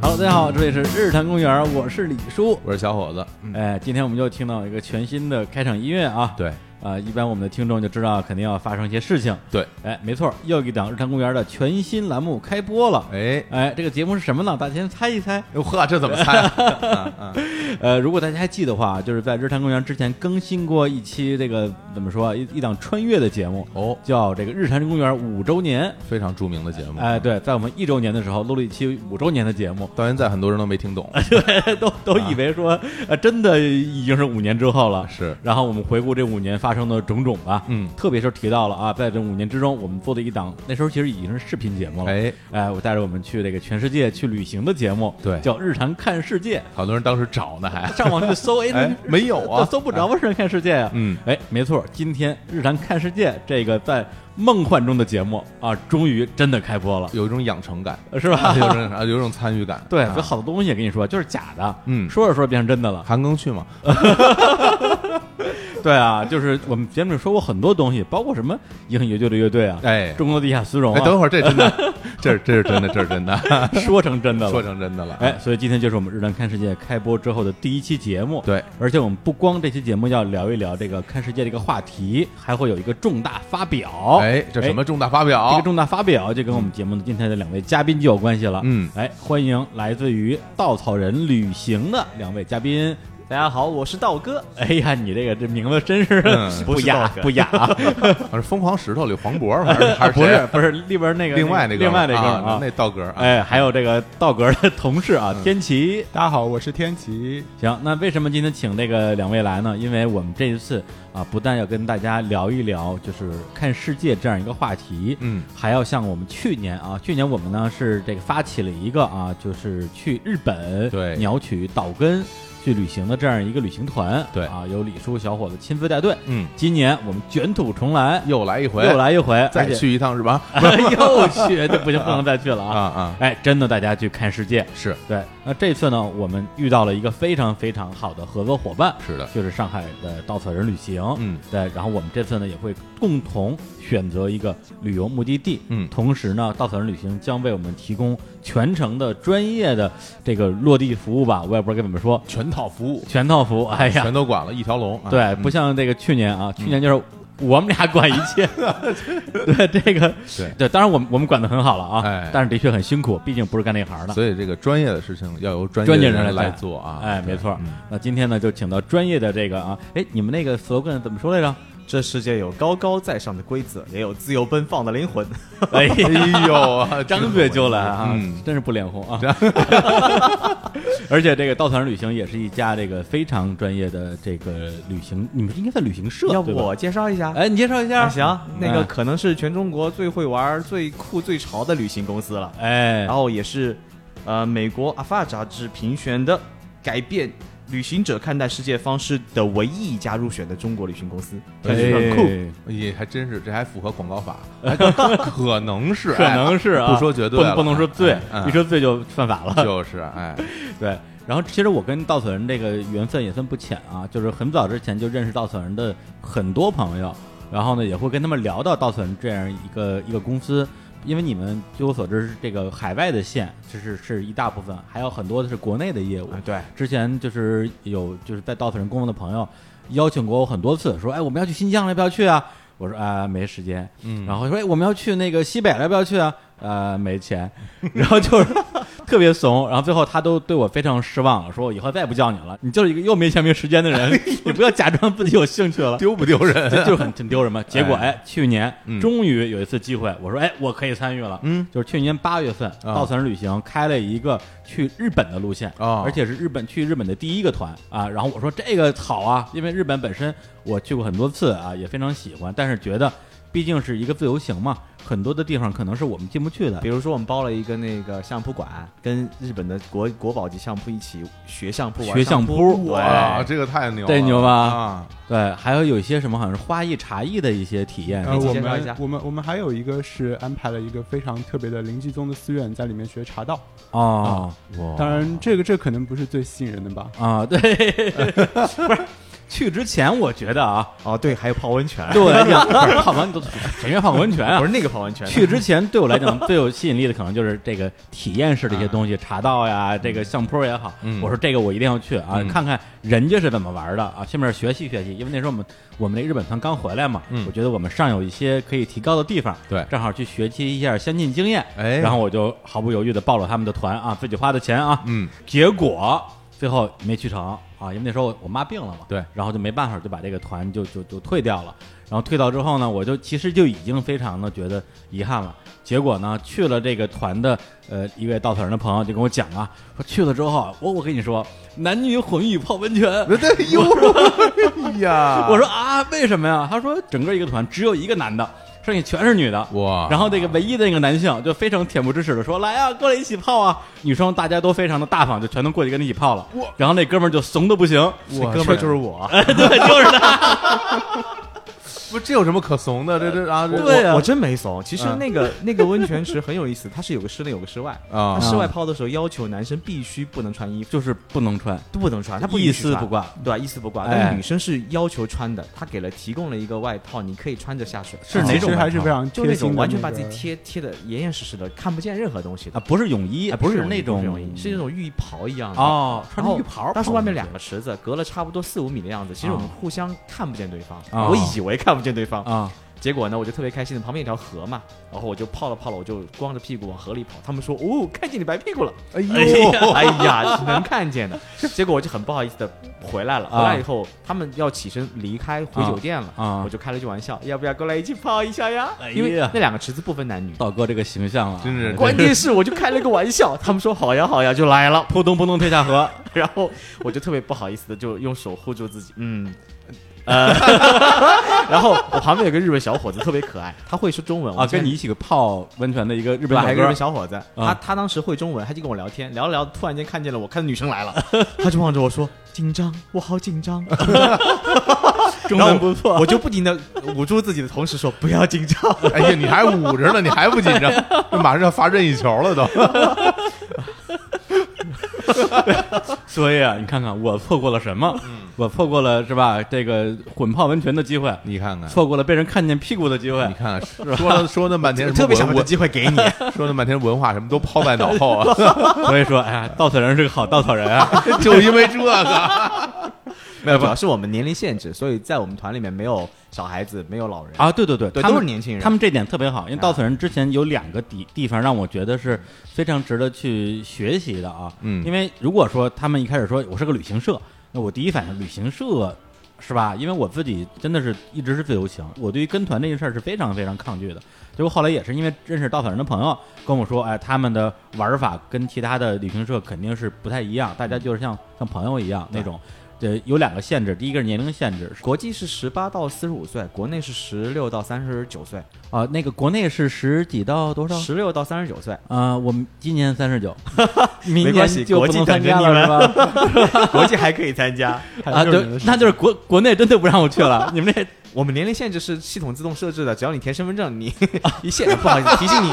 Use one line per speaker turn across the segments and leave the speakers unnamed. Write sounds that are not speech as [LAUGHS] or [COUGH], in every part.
大家好，这里是日坛公园，我是李叔。
我是小伙子，嗯，
哎，今天我们又听到一个全新的开场音乐啊。
对
啊、一般我们的听众就知道肯定要发生一些事情。
对，
哎，没错，又一档日坛公园的全新栏目开播了。
哎，
哎，这个节目是什么呢？大家先猜一猜。
哟呵，这怎么猜啊？
[LAUGHS]
啊啊
呃，如果大家还记得话，就是在日坛公园之前更新过一期这个怎么说啊一一档穿越的节目，
哦，
叫这个日坛公园五周年。
非常著名的节目，啊
哎，，对，在我们一周年的时候录了一期五周年的节目，
到现在很多人都没听
哎
懂，
都都以为说，呃，真的已经是五年之后了。
是
然后我们回顾这五年发生的种种吧，
嗯
特别是提到了啊，在这五年之中，我们做的一档，那时候其实已经是视频节目了。
哎，
哎，我带着我们去这个全世界去旅行的节目，
对
叫《日常看世界
好多人当时找呢还》，，
上网去搜，哎，
[LAUGHS] 哎
那
没有
[LAUGHS]
啊
搜不着吧？日常看世界呀、
嗯，
哎，没错，今天《日常看世界》这个在梦幻中的节目啊，终于真的开播了，
有一种养
[LAUGHS]
成感，
是吧？
有一种啊有一种参与感，
对，
啊
有好多东西跟你说就是假的，
嗯
说着说着变成真的了。
韩庚去嘛，
[LAUGHS] 对啊，就是我们节目里说过很多东西，包括什么银河研究的乐队啊，
哎
中国地下丝绒
哎，等
啊，
会儿这真的， [LAUGHS] 这这是真的，这 [LAUGHS] 是真的，
[LAUGHS] 说成真的
说
了。
成真的了，
哎，所以今天就是我们《日常看世界》开播之后的第一期节目。
对，
而且我们不光这期节目要聊一聊这个看世界这个话题，还会有一个重大发表。
哎，这什么重大发
哎？这
表
个？重大发表就跟我们节目的今天的两位嘉宾就有关系了。
嗯
哎，欢迎来自于稻草人旅行的两位嘉宾。
大家好，我是道哥。
哎呀，你这个这名字真是
嗯
不雅
不是
不雅啊，
啊是疯狂石头里黄渤还是还是
[LAUGHS] 不
谁啊
是？不是里边那个
另外那
那
个
另外那个
啊
啊，
那道哥，啊嗯
哎，还有这个道格的同事啊，天琪。
大家好，我是天奇。
行，那为什么今天请这个两位来呢？因为我们这一次啊，不但要跟大家聊一聊就是看世界这样一个话题，
嗯，
还要像我们去年啊，去年我们呢是这个发起了一个啊，就是去日本
对
鸟取岛根去旅行的这样一个旅行团，
对
啊，由李叔小伙子亲自带队。
嗯，
今年我们卷土重来，
又来一回，
又，来一回，
再
而且
去一趟是吧？ [LAUGHS]
又去，这不行，不能再去了
啊
啊！
啊，
哎，真的，大家去看世界。
是
对，那这次呢，我们遇到了一个非常非常好的合作伙伴，
是的，
就是上海的稻草人旅行。
嗯，
对，然后我们这次呢也会共同选择一个旅游目的地。
嗯
同时呢，稻草人旅行将为我们提供全程的专业的这个落地服务吧，我也不知道该怎么说，
全套服务，
全套服务。哎呀
全，都管了，一条龙。啊嗯
对，不像这个去年啊，去年就是我们俩管一
[LAUGHS]
切。对，这个
对
对，当然我们我们管的很好了啊，
哎
但是的确很辛苦，毕竟不是干那行的。
所以这个专业的事情要由专
专业
业
人来
来
干
做啊。
哎，
对
没错儿
嗯。
那今天呢，就请到专业的这个啊，哎，你们那个 slogan 怎么说来
[LAUGHS]
着？
这世界有高高在上的规则，也有自由奔放的灵魂。
哎，
哎呦 [LAUGHS] 啊，
[LAUGHS] 张嘴就来啊
嗯，
[LAUGHS] 真是不脸
[LAUGHS]
红啊！而且这个稻草人旅行也是一家这个非常专业的这个旅行，你们应该在旅行社，
要
对
不
吧
我介绍一下？
哎，你介绍一下
啊，。行，那个
嗯
可能是全中国最会玩、最酷、最潮的旅行公司了。
哎
然，后也是，呃，美国《阿发》杂志评选的改变旅行者看待世界方式的唯一一家入选的中国旅行公司。
哎
非常酷。
哎
也还真是，这还符合广告
[LAUGHS]
法，哎可能是，
可能是啊，
哎不说绝对
不
了
不能说醉，
嗯
一说醉就犯法
哎
了。
[LAUGHS] 就是哎，
对，然后其实我跟稻草人这个缘分也算不浅啊，就是很早之前就认识稻草人的很多朋友，然后呢也会跟他们聊到稻草人这样一个一个公司。因为你们据我所知是这个海外的线，就是是一大部分，还有很多的是国内的业务。
啊，对，
之前就是有就是在稻草人工作的朋友邀请过我很多次，说哎我们要去新疆了，要不要去啊？我说啊、没时间，
嗯
然后说哎我们要去那个西北了，要不要去啊？呃没
[LAUGHS]
钱，然后就是特别怂，然后最后他都对我非常失望，说我以后再也不叫你了，你就是一个又没钱没时间的
[LAUGHS] 哎
人，你不要假装自己有兴趣了。
丢不丢人？
[LAUGHS] 这就是很很丢人嘛。结果
哎
哎，去年
嗯
终于有一次机会，我说哎，我可以参与了。
嗯，
就是去年八月份，
啊
稻草人旅行开了一个去日本的路线，
哦
而且是日本去日本的第一个团啊。然后我说这个好啊，因为日本本身我去过很多次啊，也非常喜欢，但是觉得毕竟是一个自由行嘛，很多的地方可能是我们进不去的
比。如说我们包了一个那个相扑馆，跟日本的国国宝级相扑一起学相扑，玩
学
相
相扑
哇，
对。
这个太牛了，
这哎牛吧
啊！
对，还有有一些什么好像是花艺茶艺的一些体验。
呃，我
介绍一下
们我们我们还有一个是安排了一个非常特别的林继宗的寺院，在里面学茶道。
哦，
哇
[LAUGHS]
当然，这个这可能不是最吸引人的吧？
啊，对，不是。去之前我觉得啊，
哦，对，还有泡温泉，
对 [LAUGHS] 我来讲，不是泡完都谁愿意泡温泉啊
不？是那个泡温泉，
去之前对我来
[LAUGHS]
讲最有吸引力的可能就是这个体验式的一些东西，茶道呀，这个相扑也好，
啊嗯
我说这个我一定要去啊，
嗯
看看人家是怎么玩的啊，顺便学习学习，因为那时候我们我们那日本团刚回来嘛，
嗯
我觉得我们尚有一些可以提高的地方，
对
正好去学习一下先进经验，
哎
然后我就毫不犹豫的报了他们的团啊，自己花的钱啊，
嗯，
结果最后没去成啊，因为那时候我我妈病了嘛，
对，
然后就没办法就把这个团就就就退掉了。然后退掉之后呢，我就其实就已经非常的觉得遗憾了。结果呢，去了这个团的呃一位稻草人的朋友就跟我讲啊，说去了之后啊，我我跟你说，男女混浴泡温泉。
对哟，哎呀，
我说啊，为什么呀？他说整个一个团只有一个男的，剩下全是女的。
哇，
然
后
后那个唯一的那个男性就非常恬不知耻的说：“来啊，过来一起泡啊！”女生大家都非常的大方，就全都过去跟他一起泡了。然后那哥们儿就怂的不行，
我
哥们儿就是我，
对， [LAUGHS] 就是他。
不这有什么可怂的？这这啊，这
对啊
我我真没怂。其实
嗯
那个 [LAUGHS] 那个温泉池很有意思，它是有个室内有个室外。它
啊，
室
嗯
外泡的时候要求男生必须不能穿衣服，
[LAUGHS] 就是不能穿，
都不能穿，他不
一
允许
丝
穿
不，挂。
对吧？一丝不挂。
哎
但是女生是要求穿的，她给了提供了一个外套，你可以穿着下水。
是哪
其
种
实
外
还是
套
非常
啊就那
贴心
种
的
完全
那
把自己
个
贴贴的严严实实的，看不见任何东西的
啊，。不是泳衣，
哎，不是泳衣
那
不
种
是泳衣，是那种浴衣袍一样的。
哦，
然
穿
后
着浴袍。
但是外面两个池子隔了差不多四五米的样子，其实我们互相看不见对方，
啊
我以为看不见对方，
啊，
结果呢，我就特别开心的，旁边有条河嘛，然后我就泡了泡了，我就光着屁股往河里跑，他们说哦，看见你白屁股了，
哎呦，
[LAUGHS] 哎呀，哎呀，是能看见的。结果我就很不好意思的回来了，
啊
回来以后、他们要起身离开回酒店了，
啊
我就开了句玩笑，要不要过来一起泡一下呀？
哎呀
因为那两个池子不分男女。
道哥这个形象啊，
真是
对
关键是我就开了个玩笑， [LAUGHS] 他们说好呀好呀就来了， [LAUGHS]
扑通扑通推下 [LAUGHS] 河。
然后我就特别不好意思的就用手护住自己，嗯，呃， [LAUGHS] 然后我旁边有个日本小伙子特别可爱，他会说中文
啊，
我今天
跟你一起泡温泉的一个日
日本
本
还
小
有个日嗯
哥
本，小伙子，他他当时会中文，他就跟我聊天，聊着聊着，突然间看见了我，看到女生来了，他就望着我说：“紧张，我好紧张。 [LAUGHS]
中
然后
文不错。
我”我就不停的捂住自己的同时说：“不要紧 [LAUGHS] 张。
[LAUGHS] 哎呀，你还捂着呢，你还不紧张？这马上要发任意球了都。 [LAUGHS]
所以啊，你看看我错过了什么？我错过了是吧？这个混泡温泉的机会，
你看看，
错过了被人看见屁股的机会
你。看看，说了说那半天，”
特别想
想
把这机会给你，
说那半天文化什么都抛在脑后啊， [LAUGHS]
[LAUGHS] 所以说，哎呀，稻草人是个好稻草人啊。
就因为这个。
[LAUGHS] 没有，主要是我们年龄限制，所以在我们团里面没有小孩子，没有老人，
[LAUGHS] 啊，对对对，
对
他
都
们
是年轻人
他们这点特别好，因为
啊
稻草人之前有两个地地方让我觉得是非常值得去学习的啊。
嗯
因为如果说他们一开始说我是个旅行社，那我第一反应旅行社是吧？因为我自己真的是一直是自由行，我对于跟团这件事儿是非常非常抗拒的。结果后来也是因为认识稻草人的朋友跟我说，哎，他们的玩法跟其他的旅行社肯定是不太一样，大家就是像像朋友一样那种。呃，有两个限制，第一个是年龄限制，
国际是十八到四十五岁，国内是十六到三十九岁，
啊、那个国内是十几到多少？
十六到三十九岁， [LAUGHS]
啊，我们今年三十九，明
没关系
年就
国
不
际
能参
等着
加
你
了是吧？
国际还可以参加。
[LAUGHS] 啊，
太诱
对
人了，
那就是国国内真的不让我去
[LAUGHS]
了。你们这
我们年龄限制是系统自动设置的，只要你填身份
[LAUGHS]
证，你 [LAUGHS] 一限不好意思提醒你，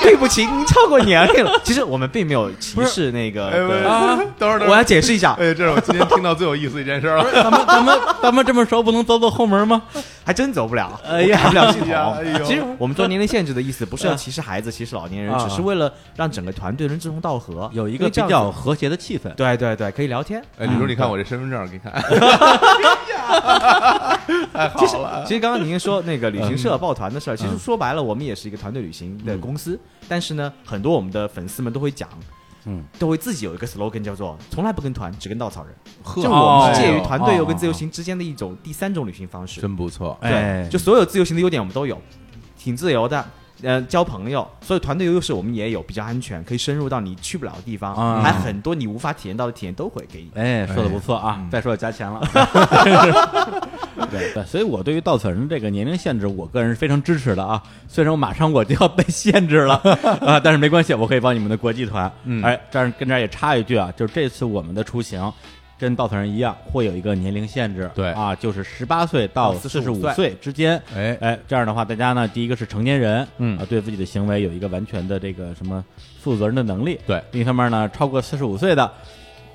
对不起，您超过年
[LAUGHS]
龄了。其实我们并没有歧视那个
哎喂
的，
等会儿，等
我
会
要
儿，
解释一下，
哎，这是我今天听到最有意思一件事儿了。
咱们咱们咱们这么熟，不能走走后门吗？
还真走不了，
哎呀
我改不了系
哎呀哎
统。
呦
其实我们做年龄限制的意思不
[LAUGHS]
是要歧视孩子、歧视老年人，
啊
只是为了让整个团队能志同道合，
有一
因
个
为这
比
样
较
子。
和谐的气氛。
对对对，可以聊天。
哎，李叔，你看我这身份证，给你看。太
其实
好
啊
了，
其实刚刚您说那个旅行社抱团的事儿，其
嗯
实说白了，我们也是一个团队旅行的公司，但是呢，很多我们的粉丝们都会讲，
嗯，
都会自己有一个 slogan 叫做“从来不跟团，只跟稻草人”，
呵
就我
哦
们是介于
哎呦
团队游跟自由行之间的一种第三种旅行方式。
真不错。
哎
对，就所有自由行的优点我们都有，挺自由的。呃，交朋友，所以团队优势我们也有，比较安全，可以深入到你去不了的地方，
啊
还很多你无法体验到的体验都会给你。
哎，说的不错啊！
嗯
再说就加钱 [LAUGHS] 了。对对，所以我对于稻草人这个年龄限制，我个人是非常支持的啊。虽然我马上我就要被限制 [LAUGHS] 了啊，但是没关系，我可以帮你们的国际团。
嗯
哎，这样跟这儿也插一句啊，就是这次我们的出行。跟稻草人一样，会有一个年龄限制，
对
啊，就是十八岁到
到
啊四
45
十五岁之间，
哎
哎，这样的话，大家呢，第一个是成年人，
嗯
啊，对自己的行为有一个完全的这个什么负责任的能力，
对
另一方面呢，超过四十五岁的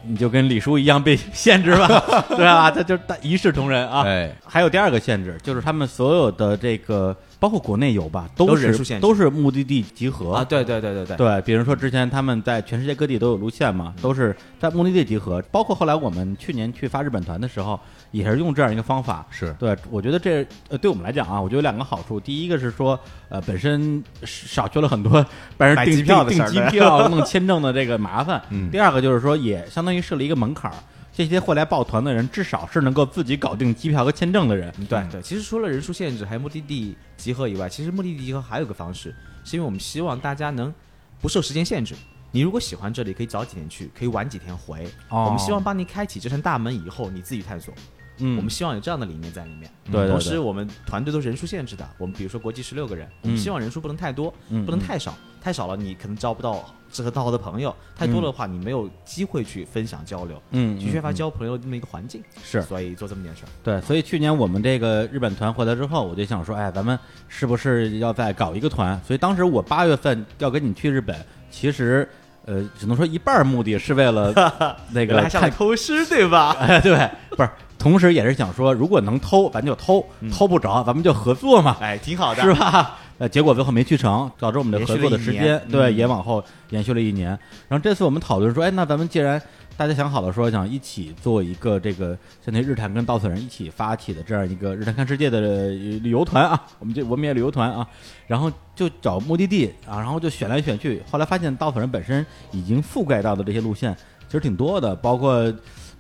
你就跟李叔一样被 [LAUGHS] 限制吧，对吧？他就是大一视同仁啊。
哎，
还有第二个限制，就是他们所有的这个，包括国内游吧，都
都
是
人数限制
都是目的地集合
啊，对对对对对，
对，比如说之前他们在全世界各地都有路线嘛，都是在目的地集合，包括后来我们去年去发日本团的时候，也是用这样一个方法。
是
对，我觉得这呃对我们来讲啊，我觉得有两个好处，第一个是说，呃，本身少去了很多帮人
买
订
机票的
订
事
订
儿
机
[LAUGHS]
票、弄签证的这个麻烦。
嗯
第二个就是说，也相当于设了一个门槛儿，这些会来报团的人至少是能够自己搞定机票和签证的人。
对对，其实除了人数限制还有目的地集合以外，其实目的地集合还有个方式，是因为我们希望大家能不受时间限制。你如果喜欢这里，可以早几天去，可以晚几天回。
哦
我们希望帮你开启这扇大门以后，你自己探索。
嗯，
我们希望有这样的理念在里面。嗯
对对
同
对
时我们团队都是人数限制的，我们比如说国际十六个人，
嗯
我们希望人数不能太多，
嗯
不能太少，太少了你可能交不到志合道合的朋友，太多的话你没有机会去分享交流，
嗯
去缺乏
嗯嗯
交朋友的这么一个环境，
是
所以做这么件事儿。
对，所以去年我们这个日本团回来之后，我就想说，哎，咱们是不是要再搞一个团？所以当时我八月份要跟你去日本，其实呃，只能说一半儿目的是为了
[LAUGHS]
那
原来
个
还想来
看，
偷师对吧？
哎， [LAUGHS] 对，不是，同时也是想说，如果能偷，咱就偷，偷不着，咱们就合作嘛，
[LAUGHS] 哎，挺好的，
是吧？ [LAUGHS] 呃，结果最后没去成，导致我们的合作的时
延续了
间
一年
对
嗯
也往后延续了一年。然后这次我们讨论说，哎，那咱们既然大家想好了说想一起做一个这个相当于日坛跟稻草人一起发起的这样一个日坛看世界的呃旅游团啊，我们这我们也旅游团啊，然后就找目的地啊，然后就选来选去，后来发现稻草人本身已经覆盖到的这些路线其实挺多的，包括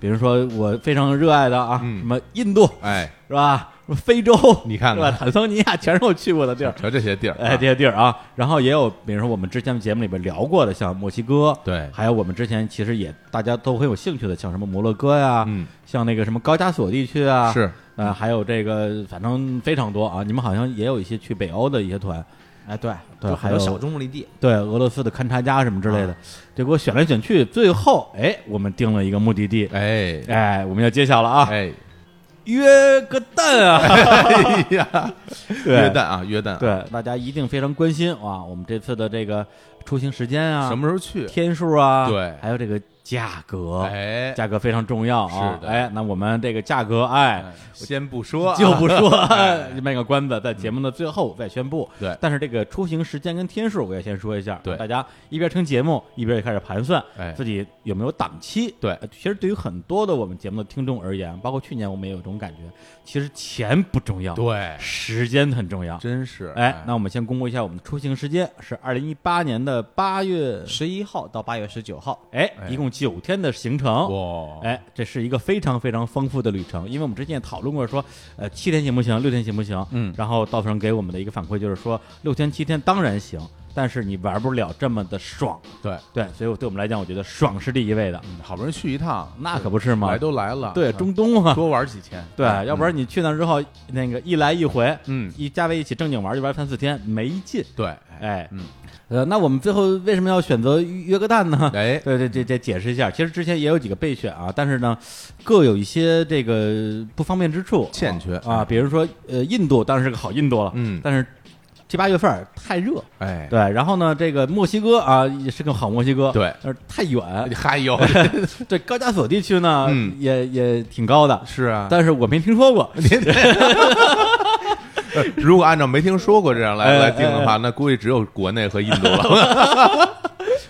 比如说我非常热爱的啊，
嗯
什么印度
哎，
是吧，什么非洲，
你看
是吧，
看，
坦桑尼亚全是我去过的地儿。
瞧这些地儿啊，
哎，这些地儿啊，然后也有，比如说我们之前节目里边聊过的，像墨西哥，
对
还有我们之前其实也大家都很有兴趣的，像什么摩洛哥呀、
嗯，
像那个什么高加索地区啊，
是
呃，还有这个反正非常多啊。你们好像也有一些去北欧的一些团，
哎，对，
对
就
还
很
有
多小众目的地，嗯
对俄罗斯的勘察家什么之类的，结果选来选去，最后哎，我们定了一个目的地，
哎
哎，我们要揭晓了啊，
哎，
约个蛋啊，
哎呀，
对
约旦啊，约旦啊，
对，大家一定非常关心哇，我们这次的这个出行时间啊，
什么时候去？
天数啊，
对
还有这个价格，
哎，
价格非常重要啊。
是的
哎，那我们这个价格，哎，
哎 [LAUGHS] 先不说啊，
就不说，
哎
卖个关子，在节目的最后再宣布。
对
但是这个出行时间跟天数，我也先说一下，
对
大家一边听节目，一边也开始盘算
哎
自己有没有档期。
对
呃其实对于很多的我们节目的听众而言，包括去年我们也有这种感觉，其实钱不重要，
对，
时间很重要。
真是
哎，那我们先公布一下我们的出行时间是二零一八年的八月
十一号到八月十九号，
哎，
哎
一共九天的行程。
哇，
哎，这是一个非常非常丰富的旅程，因为我们之前也讨论过说，呃，七天行不行，六天行不行？
嗯
然后稻草人给我们的一个反馈就是说，六天七天当然行，但是你玩不了这么的爽。
对，
对，所以我对我们来讲，我觉得爽是第一位的，
嗯好不容易去一趟，
那可不是吗
来？都来了，
对，
啊
中东嘛，
多玩几天，
对，
嗯
要不然你去那之后，那个一来一回，
嗯，
一加在一起正经玩就玩三四天，没劲。
对，
哎，
嗯，
呃，那我们最后为什么要选择约个蛋呢？
哎，
[LAUGHS] 对对，这这解释一下，其实之前也有几个备选啊，但是呢，各有一些这个不方便之处，
欠缺哎
啊，比如说呃，印度当然是个好印度了，
嗯，
但是七八月份儿太热，
哎，
对，然后呢，这个墨西哥啊也是个好墨西哥，
对
但是太远，
还有
对，高加索地区呢、
嗯
也也挺高的，
是啊，
但是我没听说
[LAUGHS]
过，
如果按照没听说过这样
哎
来来定的话，那估计只有国内和印度
[LAUGHS]
了。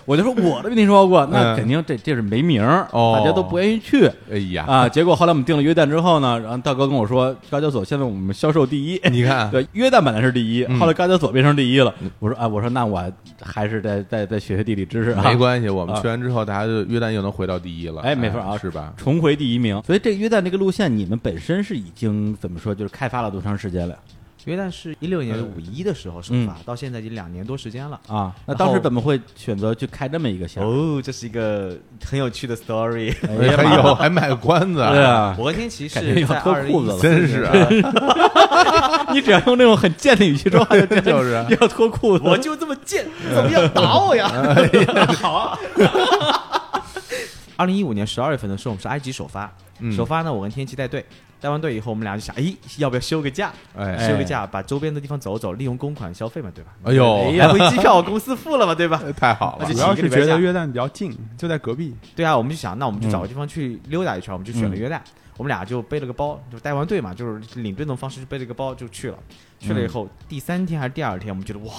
我就说我都没听说过，那
嗯
肯定这这是没名儿，
哦
大家都不愿意去。
哎呀，
啊！结果后来我们定了约旦之后呢，然后大哥跟我说，高交所现在我们销售第一，
你
[LAUGHS]
看，
对，约旦本来是第一，
嗯
后来高加索变成第一了。我说啊，我说那我还是再再再学学地理知识啊，
没关系，我们
啊
去完之后，大家就约旦又能回到第一了。
哎没错啊
是吧？
重回第一名。所以这约旦这个路线，你们本身是已经怎么说，就是开发了多长时间了
约旦是一六年的五一的时候首发，到现在已经两年多时间了。
啊？那
然后
当时怎么会选择去开这么一个线？
哦，这是一个很有趣的 story。 [LAUGHS]
哎
哎
呀妈
还有还卖个关
[LAUGHS]
子，
对啊，
我跟天琪
感觉
是
要
在
脱
二零
裤
一
子了
真是啊，
你只要用那种很贱的语气说话，就 [LAUGHS]
[LAUGHS] 就是啊
要脱裤子。
[LAUGHS] 我 [LAUGHS] 哎就这么贱，怎么要打我呀？好啊，二零一五年十二月份的时候，我们是埃及首发，
嗯
首发呢，我跟天气带队，带完队以后，我们俩就想，哎，要不要休个假？
哎
哎
休个假，把周边的地方走走，利用公款消费嘛，对吧？
哎呦
哎，呀
来回机票公司付了嘛，对吧？
太好
那
了
就
主
起
要
一个礼
是
拜
觉
假
得约旦比较近，就在隔壁。
[LAUGHS] 对啊，我们就想，那我们就找个地方去溜达一圈，我们就选了
嗯
约旦。我们俩就背了个包，就带完队嘛，就是领队那种方式，就背了个包就去了。去了以后，第三天还是第二天，我们觉得哇，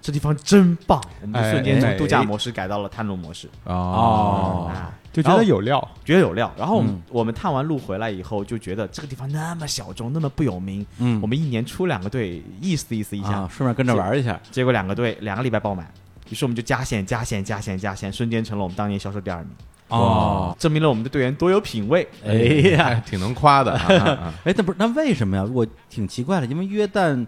这地方真棒，我们就
哎
瞬间从
哎
度假模式改到了探路模式。
哦
啊，
就觉得有料，
觉得有料。然后我们,、
嗯
我们探完路回来以后，就觉得这个地方那么小众，那么不有名，
嗯
我们一年出两个队，意思意思一下。
啊，顺便跟着玩一下，
结果两个队两个礼拜爆满，于是我们就加线、加线、加线、加线，瞬间成了我们当年销售第二名，
哦，
证明了我们的队员多有品 [LAUGHS] 位。
哎呀，
挺能夸的啊啊啊
哎，那不是那为什么呀？我挺奇怪的，因为约旦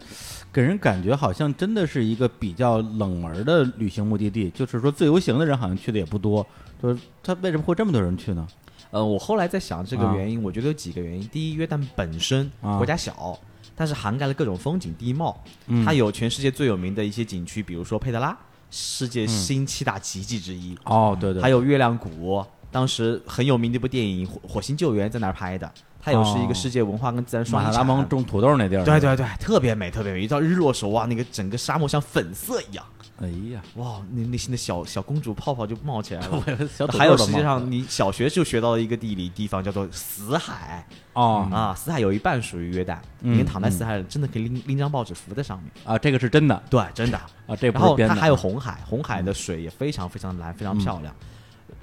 给人感觉好像真的是一个比较冷门的旅行目的地，就是说自由行的人好像去的也不多，就是他为什么会这么多人去呢？
呃，我后来在想这个
啊
原因，我觉得有几个原因。第一，约旦本身
啊
国家小，但是涵盖了各种风景地貌，
嗯
它有全世界最有名的一些景区，比如说佩德拉，世界新七大奇迹之一。
哦，对对，
还有月亮谷，当时很有名的一部电影《火火星救援》在那儿拍的，它也是一个世界文化跟自然双
马
遗
拉
产。
蒙种土豆那地儿，
对，对对，特别美，特别美。一到日落时，哇，那个整个沙漠像粉色一样，
哎 [LAUGHS] 呀，
哇，那内心的小小公主泡泡就冒起来了。
小土豆
还有
都
实际
冒
上，你小学就学到了一个地理地方，叫做死海
哦
啊，死海有一半属于约旦，
嗯
你躺在死海里，真的可以拎拎张报纸浮在上面。
啊，这个是真的
对，真的。
啊，这
然
不是
后
编
它
的，
还有红海，红海的水也非常非常蓝，非常漂亮。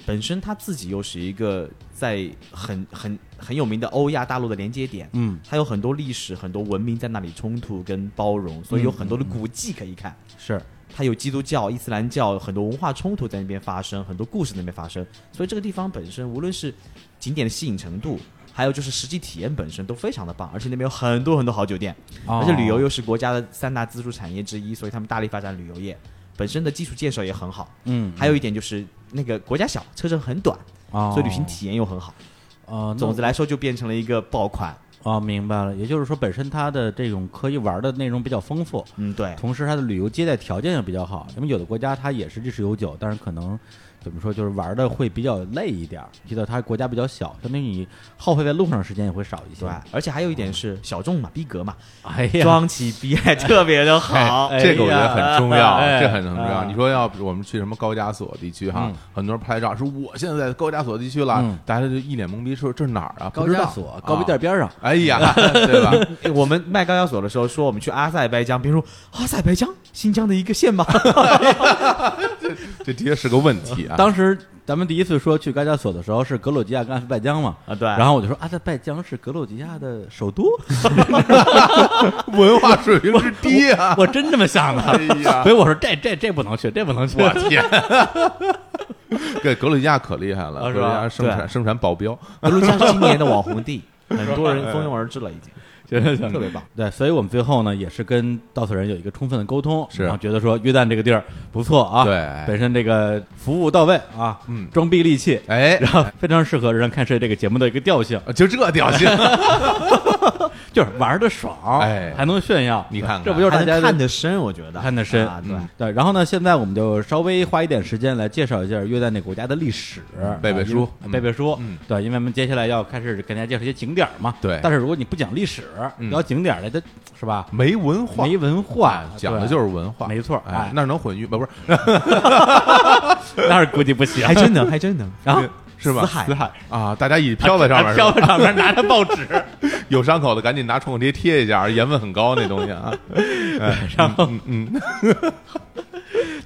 本身它自己又是一个在很很很有名的欧亚大陆的连接点，
嗯，
它有很多历史、很多文明在那里冲突跟包容，所以有很多
嗯
的古迹可以看。
是
它有基督教、伊斯兰教，很多文化冲突在那边发生，很多故事在那边发生，所以这个地方本身无论是景点的吸引程度，还有就是实际体验本身都非常的棒，而且那边有很多很多好酒店，
哦
而且旅游又是国家的三大支柱产业之一，所以他们大力发展旅游业，本身的基础建设也很好，
嗯，
还有一点就是那个国家小，车程很短，
哦
所以旅行体验又很好，
哦，那
总的来说就变成了一个爆款。
哦，明白了，也就是说，本身它的这种可以玩的内容比较丰富，
嗯，对，
同时它的旅游接待条件也比较好。那么有的国家它也是历史悠久，但是可能怎么说，就是玩的会比较累一点儿。提到它国家比较小，相当于你耗费在路上的时间也会少一些
对。，而且还有一点是小众嘛，
[LAUGHS]
逼格嘛，
哎呀，
装起逼来 [LAUGHS] 特别的好。
哎
[LAUGHS] 这个我觉得很重要，
哎呀
这很很重要。
哎
你说要比如我们去什么高加索地区哈
嗯，
很多人拍照说我现在在高加索地区了
嗯，
大家就一脸懵逼，说这是哪儿啊？
高
不知道
加索高碑店。边上
啊哎呀， [LAUGHS] 对吧？
[LAUGHS] 哎我们卖高加索的时候说我们去阿塞拜疆，别人说阿塞拜疆新疆的一
[LAUGHS]
个县吧，
这的确是个问题啊。
当时咱们第一次说去高加索的时候是格鲁吉亚跟阿塞拜疆嘛。
啊对，
然后我就说阿塞拜疆是格鲁吉亚的首 [LAUGHS] 都，
文化水平之低啊！
我真这么想的。
哎呀
所，以我说这这这不能去，这不能去。
我天！ [LAUGHS] 对，格鲁吉亚可厉害了，
啊
格
是
鲁吉
吧
亚生产生产保
[LAUGHS]
镖，
格鲁吉亚是今年的网红地，很多人蜂拥而至了，已经
行行行
特别棒。
对，所以我们最后呢，也是跟稻草人有一个充分的沟通，
是
然后觉得说约旦这个地儿不错啊，
对
本身这个服务到位啊，
嗯
装逼利器，
哎，嗯
然后非常适合《人人看谁》这个节目的一个调性，
就这调
[LAUGHS]
性，
就是玩的爽，
哎
还能炫耀，
你看看啊
这不就是大
还
家
能
的
看得深，我觉得
看得深
啊对
嗯，
对，然后呢，现在我们就稍微花一点时间来介绍一下约旦这国家的历史，
背背
啊
书
因为背背书，
嗯
对，因为我们接下来要开始给大家介绍一些景点儿嘛，
对
但是如果你不讲历史，
嗯
聊景点儿来的是吧？
没文化，
没文化，
讲的
对
就是文化，
没错哎
哎，那能混浴吗？不是，
[LAUGHS] 那是估计不行，
还真能，
[LAUGHS]
还真能。
然后
是吧？
死海
啊死海
啊，大家一起飘在上面，是
飘
吧
在上面，拿着报纸，
[LAUGHS] 有伤口的赶紧拿创可贴贴一下，盐分很高那东
[LAUGHS]
西啊。哎
然后
嗯嗯，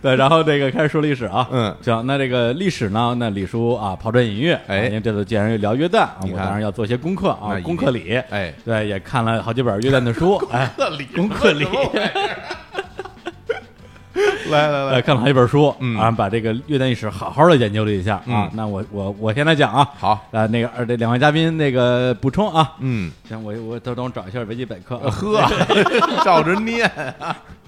对，然后这个开始说历史啊，
嗯
行，那这个历史呢，那李叔啊，抛砖引玉，
哎
因为这次既然聊约旦啊，
你
我
看
当然要做些功课
那
啊
一，定
功课里，
哎，
对，也看了好几本约旦的
[LAUGHS]
书，哎，
克里，
功课里，
[LAUGHS] 来来
呃，
来，
看了好几本书，
嗯
啊，把这个约旦历史好好的研究了一下啊
嗯。
那我我我先来讲啊，
好，
呃，那个呃，这两位嘉宾那个补充啊，
嗯，
行，我我等等我找一下维基百科啊，
呵，照着念，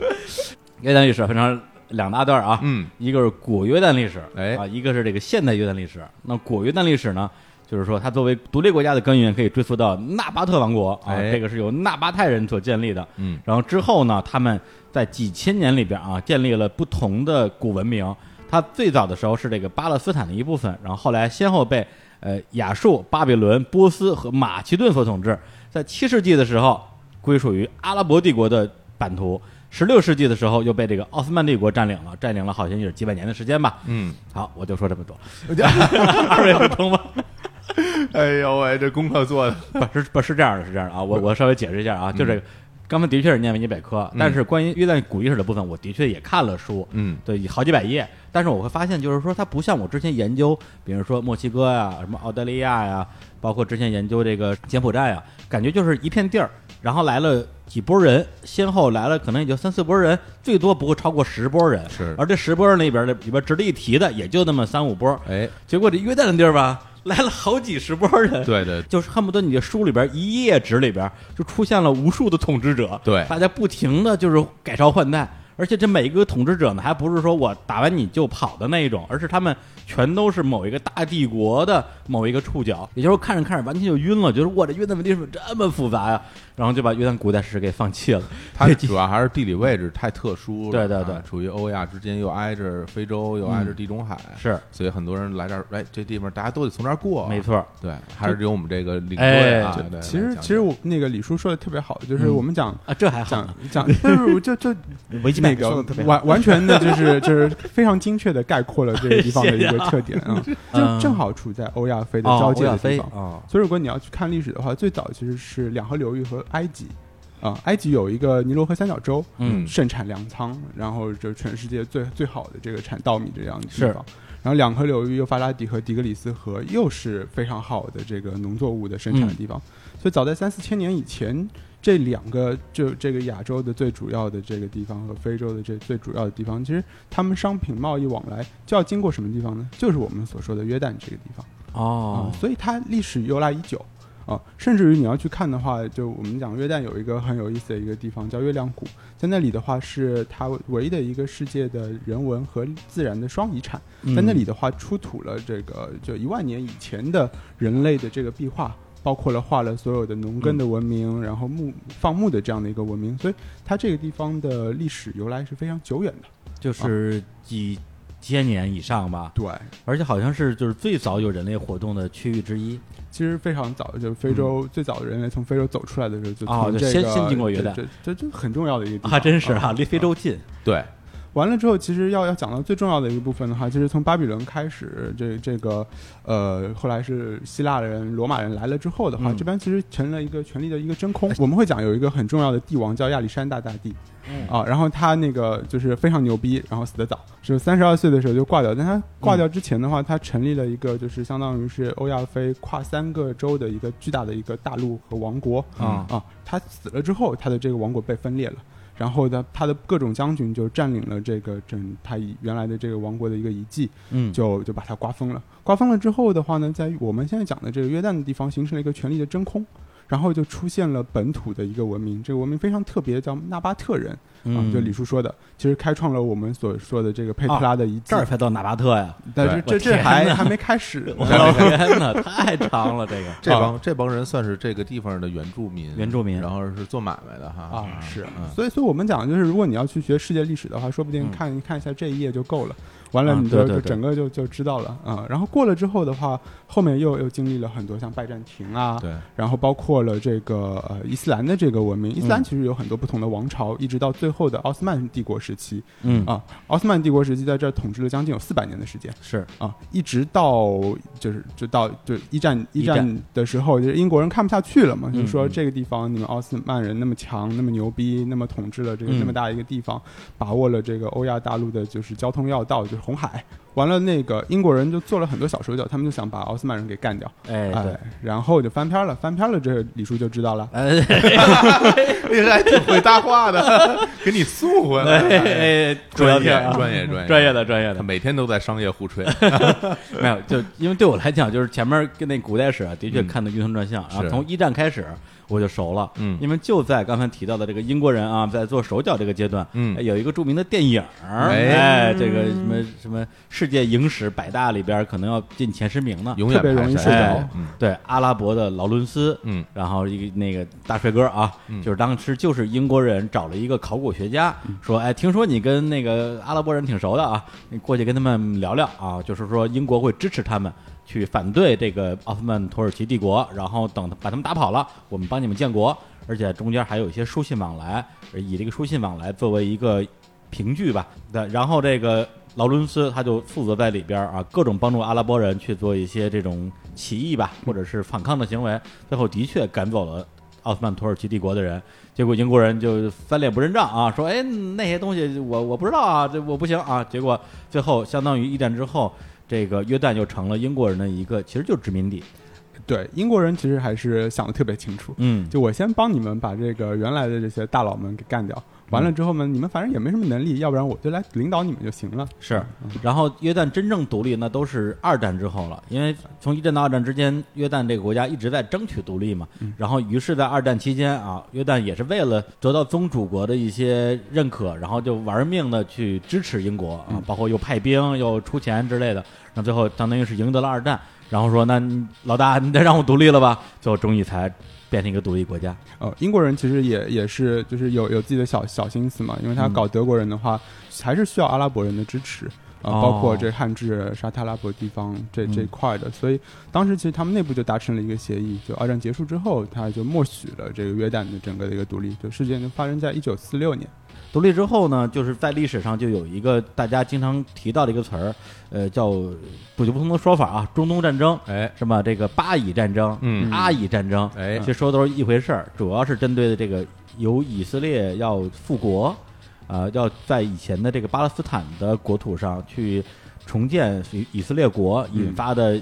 [LAUGHS] 约旦历史分成两大段儿啊，
嗯，
一个是古约旦历史，
哎
啊，一个是这个现代约旦历史。那古约旦历史呢，就是说它作为独立国家的根源可以追溯到纳巴特王国啊，
哎
这个是由纳巴泰人所建立的。
嗯，
然后之后呢，他们在几千年里边啊，建立了不同的古文明。它最早的时候是这个巴勒斯坦的一部分，然后后来先后被呃亚述、巴比伦、波斯和马其顿所统治。在七世纪的时候，归属于阿拉伯帝国的版图。十六世纪的时候，又被这个奥斯曼帝国占领了，占领了好像也是几百年的时间吧。
嗯，
好，我就说这
[LAUGHS]
么多， [LAUGHS] 二位不通吗？
哎呦喂，这功课做的，
[LAUGHS] 不是不是这样的，是这样的啊，我我稍微解释一下啊，就
嗯
这个，刚才的确是念维基百科，但是关于约旦古遗址的部分，我的确也看了书，
[LAUGHS] 嗯，
对，好几百页，但是我会发现，就是说它不像我之前研究，比如说墨西哥呀、什么澳大利亚呀、包括之前研究这个柬埔寨呀、感觉就是一片地儿，然后来了几波人，先后来了可能也就三四波人，最多不会超过十波人，
是
而这十波人里边的里边值得一提的也就那么三五波， [LAUGHS]
哎，
结果这约旦的地儿吧，来了好几十波人，
对对
就是恨不得你的书里边一页纸里边就出现了无数的统治者，
对
大家不停的就是改朝换代，而且这每一个统治者呢，还不是说我打完你就跑的那一种，而是他们全都是某一个大帝国的某一个触角，也就是说看着看着完全就晕了，觉得哇这约旦问题怎么这么复杂呀、然后就把约旦古代史给放弃了，
它主要还是地理位置太特殊了，
对对对嗯
啊处于欧亚之间，又挨着非洲，又挨着地中海，
是
所以很多人来这儿，哎，这地方大家都得从这儿过，
没，错，
对，还是有我们这个领队
哎
啊
对。
对
其
来
实
讲
其实我那个李叔说的特别好，就是我们讲
啊，这还好呢
讲
[LAUGHS]
讲，就是我就就
嗯维基百
那
科说的
个
特别好。
完完全的
[LAUGHS]
就是就是非常精确的概括了这个地方的一个特点啊，
嗯
就正好处在欧亚非的
哦
交界
欧亚
的
非
地方。嗯
哦
所以如果你要去看历史的话，最早其实是两河流域和埃及啊、埃及有一个尼罗河三角洲，
嗯
盛产粮仓，然后就全世界最最好的这个产稻米这样的
是
地方。然后两河流域幼发拉底和底格里斯河又是非常好的这个农作物的生产的地方，
嗯
所以早在三四千年以前，这两个就这个亚洲的最主要的这个地方和非洲的这最主要的地方，其实他们商品贸易往来就要经过什么地方呢？就是我们所说的约旦这个地方。
哦
啊，，所以它历史由来已久啊。甚至于你要去看的话，就我们讲约旦有一个很有意思的一个地方叫月亮谷，在那里的话是它唯一的一个世界的人文和自然的双遗产，
嗯
在
哦
那里的话出土了这个就一万年以前的人类的这个壁画。包括了画了所有的农耕的文明，然后牧放牧的这样的一个文明，所以它这个地方的历史由来是非常久远的。
就是几千年以上吧，
对，
而且好像是就是最早有人类活动的区域之一。
其实非常早，就是非洲、最早的人类从非洲走出来的时候，
嗯
就
哦
从
就
这个、
先先经过约
这
旦
这这这很重要的一个地方
啊，真是啊，离非洲近。
对，
完了之后，其实要要讲到最重要的一个部分的话，就是从巴比伦开始，这这个呃，后来是希腊人、罗马人来了之后的
嗯
话，
哎
这边其实成了一个权力的一个真空。我们会讲有一个很重要的帝王叫亚历山大大帝，
嗯
啊，然后他那个就是非常牛逼，然后死得早，是三十二岁的时候就挂掉。但他挂掉之前的话，他成立了一个就是相当于是欧亚非跨三个洲的一个巨大的一个大陆和王国
啊
啊。他死了之后，他的这个王国被分裂了。然后呢，他的各种将军就占领了这个整他以原来的这个王国的一个遗迹，
嗯
就就把它瓜分了。瓜分了之后的话呢，在我们现在讲的这个约旦的地方形成了一个权力的真空，然后就出现了本土的一个文明，这个文明非常特别，叫纳巴特人
嗯
啊，就李叔说的，其实开创了我们所说的这个佩特拉的遗迹
这，儿才到纳巴特呀！
但是
对我
这这
天
还
哪
还没开始呢，
[LAUGHS] 我的天哪，太长了这个。
这帮这帮人算是这个地方的原住民，
原住民
然后是做买卖的哈
啊，是，
嗯
所以所以我们讲就是，如果你要去学世界历史的话，说不定
嗯
看一看一下这一页就够了，完了
啊
你
对
就
对
就
对
整个就就知道了啊。然后过了之后的话，后面又又经历了很多像拜占庭啊，
对，
然后包括了这个呃伊斯兰的这个文明，伊斯兰
嗯
其实有很多不同的王朝，一直到最后的奥斯曼帝国时期
嗯
啊，奥斯曼帝国时期在这儿统治了将近有四百年的时间。
是
啊，一直到就是就到就一战一
一战
战的时候，就是英国人看不下去了嘛，
嗯
就说
嗯
这个地方你们奥斯曼人那么强，那么牛逼，那么统治了这个
嗯
那么大一个地方，把握了这个欧亚大陆的就是交通要道，就是红海。完了，那个英国人就做了很多小手脚，他们就想把奥斯曼人给干掉，
哎对 [LAUGHS]
哎，然后就翻篇了，翻篇了，这李叔就知道了。
哎
你还挺会搭话的， [LAUGHS] 给你送回来了，
哎，主要
专业
点啊
专业专业
专业的专业
他
的，
每天都在商业互吹，
[LAUGHS] 没有就因为对我来讲，就是前面跟那古代史啊，的确
嗯
看的晕头转向，然后
是
从一战开始我就熟了。
嗯
因为就在刚才提到的这个英国人啊，在做手脚这个阶段，
嗯
有一个著名的电影儿，
哎
哎，这个什么什么《世界影史百大里边可能要进前十名呢。
永远
特别容易
排
睡
山
着
哎嗯
对，阿拉伯的劳伦斯，
嗯，
然后一个那个大帅哥啊，
嗯
就是当时就是英国人找了一个考古学家，说，哎，听说你跟那个阿拉伯人挺熟的啊，你过去跟他们聊聊啊，就是说英国会支持他们去反对这个奥斯曼土耳其帝国，然后等把他们打跑了，我们帮你们建国，而且中间还有一些书信往来，以这个书信往来作为一个凭据吧。对，然后这个劳伦斯他就负责在里边儿啊，各种帮助阿拉伯人去做一些这种起义吧，或者是反抗的行为。最后的确赶走了奥斯曼土耳其帝国的人，结果英国人就翻脸不认账啊，说哎那些东西我我不知道啊，这我不行啊。结果最后相当于一战之后。这个约旦就成了英国人的一个，其实就是殖民地。
对，英国人其实还是想的特别清楚，
嗯，
就我先帮你们把这个原来的这些大佬们给干掉，完了之后呢，你们反正也没什么能力，要不然我就来领导你们就行了。
是，然后约旦真正独立那都是二战之后了，因为从一战到二战之间，约旦这个国家一直在争取独立嘛。然后，于是，在二战期间啊，约旦也是为了得到宗主国的一些认可，然后就玩命的去支持英国啊，包括又派兵又出钱之类的，那最后相当于是赢得了二战。然后说，那你老大，你得让我独立了吧？最后终于才变成一个独立国家。
呃，英国人其实也也是就是有有自己的小小心思嘛，因为他
嗯
搞德国人的话，还是需要阿拉伯人的支持啊、呃
哦
包括这汉至沙特阿拉伯地方这这一
嗯
块的，所以当时其实他们内部就达成了一个协议，就二战结束之后，他就默许了这个约旦的整个的一个独立，就事件就发生在一九四六年。
独立之后呢，就是在历史上就有一个大家经常提到的一个词儿，呃，叫不有不同的说法啊，中东战争，
哎，
什么这个巴以战争、
嗯，
阿以战争，
哎
其，实说的都是一回事儿，主要是针对的这个由以色列要复国，呃，要在以前的这个巴勒斯坦的国土上去重建以以色列国引发的，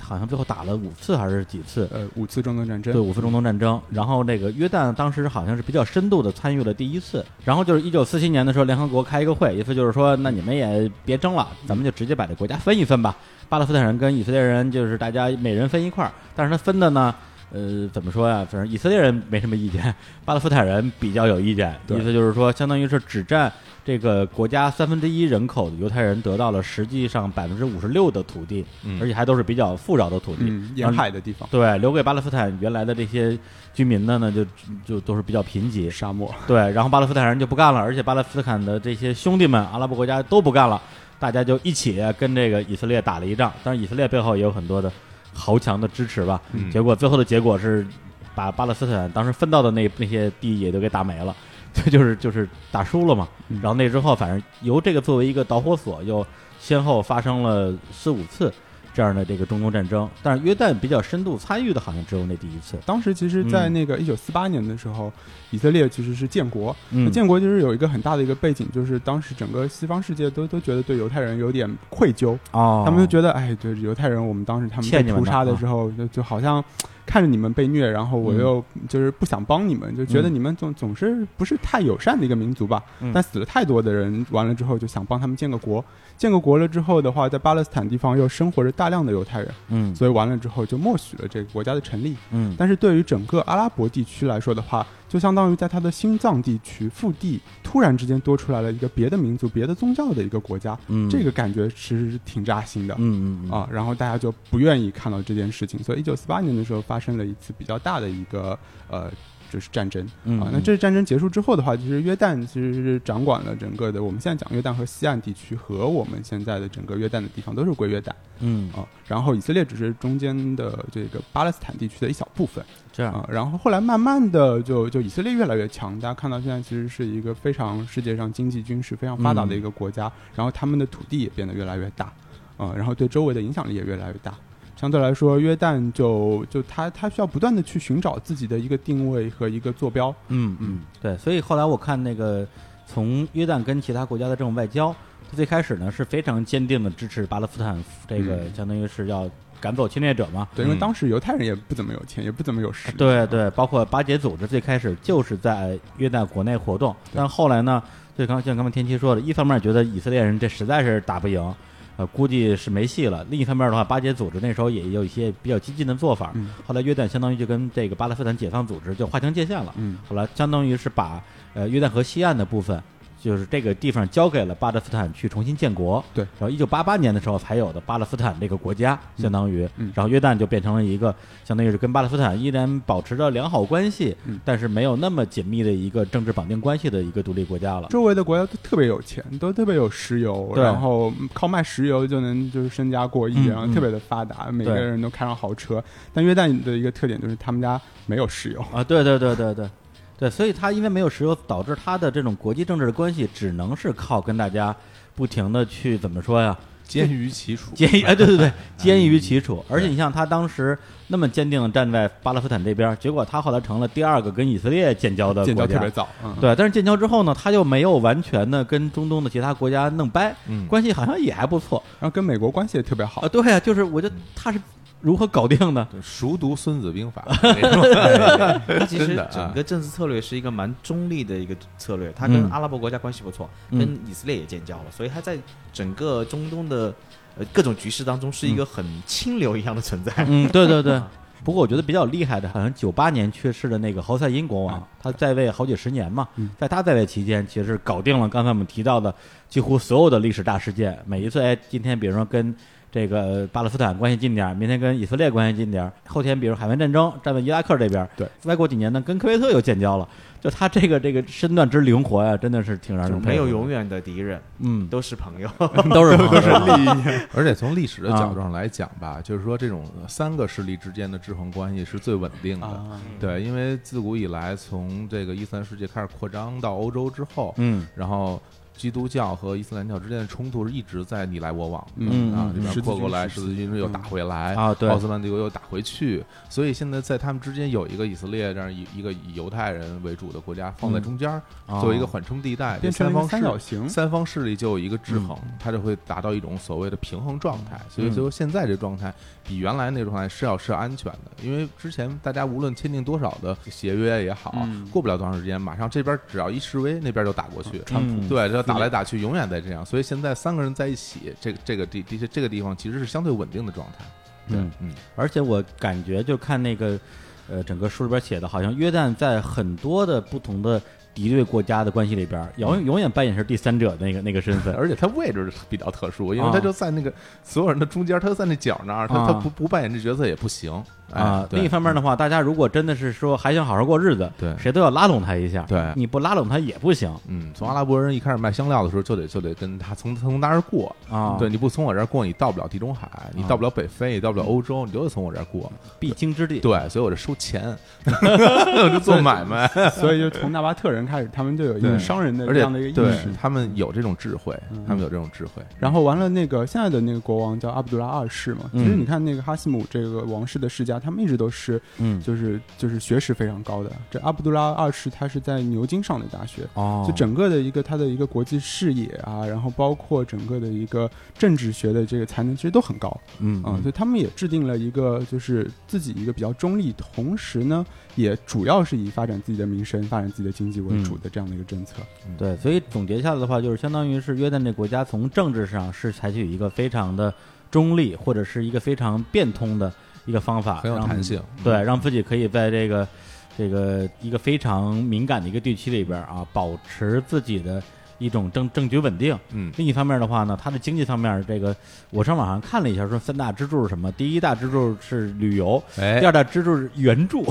好像最后打了五次还是几次，
呃，五次中东战争，
对五次中东战争，然后那个约旦当时好像是比较深度的参与了第一次，然后就是一九四七年的时候，联合国开一个会，意思就是说，那你们也别争了，咱们就直接把这国家分一分吧，巴勒斯坦人跟以色列人就是大家每人分一块儿，但是他分的呢。呃，怎么说呀？反正以色列人没什么意见， [LAUGHS] 巴勒斯坦人比较有意见。
对
意思就是说，相当于是只占这个国家三分之一人口的犹太人得到了实际上百分之五十六的土地，
嗯
而且还都是比较富饶的土地。
嗯，沿海的地方，
对，留给巴勒斯坦原来的这些居民的呢，就就都是比较贫瘠。
沙漠。
对，然后巴勒斯坦人就不干了，而且巴勒斯坦的这些兄弟们，阿拉伯国家都不干了，大家就一起跟这个以色列打了一仗。当然，以色列背后也有很多的豪强的支持吧。
嗯
结果最后的结果是，把巴勒斯坦当时分到的那那些地也都给打没了， [LAUGHS] 这就是就是打输了嘛。
嗯
然后那之后，反正由这个作为一个导火索，又先后发生了四五次这样的这个中东战争。但是约旦比较深度参与的，好像只有那第一次。
当时其实，在
嗯
那个一九四八年的时候，以色列其实是建国，那
嗯，
建国其实有一个很大的一个背景，就是当时整个西方世界都都觉得对犹太人有点愧疚，
哦，
他们就觉得，哎，对犹太人，我们当时他们
欠
被
你们
屠
的
杀的
啊
时候，就就好像看着你们被虐，然后我
嗯
又就是不想帮你们，就觉得
嗯
你们总总是不是太友善的一个民族吧
嗯。
但死了太多的人，完了之后就想帮他们建个国，建个国了之后的话，在巴勒斯坦地方又生活着大量的犹太人，
嗯
所以完了之后就默许了这个国家的成立。
嗯
但是对于整个阿拉伯地区来说的话，就相当于在它的心脏地区腹地突然之间多出来了一个别的民族、别的宗教的一个国家，
嗯，
这个感觉其实是挺扎心的。
嗯嗯嗯
啊，然后大家就不愿意看到这件事情，所以一九四八年的时候发生了一次比较大的一个呃，就是战争
嗯
啊。
嗯
那这战争结束之后的话，其实约旦其实是掌管了整个的，我们现在讲约旦和西岸地区和我们现在的整个约旦的地方都是归约旦
嗯
啊。然后以色列只是中间的这个巴勒斯坦地区的一小部分。
这样
啊、然后后来慢慢的就就以色列越来越强，大家看到现在其实是一个非常世界上经济军事非常发达的一个国家，然后他们的土地也变得越来越大，啊、然后对周围的影响力也越来越大。相对来说，约旦就就他他需要不断的去寻找自己的一个定位和一个坐标，
嗯，嗯，对，所以后来我看那个从约旦跟其他国家的这种外交，他最开始呢是非常坚定的支持巴勒斯坦这个，
嗯
相当于是要赶走侵略者嘛。
对，因为
嗯
当时犹太人也不怎么有钱，也不怎么有实力，
对对，包括巴结组织最开始就是在约旦国内活动，但后来呢，就刚像刚才天七说的，一方面觉得以色列人这实在是打不赢，呃，估计是没戏了；另一方面的话，巴结组织那时候也有一些比较激进的做法，
嗯
后来约旦相当于就跟这个巴勒斯坦解放组织就划清界限了。
嗯，
后来相当于是把呃约旦河西岸的部分就是这个地方交给了巴勒斯坦去重新建国。
对
然后一九八八年的时候才有的巴勒斯坦这个国家，相当于，
嗯
然后约旦就变成了一个相当于是跟巴勒斯坦依然保持着良好关系，
嗯
但是没有那么紧密的一个政治绑定关系的一个独立国家了。
周围的国家都特别有钱，都特别有石油，
对
然后靠卖石油就能就是身家过亿，
嗯
然后特别的发达，每个
对
人都开上豪车。但约旦的一个特点就是他们家没有石油， [LAUGHS]
啊，对对对对对对，所以他因为没有石油，导致他的这种国际政治的关系只能是靠跟大家不停的去怎么说呀，
监于
[LAUGHS]
其楚，
坚于哎，对对
[LAUGHS]
对，坚于其楚。
嗯
而且你像他当时那么坚定的站在巴勒斯坦这边，结果他后来成了第二个跟以色列建交的
建
国
交特
家
别。早。嗯，
对，但是建交之后呢，他又没有完全的跟中东的其他国家弄掰，
嗯
关系好像也还不错
然后跟美国关系也特别好嗯
啊。。对啊，就是我觉得他是如何搞定的？
对熟读《孙子兵法》那种，
[LAUGHS] 它其
真
实
的啊
整个政治策略是一个蛮中立的一个策略，它跟
嗯
阿拉伯国家关系不错，
嗯
跟以色列也建交了，所以它在整个中东的呃各种局势当中是一个很清流一样的存在。
嗯，对对对。 [LAUGHS] 不过我觉得比较厉害的，好像九八年去世的那个侯赛因国王，他在位好几十年嘛
嗯，
在他在位期间，其实搞定了刚才我们提到的几乎所有的历史大事件。每一次，哎，今天比如说跟这个呃巴勒斯坦关系近点儿，明天跟以色列关系近点儿，后天比如海湾战争站在伊拉克这边，
对，
再过几年呢，跟科威特又建交了。就他这个这个身段之灵活呀、真的是挺让
就
人
没有
嗯佩服的
永，远的敌人， [LAUGHS]
嗯，
都是朋友。
都是都是利益，
而且从历史
啊
的角度上来讲吧，就是说这种三个势力之间的制衡关系是最稳定的。
啊，
对，因为自古以来，从这个伊斯兰世界开始扩张到欧洲之后，
嗯
然后基督教和伊斯兰教之间的冲突是一直在你来我往的，
嗯
啊，这
嗯十
边
字
扩过
军
来，十
时嗯
字军又打回来
啊对
奥斯曼帝国又打回去，所以现在在他们之间有一个以色列这样一一个以犹太人为主的国家放在
嗯
中间儿，
啊
哦
作为一个缓冲地带，这
变成
三
了一
方
个三
势
角
嗯
形。
三方势力就有一个制衡，它就会达到一种所谓的平衡状态。所以
嗯
最后现在这状态比原来那状态是要是安全的，因为之前大家无论签订多少的协约也好，
嗯
过不了多长时间，马上这边只要一示威，那边就打过去。
川普
对，这打来打去，永远在这样。所以现在三个人在一起，这个这个地的确这个地方其实是相对稳定的状态。对
嗯，
嗯，
而且我感觉就看那个，呃，整个书里边写的，好像约旦在很多的不同的敌对国家的关系里边，
嗯
永永远扮演是第三者的那个那个身份。
而且它位置比较特殊，因为
啊
它就在那个所有人的中间，它就在那角那儿，它
啊
它不不扮演这角色也不行 [LAUGHS] 哎
啊，
对
另一方面的话，大家如果真的是说还想好好过日子，
对
谁都要拉拢他一下，
对
你不拉拢他也不行
嗯，从阿拉伯人一开始卖香料的时候，就得就得跟他从从那儿过。
啊，
对，，你不从我这儿过，你到不了地中
啊
海，你到不了北非，你到不了欧洲，你都得从我这儿过。
嗯
必经之地，
对，所以我就收
[LAUGHS]
钱，我就做买卖。
所以就从纳巴特人开始，他们就有一
对
个商人的
而
这
且
样的一个意
对
识。嗯
他们有这种智慧，他们有这种智慧。
然后完了，那个现在的那个国王叫阿卜杜拉二世嘛。
嗯
其实你看那个哈希姆这个王室的世家，他们一直都是
嗯，
就是就是学识非常高的。这阿卜杜拉二世他是在牛津上的大学，
哦，
就整个的一个他的一个国际视野啊，然后包括整个的一个政治学的这个才能，其实都很高
嗯
啊、所以他们也制定了一个就是自己一个比较中立，同时呢也主要是以发展自己的民生、发展自己的经济为
嗯
主的这样的一个政策。
对，所以总结下来的话，就是相当于是约旦这国家从政治上是采取一个非常的中立，或者是一个非常变通的一个方法，
很有
让
弹性
对，让自己可以在这个这个一个非常敏感的一个地区里边啊，保持自己的一种政政局稳定。
嗯
另一方面的话呢，它的经济方面，这个我上网上看了一下，说三大支柱是什么？第一大支柱是旅游，
哎
第，二大支柱是援助，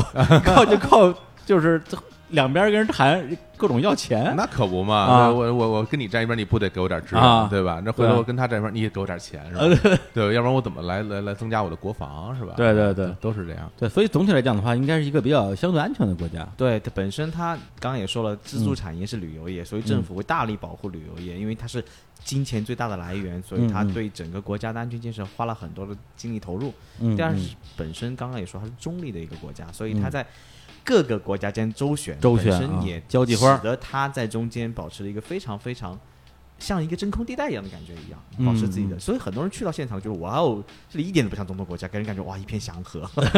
靠就靠就是两边跟人谈各种要钱。
那可不嘛！
啊
我我我跟你站一边，你不得给我点儿支援，
啊
对吧？那回
对
头我跟他站一边，你也给我点儿钱，是吧？
呃
对，要不然我怎么来来来增加我的国防，是吧？
呃对对对
都是这样。
对，所以总体来讲的话，应该是一个比较相对安全的国家。
对，它本身它刚刚也说了，支
嗯
柱产业是旅游业，所以政府会大力保护旅游业，因为它是金钱最大的来源，所以它
嗯嗯
对整个国家的安全建设花了很多的精力投入。
嗯，
第二是
嗯
本身刚刚也说它是中立的一个国家，所以它在各个国家间周旋，
周旋
本身
啊
也
交际花
使得它在中间保持了一个非常非常。像一个真空地带一样的感觉一样，
嗯
保持自己的，
嗯
所以很多人去到现场就是哇哦，这里一点都不像中东国家，给人感觉哇一片祥和。
[LAUGHS]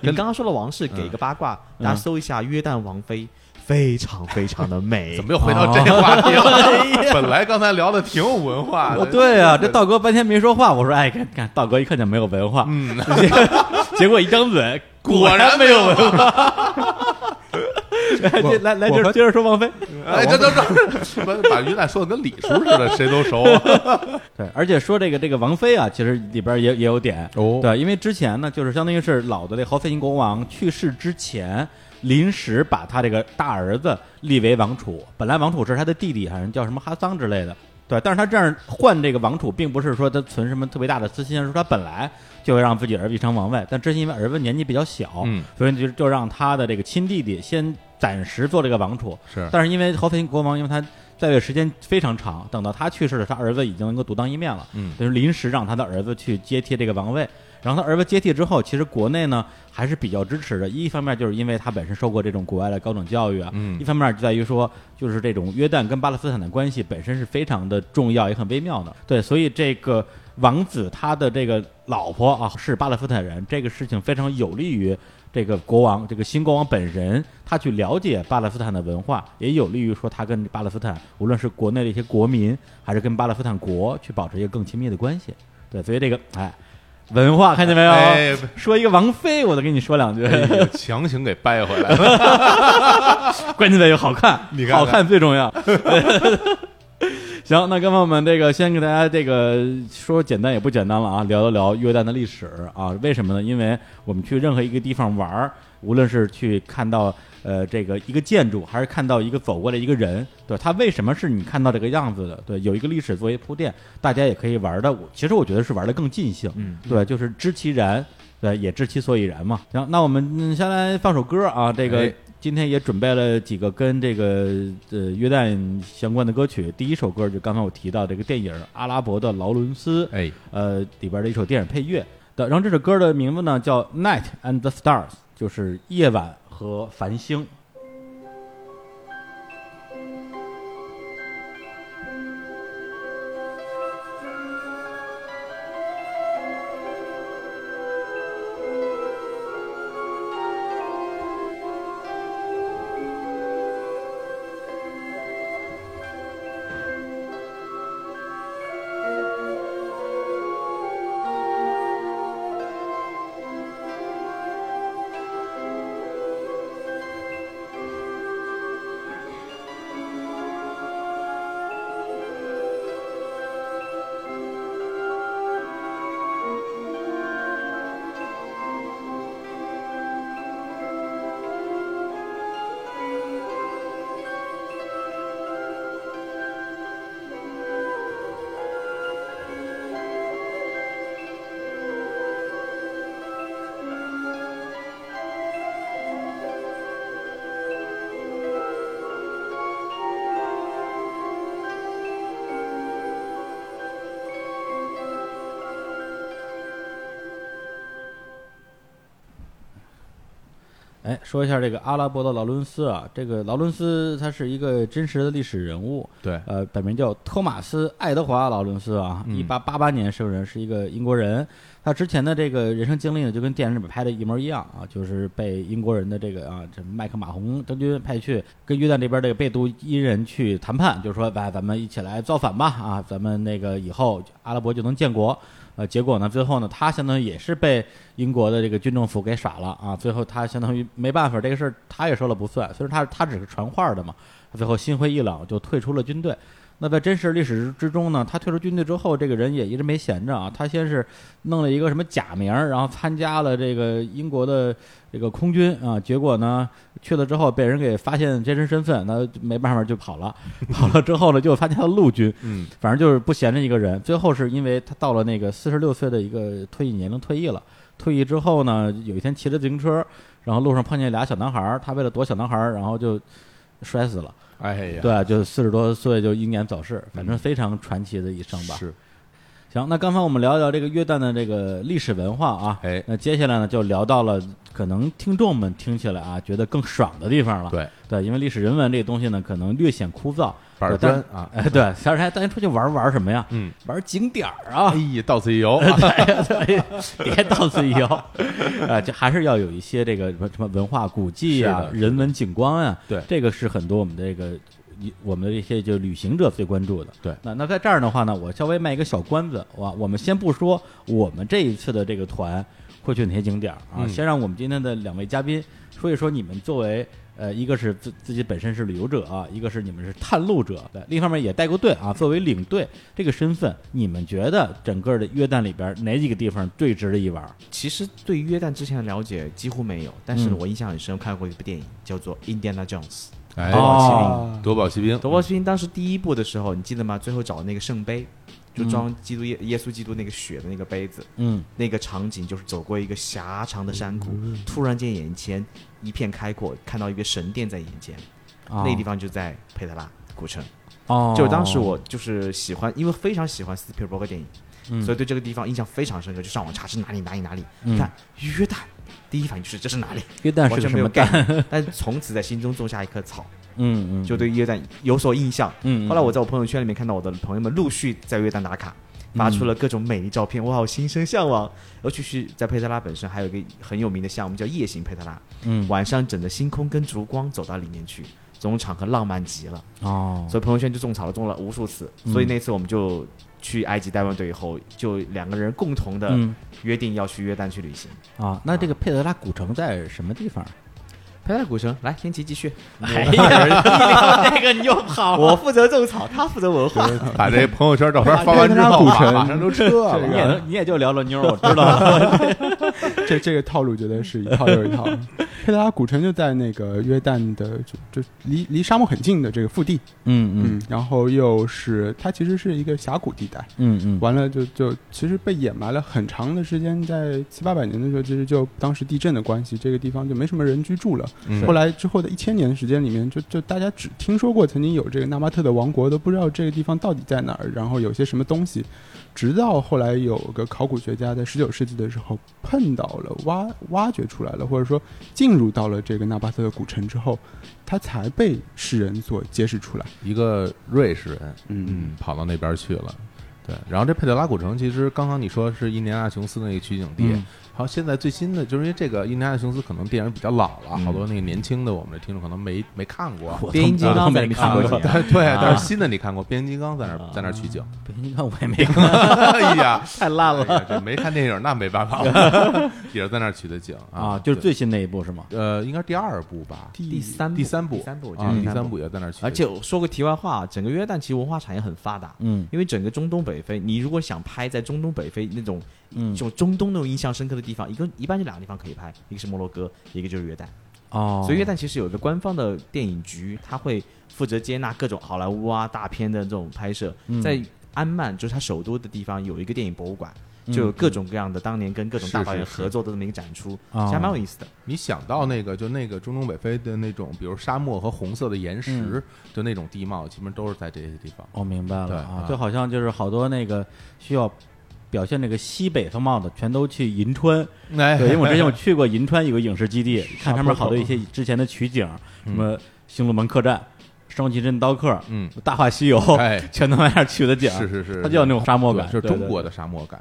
你刚刚说了王室，给一个八卦，
嗯
大家搜一下约旦王妃，非常非常
[LAUGHS]
的美。
怎么又回到这个话题 [LAUGHS] 了？哦本来刚才聊的挺有文化的，
对啊，
[LAUGHS]
这道哥半天没说话，我说哎，看看道哥一看就没有文化，
嗯，
[LAUGHS] 结果一张嘴
果
果
然
然
没
没
有
有文化。来
我
来来，[LAUGHS]
我
接着
和
接着说王菲，
哎，这都这，把把于奶说的跟李叔似的，谁都熟啊。
对，而且说这个这个王妃啊，其实里边也也有点，
哦
对，因为之前呢，就是相当于是老的这豪塞钦国王去世之前，临时把他这个大儿子立为王储，本来王储是他的弟弟，好像叫什么哈桑之类的。对，但是他这样换这个王储，并不是说他存什么特别大的私心，而是说他本来就要让自己儿子继承王位，但之前因为儿子年纪比较小，
嗯
所以就就让他的这个亲弟弟先暂时做这个王储。
是
但是因为豪塞钦国王，因为他在位时间非常长，等到他去世了，他儿子已经能够独当一面了，
嗯
就是临时让他的儿子去接替这个王位。然后他儿子接替之后，其实国内呢还是比较支持的。一方面就是因为他本身受过这种国外的高等教育啊，
嗯
一方面就在于说，就是这种约旦跟巴勒斯坦的关系本身是非常的重要，也很微妙的。对，所以这个王子他的这个老婆啊是巴勒斯坦人，这个事情非常有利于这个国王，这个新国王本人，他去了解巴勒斯坦的文化，也有利于说他跟巴勒斯坦，无论是国内的一些国民，还是跟巴勒斯坦国去保持一个更亲密的关系。对，所以这个哎，文化看见没有？
哎，
说一个王妃，我都跟你说两句。
哎呦强行给掰回来了。
[LAUGHS] 关键在于好看，
你看看
好看最重要。 [LAUGHS] 行，那刚刚我们这个先给大家这个说简单也不简单了啊，聊一聊约旦的历史啊。为什么呢？因为我们去任何一个地方玩儿，无论是去看到呃这个一个建筑，还是看到一个走过来一个人，对他为什么是你看到这个样子的？对，有一个历史作为铺垫，大家也可以玩的。我其实我觉得是玩的更尽兴，
嗯，
对，就是知其然，对，也知其所以然嘛。行，那我们嗯先来放首歌啊，这个
哎
今天也准备了几个跟这个呃约旦相关的歌曲。第一首歌就刚才我提到这个电影《阿拉伯的劳伦斯》，
[LAUGHS] 哎，
呃里边的一首电影配乐的。然后这首歌的名字呢叫《Night and the Stars》，就是夜晚和繁星。哎，说一下这个阿拉伯的劳伦斯啊，这个劳伦斯他是一个真实的历史人物，
对，
呃，本名叫托马斯·爱德华·劳伦斯啊，一
嗯
八八八年生人，是一个英国人。他之前的这个人生经历呢，就跟电影里边拍的一模一样啊，就是被英国人的这个啊，这麦克马洪将军派去跟约旦这边这个贝都因人去谈判，就是说，哎，咱们一起来造反吧啊，咱们那个以后阿拉伯就能建国。呃，结果呢，最后呢，他相当于也是被英国的这个军政府给耍了啊，最后他相当于没办法，这个事儿他也说了不算，虽然他他只是传话的嘛，他最后心灰意冷就退出了军队。那在真实历史之中呢，他退出军队之后，这个人也一直没闲着啊。他先是弄了一个什么假名儿，然后参加了这个英国的这个空军啊，结果呢去了之后被人给发现真实身份，那就没办法就跑了。跑了之后呢，就参加了陆军，
嗯，
反正就是不闲着一个人。最后是因为他到了那个四十六岁的一个退役年龄退役了，退役之后呢，有一天骑着自行车，然后路上碰见俩小男孩儿，他为了躲小男孩儿，然后就摔死了。
哎呀，
对，就四十多岁就英年早逝，反正非常传奇的一生吧。
嗯是，
行，那刚才我们聊一聊这个约旦的这个历史文化啊，
哎
那接下来呢就聊到了可能听众们听起来啊觉得更爽的地方了。
对，
对，因为历史人文这个东西呢，可能略显枯燥。
板儿
对但
砖啊，
哎，对，小时还大家出去玩儿玩儿什么呀？
嗯，
玩儿景点儿啊，
哎呀，到此一游，啊
对，别到此一游，
[LAUGHS]
啊，这还是要有一些这个什么什么文化古迹
是
啊
的、是的
人文景观啊，
对
这个是很多我们这个一我们的这些就旅行者最关注的。
对
那那在这儿的话呢，我稍微卖一个小关子，哇，我们先不说我们这一次的这个团会去哪些景点儿啊，
嗯
先让我们今天的两位嘉宾说一说你们作为呃，一个是自自己本身是旅游者啊，一个是你们是探路者，对，另一方面也带过队啊，作为领队这个身份，你们觉得整个的约旦里边哪几个地方最值得一玩？
其实对约旦之前的了解几乎没有，但
嗯
是呢我印象很深，我看过一部电影叫做《Indiana Jones
哎，
哦
夺宝奇兵》，，
夺宝奇兵当时第一部的时候，你记得吗？最后找那个圣杯，就装基督耶耶稣基督那个血的那个杯子，
嗯，
那个场景就是走过一个狭长的山谷，突然间眼前一片开阔，看到一个神殿在眼前，
啊
那个地方就在佩特拉古城。
哦，
就当时我就是喜欢，因为非常喜欢斯皮尔伯格电影，
嗯
所以对这个地方印象非常深刻，就上网查是哪里哪里哪里，
嗯
看约旦，第一反应就是这是哪里，
约旦
完
是个
全
什
没有
么
概
蛋？
念，但是从此在心中种下一棵草，
嗯嗯，
就对约旦有所印象。
嗯，嗯
后来我在我朋友圈里面看到我的朋友们陆续在约旦打卡，发出了各种美丽照片，哇，我心生向往。尤其是在佩特拉本身，还有一个很有名的项目叫夜行佩特拉，
嗯
晚上整个星空跟烛光走到里面去，这种场合浪漫极了。
哦，
所以朋友圈就种草了，种了无数次。
嗯
所以那次我们就去埃及待完队以后，就两个人共同的
嗯
约定要去约旦去旅行。
啊，那这个佩德拉古城在什么地方？
佩戴古城，来天琪继续，
[LAUGHS] 哎呀，这个你又跑
[LAUGHS] 我负责种草，他负责文化。
把这朋友圈照片发完之后，
古
马
城
马上都 [LAUGHS] 撤了。
你也你也就聊了妞， [LAUGHS] 我知道。
这这个套路绝对是一套又一套。佩特拉古城就在那个约旦的，就就离离沙漠很近的这个腹地，
嗯嗯
然后又是它其实是一个峡谷地带，
嗯嗯，
完了就就其实被掩埋了很长的时间，在七八百年的时候，其实就当时地震的关系，这个地方就没什么人居住了。
嗯
后来之后的一千年的时间里面，就就大家只听说过曾经有这个纳巴特的王国，都不知道这个地方到底在哪儿，然后有些什么东西。直到后来有个考古学家在十九世纪的时候碰到了挖挖掘出来了，或者说进入到了这个纳巴特的古城之后，它才被世人所揭示出来。
一个瑞士人，
嗯
嗯，跑到那边去了。对，然后这佩德拉古城其实刚刚你说是印第安纳琼斯那个取景地，
嗯
还有现在最新的，就是因为这个印第安纳琼斯可能电影比较老了，好多那个年轻的我们的听众可能没没看过。
我
变形金刚
从
在
来没
里面
看
看过
过。 [LAUGHS]
对对，
啊
但是新的你看过《变形金刚》在那儿在那儿取景，
变形金刚我也没
[LAUGHS]
看，
哎呀，
太烂
哎
了
呀，这没看电影那没办法了， [LAUGHS] 也是在那儿取的景
啊！就是最新那一部是吗？
对呃，应该是第二部吧，
第三部
第三部，
第三部我记得
啊，
是
第
第三
三
部
部也在那儿取的景，
而且我说个题外话，啊整个约旦其实文化产业很发达。
嗯
因为整个中东北非，你如果想拍在中东北非那种，
嗯
就中东那种印象深刻的地方，一个一般就两个地方可以拍，一个是摩洛哥，一个就是约旦。
哦，
所以约旦其实有一个官方的电影局，它会负责接纳各种好莱坞啊大片的这种拍摄。
嗯
在安曼，就是它首都的地方，有一个电影博物馆，
嗯
就有各种各样的当年跟各种大导演
是是是
合作的这么一个展出，
哦
其实还蛮有意思的。
你想到那个，就那个中东北非的那种，比如沙漠和红色的岩石，
嗯
就那种地貌，基本都是在这些地方。
我明白
对
了啊
啊，
就好像就是好多那个需要。表现这个西北风貌的，全都去银川。
哎
对，因为我之
[LAUGHS]
前我去过银川有个影视基地，看他们好多一些之前的取景，什么《星路门客栈》《双旗镇刀客》
嗯，
《大话西游》
哎
全都在那儿取的景。
是是是，
啊它就有那种沙漠感
对就是
对
中
对
国的沙漠感。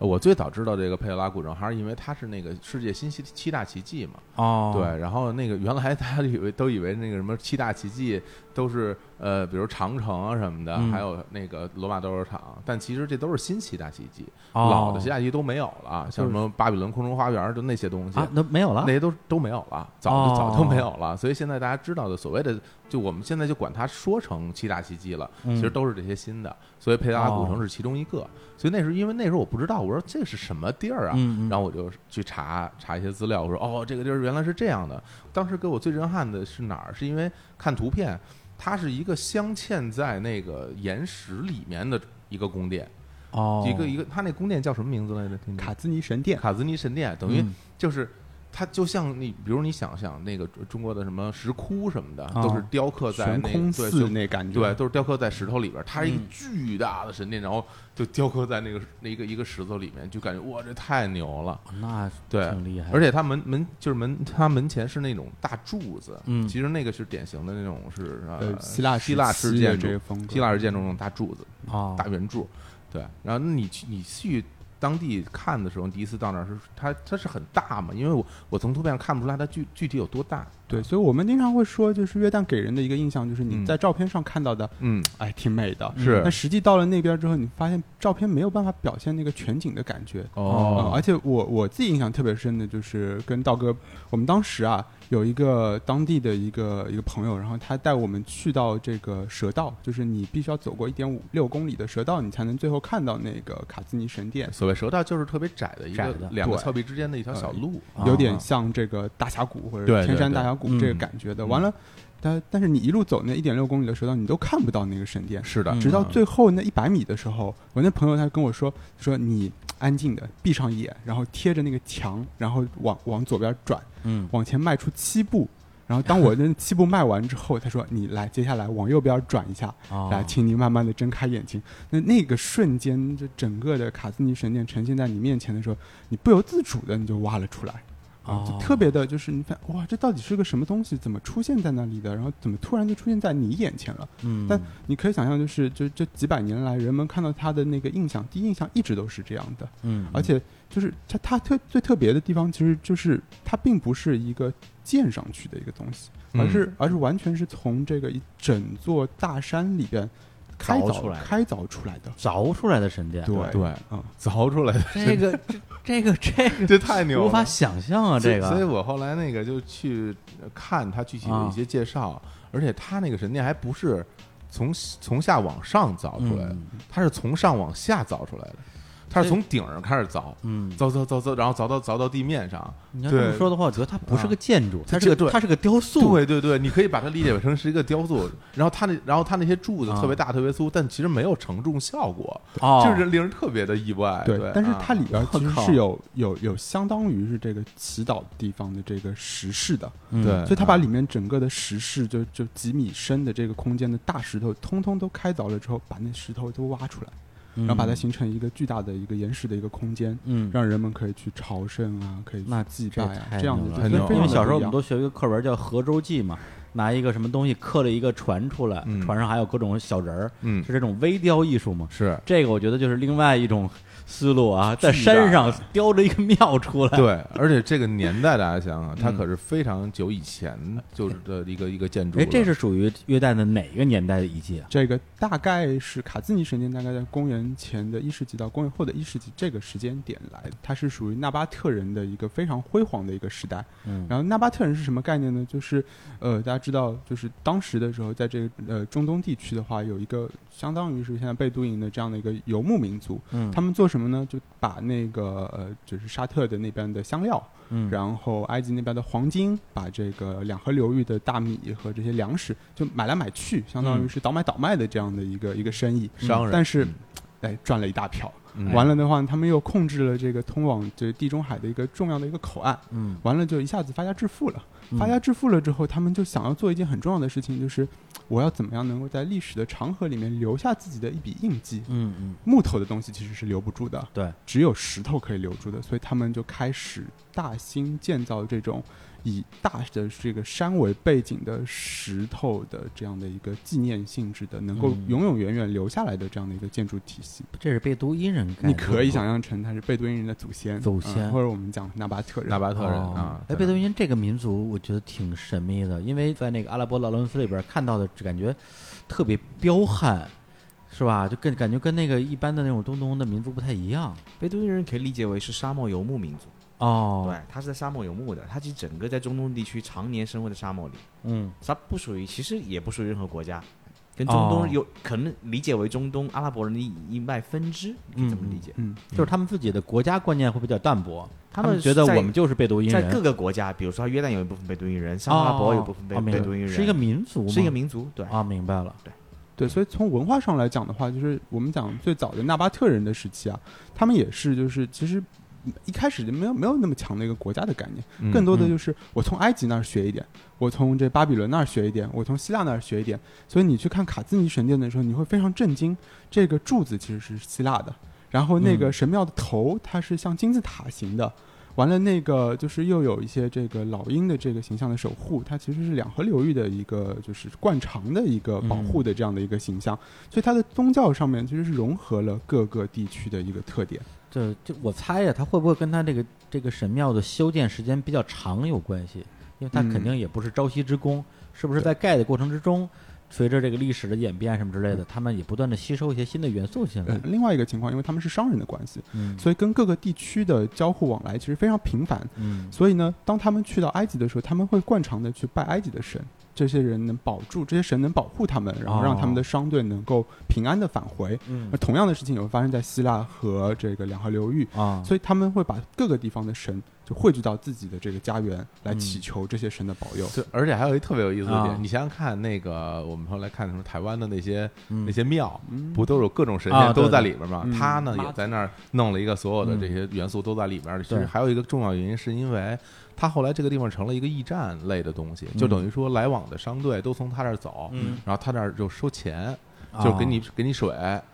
呃我最早知道这个佩德拉古城，还是因为它是那个世界新七七大奇迹嘛。
哦，
对，然后那个原来大家以为都以为那个什么七大奇迹都是呃，比如长城啊什么的，
嗯
还有那个罗马斗兽场，但其实这都是新七大奇迹，
哦
老的七大奇迹都没有了，像什么巴比伦空中花园就那些东西
啊，那没有了
那。些都都没有了，早就
哦
早都没有了。所以现在大家知道的所谓的，就我们现在就管它说成七大奇迹了，
嗯
其实都是这些新的。所以佩德拉古城
哦
是其中一个。所以那时候因为那时候我不知道，我说这是什么地儿啊？
嗯嗯
然后我就去查查一些资料，我说哦，这个地儿原来是这样的。当时给我最震撼的是哪儿？是因为看图片，它是一个镶嵌在那个岩石里面的一个宫殿，
哦，
一个一个，它那宫殿叫什么名字来着？听听
卡兹尼神殿，
卡兹尼神殿，等于
嗯
就是它就像你，比如你想想那个中国的什么石窟什么的，
啊
都是雕刻在
哦悬
那
空
对
寺
悬
那感觉，
对，，都是雕刻在石头里边儿。它是一个
嗯
巨大的神殿，然后就雕刻在那个那一个一个石头里面，就感觉哇，这太牛了。
哎
那
对
挺厉害的，
而且它门门就是门，它门前是那种大柱子，
嗯
其实那个是典型的那种是
呃，
呃
希腊
希腊
时
式
期的
建
这
筑
个，风格，
希腊式建筑那种大柱子，
哦
大圆柱，对。然后你去你去当地看的时候，你第一次到那儿是它它是很大嘛？因为我我从图片上看不出来它具具体有多大，
对，所以我们经常会说，就是约旦给人的一个印象就是你
嗯
在照片上看到的，
嗯，
哎，挺美的。
是
但实际到了那边之后，你发现照片没有办法表现那个全景的感觉。嗯而
哦，
且我我自己印象特别深的就是跟道哥，我们当时啊有一个当地的一个一个朋友，然后他带我们去到这个蛇道，就是你必须要走过一点五六公里的蛇道，你才能最后看到那个卡兹尼神殿，
所谓蛇道就是特别窄的一
窄
个
的
两个
对
峭壁之间的一条小路，
有
啊
点像这个大峡谷或
对
者
对
天山
对
大峡谷
嗯
这个感觉的。
嗯
完了，但但是你一路走那一点六公里的蛇道，你都看不到那个神殿，
是的
嗯，
直到最后那一百米的时候，我那朋友他跟我说说你安静的闭上眼，然后贴着那个墙，然后往往左边转，
嗯，
往前迈出七步。然后当
[LAUGHS]
我那七步迈完之后，他说：“你来，接下来往右边转一下，
哦
哎
来，请你慢慢的睁开眼睛。”那那个瞬间，这整个的卡斯尼神殿呈现在你面前的时候，你不由自主的你就挖了出来，啊，就
哦
特别的，就是你看，哇，这到底是个什么东西？怎么出现在那里的？然后怎么突然就出现在你眼前了？
嗯，
但你可以想象，就是就这几百年来，人们看到它的那个印象，第一印象一直都是这样的。
嗯，
而且就是它它特最特别的地方，其实就是它并不是一个建上去的一个东西，
嗯
而是、而是完全是从这个一整座大山里边开
凿
凿
出来的
开凿出来的。
凿出来的神殿，
对
对，
嗯
凿出来的，
这个这这个这个
这太牛了，
无法想象啊，
所以
这个，
所以我后来那个就去呃看他具体
啊
的一些介绍，而且他那个神殿还不是从从下往上凿出来的，
嗯
他是从上往下凿出来的，他是从顶上开始凿，
嗯，
凿凿凿凿，然后凿到凿到地面上。
你要这么
对
说的话，我觉得它不是个建筑，它
这
是
对
个它是个雕塑，
对对对，你可以把它理解成是一个雕塑，然后它那然后它那些柱子
啊
特别大、特别粗，但其实没有承重效果，
哦，
就是令人特别的意外。对，
对，但是
啊
它里边其实
我靠
是有有有相当于是这个祈祷地方的这个石室的，
嗯
对
所以他把里面整个的石室，就就几米深的这个空间的大石头，通通都开凿了之后，把那石头都挖出来，
嗯
然后把它形成一个巨大的一个岩石的一个空间，
嗯。
让人们可以去朝圣啊，可以去
那
祭
这
拜
也
啊，
太
这样
牛了
子就
很
非
牛
非
因为
常
小时候
不
我
一
们
样
都学一个课文叫《河州记》嘛，拿一个什么东西刻了一个船出来，
嗯
船上还有各种小人儿，
嗯
是这种微雕艺术嘛。
[LAUGHS]
是
这个我觉得就是另外一种思路啊，
巨
在
大
山上雕着一个庙出来，
对，而且这个年代大家想想，啊它
嗯
可是非常久以前就是的一个一个建筑了。
哎，这是属于约旦的哪个年代的遗迹啊？
这个大概是卡兹尼神殿，大概在公元前的一世纪到公元后的一世纪这个时间点来，它是属于纳巴特人的一个非常辉煌的一个时代。
嗯
然后纳巴特人是什么概念呢？就是呃，大家知道，就是当时的时候，在这个呃中东地区的话，有一个相当于是现在贝都因的这样的一个游牧民族，
嗯，
他们做什么呢？就把那个呃，就是沙特的那边的香料，
嗯
然后埃及那边的黄金，把这个两河流域的大米和这些粮食就买来买去，相当于
嗯
是倒买倒卖的这样的一个、一个生意。
商人，
但是，哎，赚了一大票。
嗯
完了的话，他们又控制了这个通往这地中海的一个重要的一个口岸。
嗯，
完了就一下子发家致富了。
嗯
发家致富了之后，他们就想要做一件很重要的事情，就是我要怎么样能够在历史的长河里面留下自己的一笔印记。
嗯嗯，
木头的东西其实是留不住的，
对，
只有石头可以留住的，所以他们就开始大兴建造这种以大的这个山为背景的石头的这样的一个纪念性质的，能够
嗯
永永远远留下来的这样的一个建筑体系。
这是贝都因人盖的，哦
你可以想象成它是贝都因人的祖先，
祖
嗯
先
或者我们讲纳巴特人，
纳巴特人
哦
啊，
哎，
对
贝都因这个民族，我觉得挺神秘的，因为在那个阿拉伯劳伦斯里边看到的，感觉特别彪悍，是吧？就跟感觉跟那个一般的那种中东的民族不太一样。
贝都因人可以理解为是沙漠游牧民族，
哦
对，，他是在沙漠游牧的，他其实整个在中东地区常年生活在沙漠里，
嗯
他不属于，其实也不属于任何国家，跟
哦
中东有、可能理解为中东阿拉伯人的一一脉分支，可以这么理解？
嗯，
就是他们自己的国家观念会比较淡薄，
嗯他
们
们
觉得
在
我们就是贝都因
在
人，
各个国家，比如说约旦有一部分贝都因人，
哦
像阿拉伯有一部分贝
哦明白
贝都因人，
是一个民族吗，
是一个民族，对，
啊，明白了，
对，所以从文化上来讲的话，就是我们讲最早的纳巴特人的时期啊，他们也是就是其实一开始就没有没有那么强的一个国家的概念，
嗯
更多的
嗯
就是我从埃及那儿学一点，我从这巴比伦那儿学一点，我从希腊那儿学一点。所以你去看卡兹尼神殿的时候，你会非常震惊，这个柱子其实是希腊的，然后那个
嗯
神庙的头它是像金字塔形的。完了，那个就是又有一些这个老鹰的这个形象的守护，它其实是两河流域的一个就是惯常的一个保
嗯
护的这样的一个形象，所以它的宗教上面其实是融合了各个地区的一个特点。
这就我猜呀，他会不会跟他这个这个神庙的修建时间比较长有关系？因因为它肯
嗯
定也不是朝夕之功，是不是在盖的过程之中，随着这个历史的演变什么之类的，他们也不断的吸收一些新的元素进来
呃，。另外一个情况，因为他们是商人的关系，
嗯
所以跟各个地区的交互往来其实非常频繁。
嗯
所以呢，当他们去到埃及的时候，他们会惯常的去拜埃及的神，这些人能保住，这些神能保护他们，然后让他们的商队能够平安的返回。
嗯
而同样的事情也会发生在希腊和这个两河流域，
啊，
所以他们会把各个地方的神就汇聚到自己的这个家园来祈求这些神的保佑。
就而且还有一特别有意思的
啊
点，你想想看，那个我们后来看什么台湾的那些
嗯
那些庙，
嗯
不都有各种神
啊
仙
对
都在里边吗
嗯？
他呢
妈
也在那儿弄了一个所有的这些元素都在里边。其实
对
还有一个重要原因，是因为他后来这个地方成了一个驿站类的东西，就等于说来往的商队都从他这儿走，
嗯
然后他那儿就收钱。
啊
就给你给你水，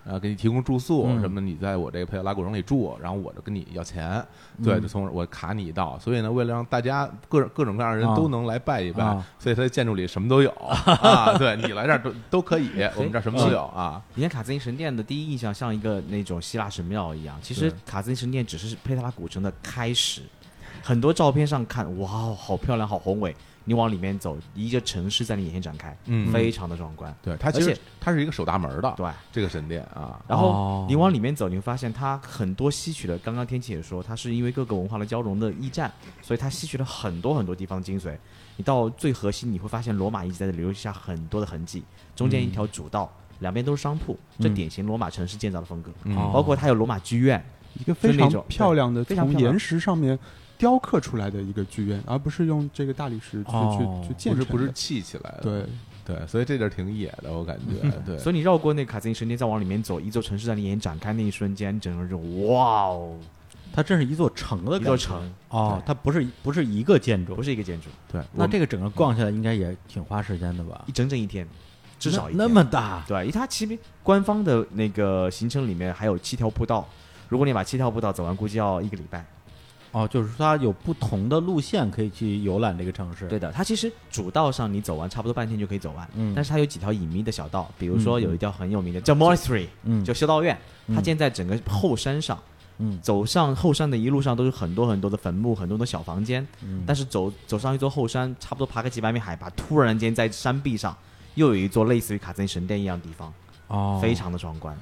然后给你提供住宿
嗯
什么的，你在我这个佩德拉古城里住，然后我就跟你要钱，对，
嗯
就从我卡你一道。所以呢，为了让大家各各种各样的人
啊
都能来拜一拜，
啊
所以它的建筑里什么都有啊。对你来这儿都都可以，我们这儿什么都有啊。
你看卡兹尼神殿的第一印象像一个那种希腊神庙一样，其实
对
卡兹尼神殿只是佩特拉古城的开始。很多照片上看，哇，哦好漂亮，好宏伟。你往里面走，一个城市在你眼前展开，
嗯
非常的壮观。
对，它其
而
实
且
它是一个守大门的，
对，
这个神殿啊，
然
哦
后你往里面走，你会发现它很多吸取了。刚刚天气也说，它是因为各个文化的交融的驿站，所以它吸取了很多很多地方精髓。你到最核心，你会发现罗马一直在留下很多的痕迹，中间一条主道，两边都是商铺，这
嗯
典型罗马城市建造的风格。
嗯
哦
包括它有罗马剧院，
一个非常
就那种
漂亮的
对非常
从
漂亮
岩石上面雕刻出来的一个剧院，而不是用这个大理石去、
哦
去去
不
建成
是
的。
不是砌起来的，
对，
对，所以这地儿挺野的，我感觉，对，
所以你绕过那个卡兹尼神殿，再往里面走，一座城市在你眼前展开那一瞬间，你整个人就哇哦，
它真是一座城的
一
感
座
觉
城，
哦，它不是不是一个建筑
不，是一个建筑，
对，
那
我
这个整个逛下来应该也挺花时间的吧
一？整整一天，至少一天
那那么大，
对，因为它其实官方的那个行程里面还有七条步道，如果你把七条步道走完，估计要一个礼拜。
哦，就是说它有不同的路线可以去游览这个城市。
对的，它其实主道上你走完差不多半天就可以走完，
嗯
但是它有几条隐秘的小道，比如说
嗯
有一条很有名的叫 Monastery，、
嗯，
就修道院，它
嗯
建在整个后山上。
嗯
走上后山的一路上都是很多很多的坟墓，很多的小房间。
嗯
但是走走上一座后山，差不多爬个几百米海拔，突然间在山壁上又有一座类似于卡兹尼神殿一样的地方，
哦，
非常的壮观。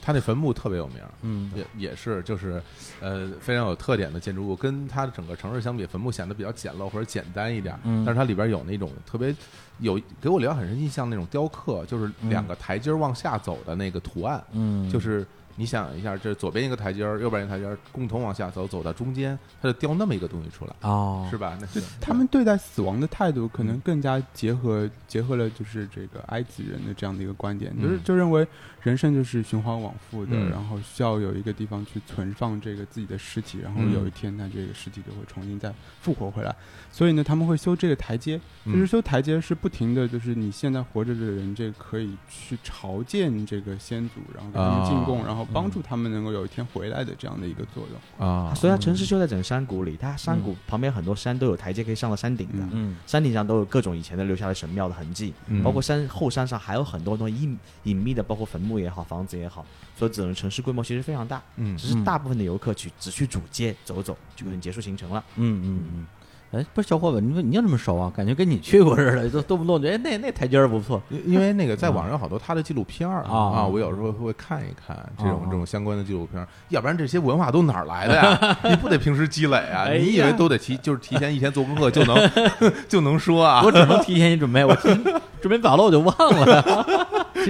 它那坟墓特别有名儿，
嗯
也也是就是，呃，非常有特点的建筑物，跟它的整个城市相比，坟墓显得比较简陋或者简单一点儿。
嗯
但是它里边有那种特别有给我留下很深印象那种雕刻，就是两个台阶儿往下走的那个图案，
嗯，
就是你想一下，这左边一个台阶儿，右边一个台阶儿，共同往下走，走到中间，它就雕那么一个东西出来，
哦，
是吧？那是
[LAUGHS] 他们对待死亡的态度，可能更加结合结合了就是这个埃及人的这样的一个观点，就是
嗯
就认为人生就是循环往复的，
嗯
然后需要有一个地方去存放这个自己的尸体，然后
嗯
有一天他这个尸体就会重新再复活回来。所以呢，他们会修这个台阶，
嗯
就是修台阶是不停的，就是你现在活着的人，这可以去朝见这个先祖，然后给他们进贡，然后帮助他们能够有一天回来的这样的一个作用。
啊
所以它城市就在整个山谷里，它山谷旁边很多山都有台阶可以上到山顶的，
嗯
嗯
山顶上都有各种以前的留下的神庙的痕迹，包括山后山上还有很多很多隐隐秘的，包括坟墓也好，房子也好，所以整个城市规模其实非常大。
嗯
只是大部分的游客去只去主街走走，就可能结束行程了。
嗯嗯嗯。哎，不是小伙子，你说你就这么熟啊？感觉跟你去过似的，都动不动觉得哎那那台阶儿不错。
因因为那个在网上有好多他的纪录片儿
啊
啊，我有时候会看一看这
啊
种这种相关的纪录片儿，要不然这些文化都哪儿来
[LAUGHS]
的呀？你不得平时积累啊？
哎呀
你以为都得提就是提前一天做功课就能 [LAUGHS] 就能说啊
我？只能提前去准备，我提准备早了我就忘了。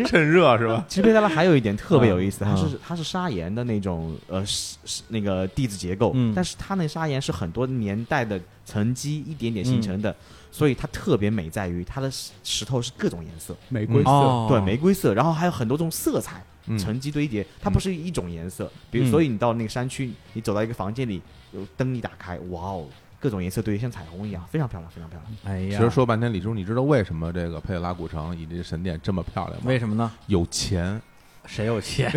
趁热是吧？
其实佩特拉还有一点特别有意思，
嗯
它是它是砂岩的那种呃是是那个地质结构
嗯，
但是它那砂岩是很多年代的沉积一点点形成的，所以它特别美在于它的石石头是各种颜色，
玫瑰
[LAUGHS]
色，
哦，
对，玫瑰色，然后还有很多种色彩
嗯
沉积堆叠，它不是一种颜色。比如，
嗯
所以你到那个山区，你走到一个房间里，有灯一打开，哇哦，各种颜色堆叠像彩虹一样，非常漂亮，非常漂亮。
哎
其
呀，
实说半天，李叔，你知道为什么这个佩拉古城以及这神殿这么漂亮吗？
为什么呢？
有
[LAUGHS]
钱，
谁有钱？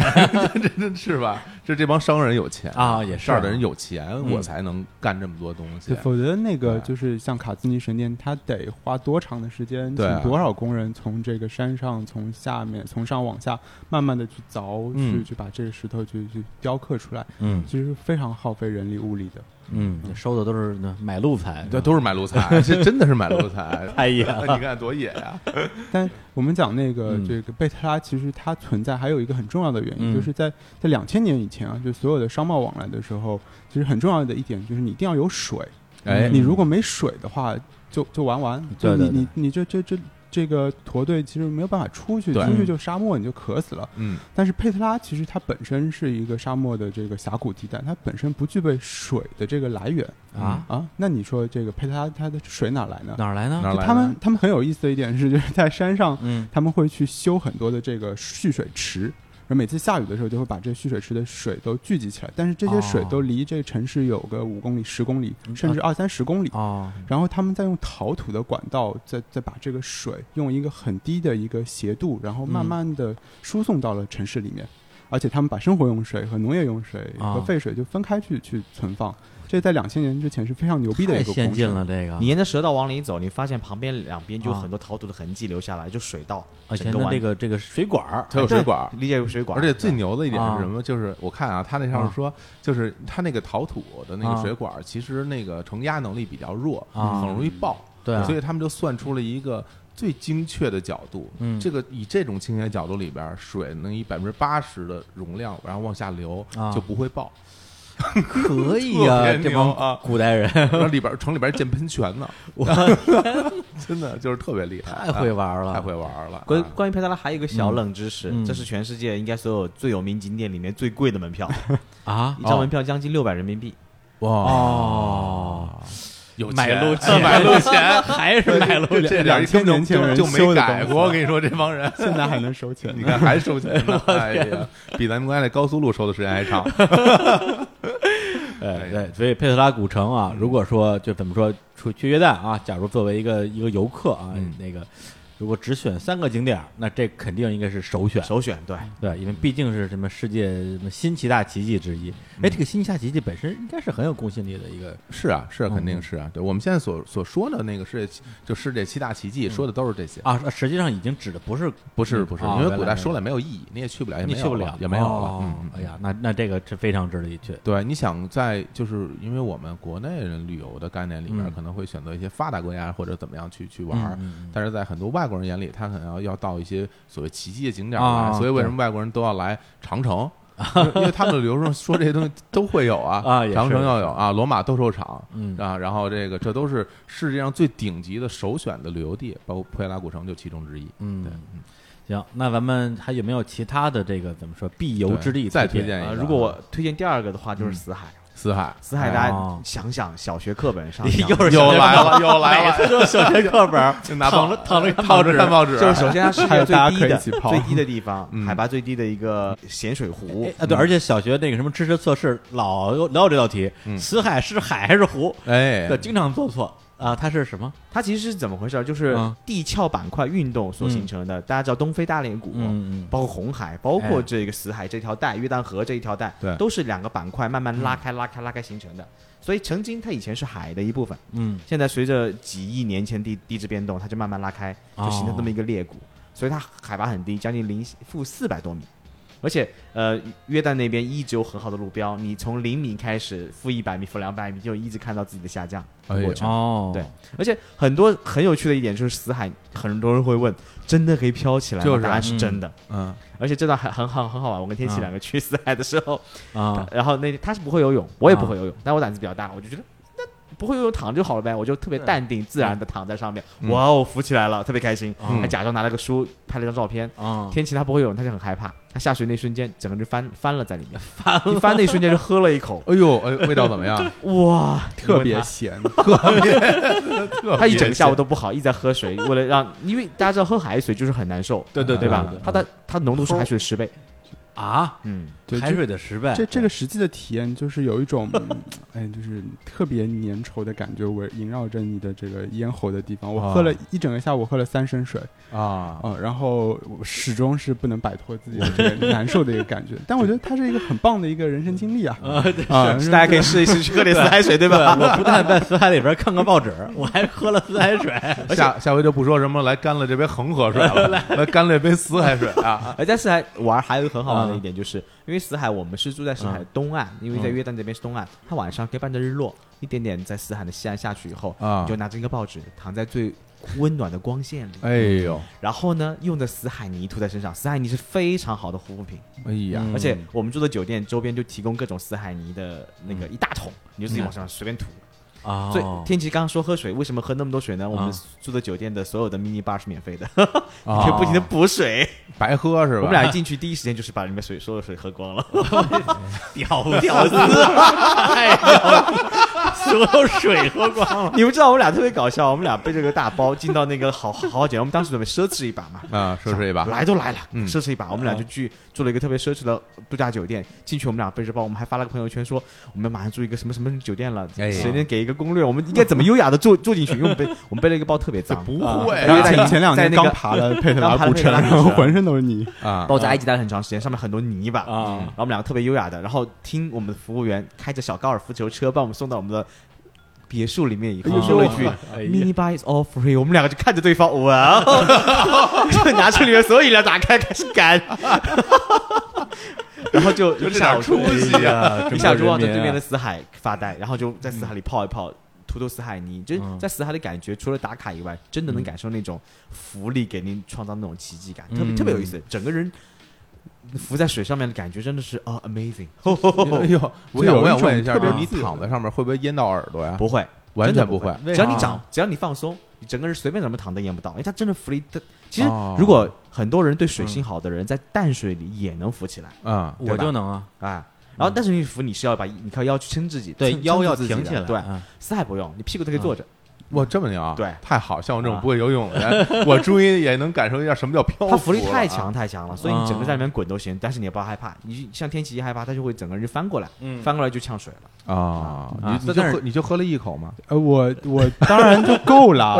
这这是吧？这这帮商人有钱
啊也是
这儿的人有钱，
嗯
我才能干这么多东西
对，。否则那个
对
就是像卡兹尼神殿，它得花多长的时间，
对啊
请多少工人从这个山上、从下面、从上往下，慢慢的去凿，
嗯
去去把这个石头去去雕刻出来，
嗯
其实非常耗费人力物力的。
嗯，收的都是那买路财，哎
这都是
[LAUGHS]。
买路财，这真的是买路财哎
太野了
你看多野啊呀！
但我们讲那个、
嗯
这个贝特拉，其实它存在还有一个很重要的原
嗯
因，就是在在两千年以前啊，就所有的商贸往来的时候，其实很重要的一点就是你一定要有水。
哎，
你如果没水的话，就就玩完，
嗯对
就
对
你你你这这这这个驼队其实没有办法出去，
对
出
嗯
去就沙漠，你就渴死了。
嗯，
但是佩特拉其实它本身是一个沙漠的这个峡谷地带，它本身不具备水的这个来源
啊，
啊。那你说这个佩特拉它的水嗯哪来呢？
哪儿来呢？
哪儿
就
来
他
的
们他们很有意思的一点是，就是在山上
嗯
他们会去修很多的这个蓄水池，然后每次下雨的时候就会把这蓄水池的水都聚集起来，但是这些水
哦
都离这个城市有个五公里、十公里，
嗯
甚至二三十公里。
哦，
然后他们再用陶土的管道，再再把这个水用一个很低的一个斜度，然后慢
嗯
慢的输送到了城市里面。而且他们把生活用水和农业用水
啊
和废水就分开去、去存放，这在两千年之前是非常牛逼的
太
一个
先
工
进
程。
了这个
你，沿着蛇道往里走，你发现旁边两边就有
啊
很多陶土的痕迹留下来，就水道，
而且
整个
呢
湾
这个这个水管儿，哎
它有水管儿，
理解有水管，
而且最牛的一点
啊
是什么？就是我看啊，它那上面说，就是它那个陶土的那
啊
个水管儿，其实那个承压能力比较弱，
啊
很容易爆。
对啊
所以他们就算出了一个最精确的角度。
嗯
这个以这种倾斜角度里边儿，水能以百分之八十的容量，然后往下流
啊，
就不会爆。
可以
特
呀，
别
这帮 [LAUGHS]
牛啊
古代人
然后里边儿城里边儿建喷泉呢，
[LAUGHS] 我
[LAUGHS] 真的就是特别厉害，
啊太会玩了，
太会玩儿了。
关
啊
关于佩特拉还有一个小冷知识，
嗯嗯
这是全世界应该所有最有名景点里面最贵的门 [LAUGHS] 票，
啊
一张门票将近六百人民币。
哇，
哦，
有
买
钱
路钱，，
买路钱
还是买路
这
钱，
这点一听就
2000年前人
就就
修
没
的
改
东西
过。我跟你说，这帮人
现在还能收
[LAUGHS]
[LAUGHS] 钱
你看还收钱呢，哎呀，比咱们刚才那高速路收的时间
[LAUGHS]
还长。
哎
哎
对，所以佩特拉古城啊，如果说就怎么说，出去约旦啊，假如作为一个一个游客啊，
嗯
那个如果只选三个景点儿，那这肯定应该是首选，
首选对，
对，因为毕竟是什么世界什么新七大奇迹之一。哎，这个新七大奇迹本身应该是很有公信力的一个，
是啊，是啊，肯
嗯
定是啊。对我们现在所所说的那个世界七，就是这七大奇迹，说的都是这些。
啊，实际上已经指的不是
不是不是，
啊
因
原
为古
来
代
是
说了没有意义，你也去不了，也
你
哎没
去
有
不
了
了，
也没有了。
哦
嗯，
哎呀，那那这个是非常值得一去。
对，你想在就是因为我们国内人旅游的概念里面
嗯，
可能会选择一些发达国家或者怎么样去去玩儿
嗯嗯嗯，
但是在很多外国人眼里，他可能要要到一些所谓奇迹的景点
啊
来，所以为
对
什么外国人都要来长城？因为因为他们的旅游中说这些东西都会有啊，
啊也是
长城要有啊，罗马斗兽场，
嗯
啊，然后这个这都是世界上最顶级的首选的旅游地，包括佩拉古城就其中之一。
嗯
对，
行，那咱们还有没有其他的这个怎么说必游
对
之地啊
再
推 [LAUGHS]
推荐一
呃，
个
如果我推荐第二个的话，就是死海。
死海，
死海，
哎
大
哦
家想想，小学课本上
[LAUGHS] 又是小
又
学
来
课本
了，又来了，
每次都是小学
[LAUGHS]
课本儿
就拿
躺
报
着躺着看
泡
报
纸
纸，
看报纸，哎
就是首先它是世
还有
界
大
最低的
家可以一起泡
最低的地方，
嗯
海拔最低的一个咸水湖
哎，啊，对，而且小学那个什么知识测试老有老有这道题，
嗯
死海是海还是湖？
哎
对，，经常做错啊。它是什么？
它其实是怎么回事儿？就是
嗯
地壳板块运动所形成的。大家知道东非大裂谷，
嗯嗯
包括红海，包
哎
括这个死海这条带、约旦河这一条带，
对
都是两个板块慢慢拉开、拉开、拉开形成的。所以曾经它以前是海的一部分，
嗯，
现在随着几亿年前地地质变动，它就慢慢拉开，
哦
就形成这么一个裂谷。所以它海拔很低，将近零负四百多米。而且，呃，约旦那边一直有很好的路标，你从零米开始，负一百米、负两百米，就一直看到自己的下降
哎呦
过程。
哦，
对而且很多很有趣的一点就是死海，很多人会问，真的可以飘起来吗？
就是啊
答案是真的。
嗯，
而且这段很很好很好玩。我跟天
啊
气两个去死海的时候，
啊，
然后那他是不会游泳，我也
啊
不会游泳，但我胆子比较大，我就觉得那不会游泳躺着就好了呗，我就特别淡定自然的躺在上面，
嗯
哇哦，浮起来了，特别开心，
嗯
还假装拿了个书拍了张照片。
啊，
天气他不会游泳，他就很害怕，他下水那瞬间整个人就翻翻了在里面， [LAUGHS] 翻一翻那瞬间就喝了一口，
哎呦，哎，味道怎么样？
[LAUGHS]
[LAUGHS]
哇，
特
你
别
问
[LAUGHS] 咸，
他他一整个下午都不好，一直在喝水，为了让因为大家知道喝海水就是很难受，
对对
对吧
对对？
它的它浓度是海水十倍，
啊，
嗯，
对
海
就
水的十倍，
这这个实际的体验就是有一种， [LAUGHS] 嗯哎，就是特别粘稠的感觉，围萦绕着你的这个咽喉的地方。我
啊
喝了一整个下午，喝了三升水
啊，
啊、然后我始终是不能摆脱自己的这个难受的一个感觉。但我觉得它是一个很棒的一个人生经历啊！啊，
[LAUGHS] 大家可以试一试去喝点死海水，对
对
吧？
我不但在死海里边看个报纸，我还喝了死
[LAUGHS]
海水，
下下回就不说什么来干了这 [LAUGHS] 杯恒河水了，来干了一杯死海水啊！
哎
啊
而在四海玩还有一个很好玩的一点，就是因为为死海我们是住在死海东岸，因
嗯
为在约旦这边是东岸，它晚上可以伴着日落，一点点在死海的西岸下去以后，
啊
你就拿着一个报纸躺在最温暖的光线里，
哎呦，
然后呢，用的死海泥涂在身上，死海泥是非常好的护肤品，
哎呀，
嗯
而且我们住的酒店周边就提供各种死海泥的那
嗯
个一大桶，你就自己往上随便涂。
哦
啊，
所以天琪刚刚说喝水，为什么喝那么多水呢？我们
啊
住的酒店的所有的 mini bar 是免费的， [LAUGHS] 你
啊
可以不停的补水。
白喝是吧？
我们俩一进去第一时间就是把里面水所有水喝
[LAUGHS]
光了，
[LAUGHS] 屌
屌丝！
太屌了，所有水喝光
哦
[LAUGHS] 了。
你们知道我们俩特别搞笑，我们俩背着个大包进到那个好好好酒店，我们当时准备奢侈一把嘛，
啊，说 [LAUGHS] 是一把，
来都来了，
嗯
奢侈一把。我们俩就去住了一个特别奢侈的度假酒店，进去我们俩背着包，我们还发了个朋友圈说我们马上住一个什么什么酒店了，
哎
谁能给一个攻略？我们应该怎么优雅的住住进去？因 [LAUGHS] 为我们背我们背了一个包特别脏，
[LAUGHS] 不
啊
会
然后
在
前前两
在
天
那个
刚爬了佩特拉
刚爬
古
佩特
城，
拉古
然后
城
浑身都是泥。
啊，
包在埃及待了很长时间，上面很多泥巴。
啊
然后我们两个特别优雅的，然后听我们的服务员开着小高尔夫球车把我们送到我们的别墅里面以后，
哎呦
说了一句
哎呀
“Mini bar is all free”，我们两个就看着对方，哇，哦， [LAUGHS] 就拿出里面所有饮料打开开始干， [LAUGHS] 然后就
就
一
这点
下午
出息啊！
呀
一下午就望着对面的死海发呆，然后就在死海里泡一泡。涂涂死海泥，就是
嗯
在死海的感觉，除了打卡以外，真的能感受那种浮力给您创造那种奇迹感，特别
嗯
特别有意思。整个人浮在水上面的感觉真的是哦 amazing，
哎呦，我
就
想
有一
我想问
种
一下
特别，
你
自由
躺在上面会不会淹到耳朵呀？
不会，
完
真的
全
不
会。
为
只要你
啥
长，只要你放松，你整个人随便怎么躺都淹不到，因为它真的浮力特。其实
哦
如果很多人对
嗯
水性好的人，在淡水里也能浮起来
嗯，
我就能啊，
啊。然后，但是你浮，你是要把你靠腰去撑自己，
对
撑，
腰要
撑住自己
挺
的
起来，嗯
对，
啊
死海不用，你屁股都可以坐着。
哇，这么牛啊！
对
太好，像我这种
啊
不会游泳的人，我终于也能感受一下什么叫漂浮了啊。
它浮力太强太强了，所以你整个在
嗯
里面滚都行，但是你也不要害怕。你像天气一害怕，它就会整个人就翻过来，
嗯
翻过来就呛水了。
啊！
啊
你你就
但是
喝你就喝了一口嘛，
呃，我
[LAUGHS]
我当然就够了。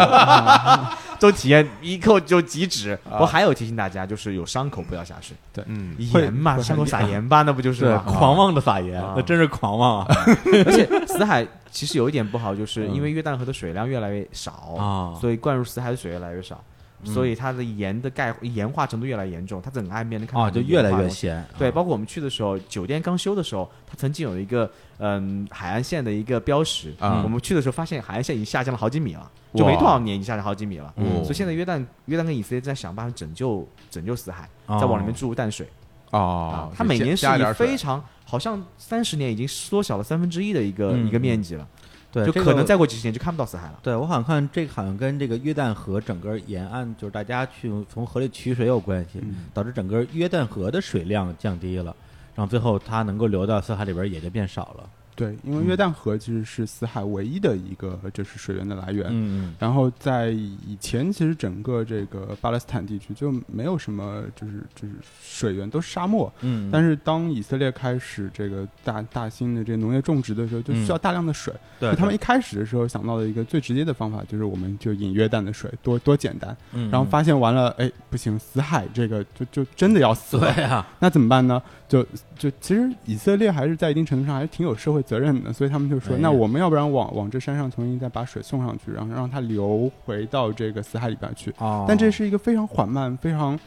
都体验一扣就极止。
啊
我还有提醒大家，就是有伤口不要下水，
嗯，
盐嘛，
会
伤口
[LAUGHS]
会
撒盐吧，那不就是
对， [LAUGHS]
吗？
狂妄的撒盐
啊，
那真是狂妄啊！
[LAUGHS] 而且死海其实有一点不好，就是因为约旦河的水量越来越少，
嗯啊，
所以灌入死海的水越来越少，
嗯
所以它的盐的钙盐化程度越来越严重，它整个岸边能看到
啊，
很
就
多
越来
盐化
越啊
东西。
咸。
对，包括我们去的时候，酒店刚修的时候，它曾经有一个嗯海岸线的一个标识
啊
我们去的时候发现海岸线已经下降了好几米了，就没
哇
多少年已经下降好几米了。
嗯
所以现在约旦约旦跟以色列正在想办法拯救拯救死海，
哦
再往里面注入淡水。
哦，
啊它每年是
加加
以
点水
非常好像三十年已经缩小了三分之一的一个、
嗯
一个面积了，
对，
就
这
可
个
能再过几十年就看不到死海了。
对我好像看这个好像跟这个约旦河整个沿岸，就是大家去从河里取水有关系，导致整个约旦河的水量降低了，然后最后它能够流到死海里边也就变少了。
对，因为约旦河其实是死海唯一的一个就是水源的来源。
嗯
然后在以前，其实整个这个巴勒斯坦地区就没有什么，就是就是水源都是沙漠。
嗯，
但
是
是当以色列开始这个大大兴的这个农业种植的时候，就
嗯
需要大量的水。
对
就他们一开始的时候想到的一个最直接的方法，就是我们就引约旦的水，多多简单。
嗯
然后发现完了，哎，不行，死海这个就就真的要死了。
对啊，
[LAUGHS] 那怎么办呢？就就其实以色列还是在一定程度上还是挺有社会责任的，所以他们就说，
哎呀
那我们要不然往往这山上重新再把水送上去，然后让它流回到这个死海里边去。
哦，
但这是一个非常缓慢、非常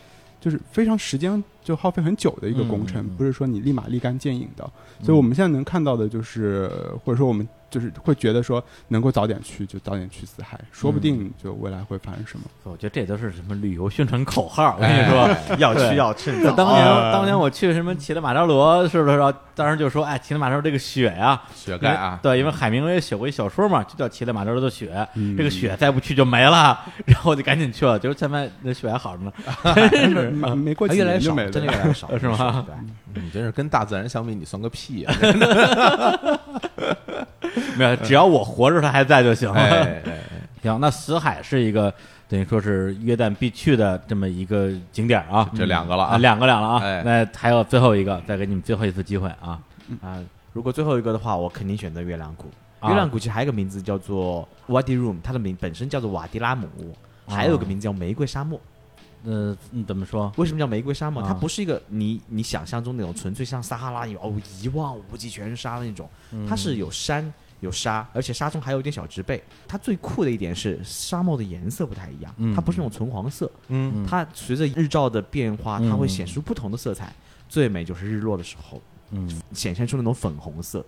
就是非常时间就耗费很久的一个工程，
嗯嗯嗯嗯
不是说你立马立竿见影的。所以我们现在能看到的就是，或者说我们就是会觉得说，能够早点去就早点去死海，说不
嗯
定就未来会发生什么。
我觉得这都是什么旅游宣传口号，我跟你
哎
说。
要
对
去要趁 [LAUGHS]
就
早。
当年，
啊
当年我去什么骑了马扎罗，是不是？当时就说，哎，骑了马扎罗这个雪呀、
雪盖啊，
对，因为海明威写过一小说嘛，就叫《骑了马扎罗的雪》，
嗯
这个雪再不去就没了，然后我就赶紧去了，结果现在那雪还好着呢，真是
[LAUGHS] 没啊没过
它
几
啊越来越
年
少
就没，了，
真的越来越少，
是吗
对，
你真是跟大自然相比，你算个屁 [LAUGHS] 呀！
没有，只要我活着，它还在就行了。
哎，哎哎
[LAUGHS] 行，那死海是一个等于说是约旦必去的这么一个景点儿啊，
这两个了
啊，
啊，
两个两了啊，
哎
那还有最后一个，再给你们最后一次机会啊，
啊，如果最后一个的话，我肯定选择月亮谷。
啊
月亮谷其实还有一个名字叫做 Wadi Room，它的名本身叫做瓦迪拉姆，还有一个名字叫玫瑰沙漠。
呃，嗯怎么说？
为什么叫玫瑰沙漠？
啊
它不是一个你你想象中那种纯粹像撒哈拉有哦一望无际全是沙的那种，
嗯
它是有山有沙，而且沙中还有一点小植被。它最酷的一点是沙漠的颜色不太一样，
嗯
它不是那种纯黄色，
嗯
嗯
它随着日照的变化，
嗯
它会显出不同的色彩。最美就是日落的时候，
嗯
显现出那种粉红色，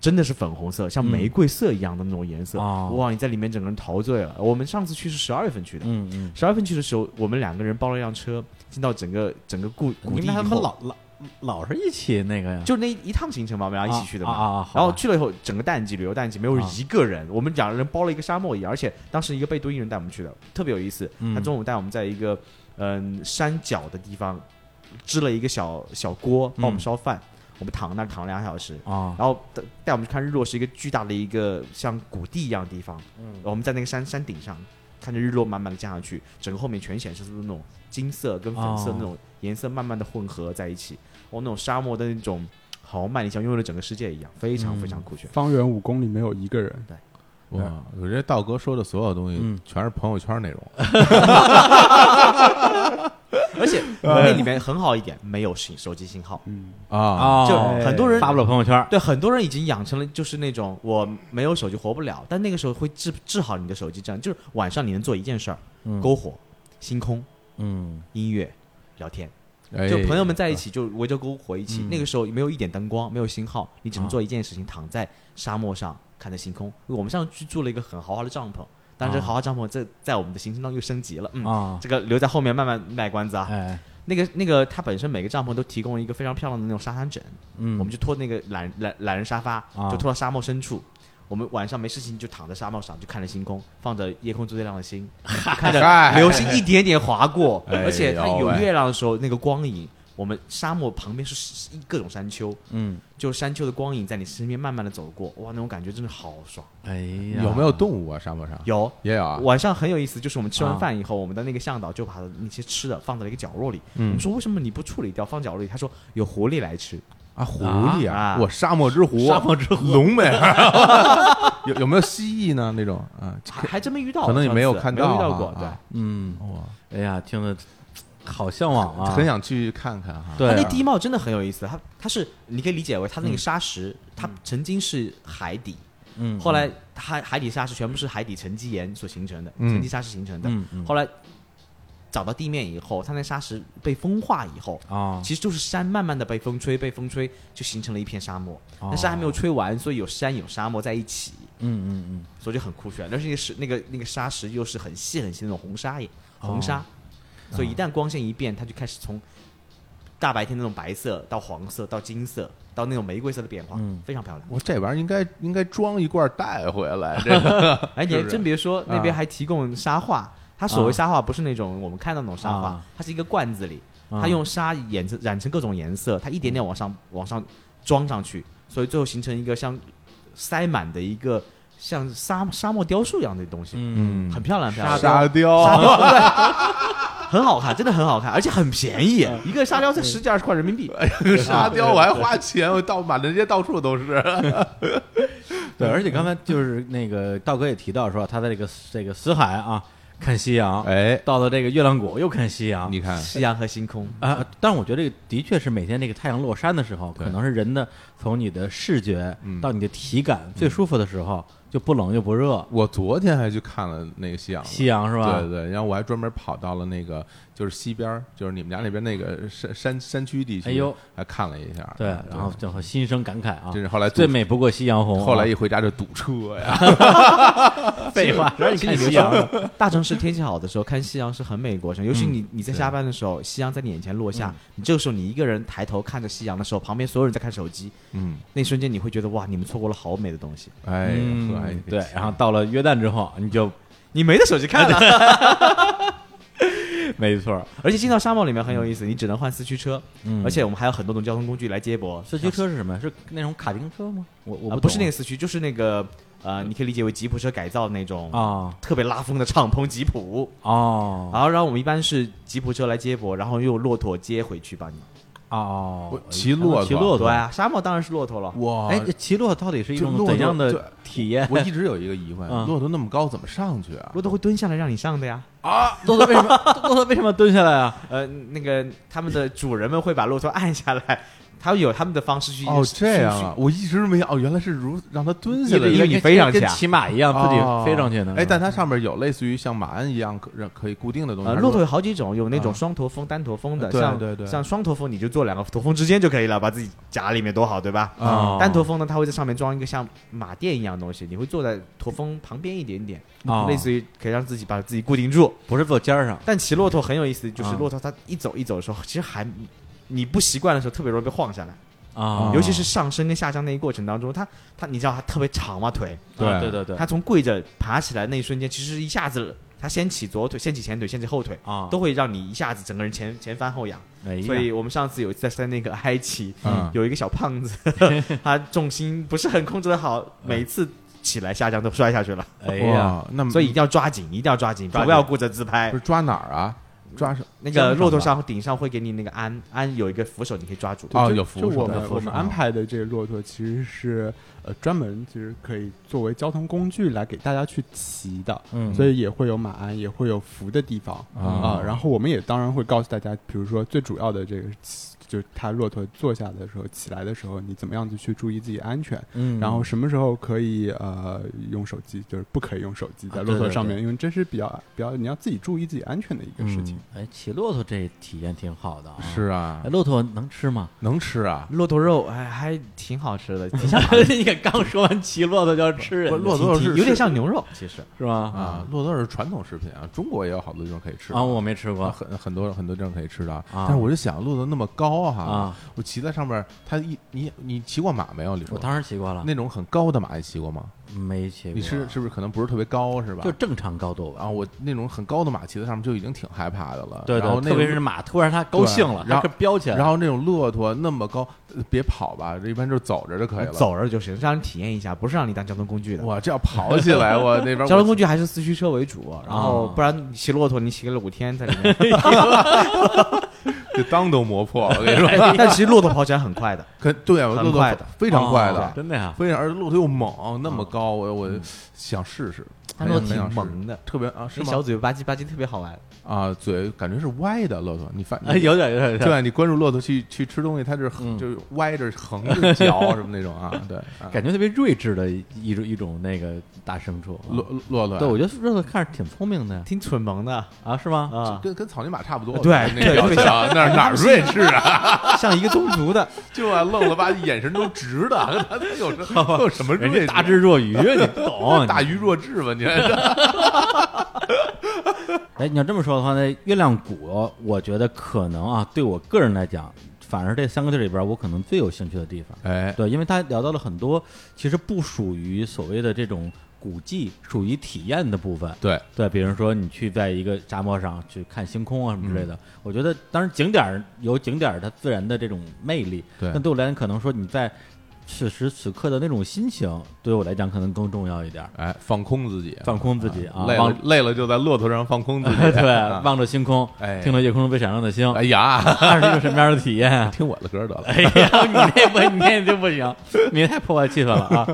真的是粉红色，像玫瑰色一样的那种颜色。
嗯哦
哇，你在里面整个人陶醉了。我们上次去是十二月份去的，
嗯嗯，
十二月份去的时候，我们两个人包了一辆车，进到整个整个故
你
谷
跟
地以
他们
后，
老老老是一起那个呀，
就那一趟行程嘛，我们俩一起去的嘛。
啊啊啊，好
然后
吧
去了以后，整个淡季旅游淡季没有
啊
一个人，我们两个人包了一个沙漠椅，而且当时一个贝都因人带我们去的，特别有意思。
嗯
他中午带我们在一个嗯、山脚的地方支了一个小小锅，帮我们
嗯
烧饭，我们躺那儿躺了两小时。
啊，
然后带带我们去看日落，是一个巨大的一个像谷地一样的地方。
嗯
我们在那个山山顶上看着日落慢慢的降下去，整个后面全显示出那种金色跟粉色
哦
那种颜色慢慢的混合在一起，哦，那种沙漠的那种豪迈，你像拥有了整个世界一样，非常
嗯
非常酷炫。
方圆五公里没有一个人。
哇，嗯我觉得道哥说的所有东
嗯
西全是朋友圈内容。
[LAUGHS]
而且
哎
那里面很好一点，没有信手机信号，
嗯，
啊
哦，
就很多人
发不了朋友圈，
对很多人已经养成了就是那种我没有手机活不了，但那个时候会治治好你的手机这样，就是晚上你能做一件事儿：
嗯
篝火、星空、
嗯
音乐、聊天。
哎
就朋友们在一起，就围着篝火一起。
嗯
那个时候没有一点灯光，没有信号，你只能
啊
做一件事情，躺在沙漠上看着星空。我们上去住了一个很豪华的帐篷，但是
啊
豪华帐篷在在我们的行程当中又升级了。嗯，
啊，
这个留在后面慢慢卖关子啊。
哎，
那个那个，它本身每个帐篷都提供一个非常漂亮的那种沙滩枕，
嗯，
我们就拖那个懒懒懒人沙发，
啊
就拖到沙漠深处。我们晚上没事情就躺在沙漠上，就看着星空，放着夜空中最亮
[LAUGHS]
的星，看着
嗨
流星一点点划过，
哎
而且它
呦
有
喂
月亮的时候，那个光影，我们沙漠旁边是是各种山丘，
嗯，
就山丘的光影在你身边慢慢的走过，哇，那种感觉真的好爽。
哎呀，
有没有动物啊？沙漠上
有
也有啊。
晚上很有意思，就是我们吃
啊
完饭以后，我们的那个向导就把那些吃的放在了一个角落里。我
嗯
们说为什么你不处理掉放角落里？他说有狐狸来吃，
啊，狐狸
啊
我沙漠之狐，
沙漠之狐
龙呗。 [LAUGHS] 有有没有蜥蜴呢？那种啊，
还还真没遇到，
可能你
上
没有
次
看
没有遇
到
到
啊
过，对。
啊
嗯，
哇，
哎呀，听着好向往啊，
很想去看看哈。
对啊
它那地貌真的很有意思，它它是你可以理解为它
嗯
那个沙石，它曾经是海底，
嗯，
后来海海底沙石全部是海底沉积岩所形成的，
嗯
沉积沙石形成的。
嗯嗯
后来找到地面以后，它那沙石被风化以后，
啊，
其实就是山慢慢的被风吹，被风吹就形成了一片沙漠。
哦
但是还没有吹完，所以有山有沙漠在一起，
嗯嗯嗯，
所以就很酷炫。但是那个石那个那个沙石又是很细很细的那种红沙也红沙，
哦嗯
所以一旦光线一变，它就开始从大白天那种白色到黄色到金色到那种玫瑰色的变化，
嗯
非常漂亮。
我这玩意儿应该应该装一罐带回来，这个
[LAUGHS] 哎，你
是
还
不是
真别说，那边还提供沙画。它所谓沙画不是那种我们看到那种沙画
啊，
它是一个罐子里，
啊
它用沙染成染成各种颜色，它一点点往上往上装上去，所以最后形成一个像塞满的一个像沙沙漠雕塑一样的东西，
嗯
很漂亮，很漂亮，
沙雕，
[LAUGHS] 很好看，真的很好看，而且很便宜，一个沙雕才十几二十块人民币。
沙雕，我还花钱，我到满大街到处都是。
对，而且刚才就是那个道哥也提到说，他在这个这个死海啊看夕阳，
哎，
到了这个月亮谷又看夕阳，
你看，
夕阳和星空，
啊，但我觉得这个的确是每天这个太阳落山的时候，
对
可能是人的从你的视觉
嗯
到你的体感最舒服的时候，就不冷又不热，
我昨天还去看了那个夕阳，
夕阳是吧？
对对，然后我还专门跑到了那个就是西边儿，就是你们家那边那个山山山区地区，
哎呦，
还看了一下。
对，然后就会心生感慨啊
真，是后来
最
堵
美不过夕阳红啊。
[LAUGHS] 后来一回家就堵车
[LAUGHS]
呀，
废
[LAUGHS]
话，谁让你看夕阳了？
大城市天气好的时候看夕阳是很美的过程，尤其你你在下班的时候，夕阳在你眼前落下，你这个时候你一个人抬头看着夕阳的时候，旁边所有人在看手机，
嗯，
那瞬间你会觉得哇，你们错过了好美的东西，
哎，呵哎
嗯，对，然后到了约旦之后，你就
你没得手机看了。
没
[LAUGHS]
错，
[LAUGHS] 而且进到沙漠里面很有意思，你只能换四驱车，
嗯
而且我们还有很多种交通工具来接驳。
四驱车是什么？是那种卡丁车吗？我我
啊
不
不是那个四驱，就是那个呃，你可以理解为吉普车改造的那种
啊
特别拉风的敞篷吉普。
哦
然后，然后我们一般是吉普车来接驳，然后用骆驼接回去吧。你
哦
我，啊骑骆驼
骑骆
对
驼。
啊，沙漠当然是骆驼了。
[LAUGHS] 哇，
哎， [LAUGHS] 骑骆驼到底是一
这
种
骆
怎
驼
样
对
的体验？
我一直有一个疑问，
嗯
骆驼那么高怎么上去啊？
骆驼会蹲下来让你上的呀。
骆驼为
[LAUGHS]
什么骆驼为什么蹲下来啊？
呃，那个他们的主人们会把骆驼按下来，他有他们的方式去
哦，
去
这样
去
啊，我一直没哦，原来是如让它蹲下
因
来的
为因为你飞上去啊
跟骑马一样，自己
哦
飞上去呢。
哎，但它上面有类似于像马鞍一样可让可以固定
啊
的东西。
呃，
还是
骆驼有好几种，有那种
啊
双驼峰、单驼峰的，
对
像
对对
像双驼峰你就坐两个驼峰之间就可以了，把自己夹里面多好，对吧？
啊
哦
单驼峰呢，它会在上面装一个像马垫一样的东西，你会坐在驼峰旁边一点点，
啊
哦
类似于可以让自己把自己固定住。
不是坐尖儿上，
但骑骆驼很有意思，就是
啊
骆驼它一走一走的时候，其实还你不习惯的时候特别容易被晃下来，
啊
尤其是上升跟下降那一过程当中，它它你知道它特别长嘛腿，
对、
对
对对对
它从跪着爬起来那一瞬间，其实一下子它先起左腿，先起前腿，先起后腿。
啊，
都会让你一下子整个人前前翻后仰。
哎呀
所以我们上次有一次在在那个埃及，
嗯
有一个小胖 [LAUGHS] 子，他重心不是很控制的好，每次起来下降都摔下去了。
哎呀，
哇，那么
所以一定要抓紧，一定要嗯抓紧，
抓紧
不要顾着自拍
不。是抓哪儿啊？抓什
那
肩
个
膀
骆驼上顶上会给你那个鞍，鞍有一个扶手，你可以抓住。
对
哦
就
有扶
就我
手
们
有扶
我
手
们安排的这个骆驼其实是呃专门其实可以作为交通工具来给大家去骑的，
嗯
所以也会有马鞍，也会有扶的地方啊、
哦
然后我们也当然会告诉大家，比如说最主要的这个骑，就是它骆驼坐下的时候、起来的时候，你怎么样子去注意自己安全，
嗯
然后什么时候可以呃用手机，就是不可以用手机在
啊
骆
对
驼
对
上面，
对
因为这是比较比较你要自己注意自己安全的一个事
嗯
情。
哎，骑骆驼这体验挺好的啊。
么？是啊
哎，，骆驼能吃
[LAUGHS]
吗？
能吃啊。
骆驼肉还还挺好吃 [LAUGHS] 的，挺
你给刚说完骑骆驼就要吃人
不
家，
是骆驼肉是
有点像牛肉，其 [LAUGHS] 实
是吗？
啊，骆驼是传统食品啊，中国也有好多地方可以吃
啊，我没吃
啊
过
很很多很多地方可以吃的啊。但是我就想，骆驼那么高哈、
啊，
我骑在上面，它一你你骑过马没有？李叔
我，当时骑过了，
那种很高的马你骑过吗？
没骑过。啊
你是是不是可能不是特别高是吧？
就正常高度吧？
啊，我那种很高的马骑在上面就已经挺害怕的了。
对
然后
对，
那
特别
种
是马突然它高兴了，
对然后
它飙起来，
然后那种骆驼那么高，呃别跑吧，这一般就是走着就可以了。
走着就行，让人体验一下，不是让你当交通工具的。
哇，这要跑起来，我
[LAUGHS]
那边
交通
我
工具还是四驱车为主，然后
啊
不然你骑骆驼，你骑个五天在里面，
[LAUGHS] 这裆都磨破了。我跟你说，
但其实骆驼跑起来很快的，
[LAUGHS] 可对啊，
哎很
骆驼
快的
非常快
哦
的，
真的呀。
非常而且骆驼又猛，那么高，我我想试试，
它嗯骆
很
驼
想
挺
试
萌的，
特别啊是
那
吗
小？嘴巴唧吧唧特别好玩。
啊，嘴感觉是歪的骆驼，你发
哎，有点有点有
对啊
点，
吧？你关注骆驼去去吃东西，它就是
嗯
横就是歪着横着
[LAUGHS]
嚼什么那种啊，对，啊
感觉特别睿智的一一种一种那个大牲畜啊。
骆骆驼啊
对，我觉得骆驼看着挺聪明的呀
挺蠢萌的
啊，是吗？
啊，
跟跟草泥马差不多，
对
那
对
表
对
情
[LAUGHS]
啊那哪儿睿智啊？ [LAUGHS]
像一个宗族的，
就啊，愣了吧唧，眼神都直的， [LAUGHS] 他有什么有什么
人家
睿智？
大智若愚，啊你不
哦
懂
大愚若智吧？你
[LAUGHS]
这
哎，你要这么说的话，那月亮谷，我觉得可能啊，对我个人来讲，反而是这三个地儿里边儿，我可能最有兴趣的地方。
哎，
对，因为他聊到了很多其实不属于所谓的这种古迹，属于体验的部分。
对，
对，比如说你去在一个沙漠上去看星空啊什么之类
嗯
的，我觉得当然景点儿有景点儿它自然的这种魅力，
对
但对我来讲可能说你在此时此刻的那种心情，对我来讲可能更重要一点儿，
哎，放空自己，
放空自己啊，
累了
望
累了就在骆驼上放空自己，
[LAUGHS] 对
啊，
望着星空，
哎
听着夜空中被闪亮的星，
哎呀，
[LAUGHS] 那是一个什么样的体验啊？ [LAUGHS]
听我的歌得了，
哎呀，你那不你那就不行，你太破坏气氛了啊！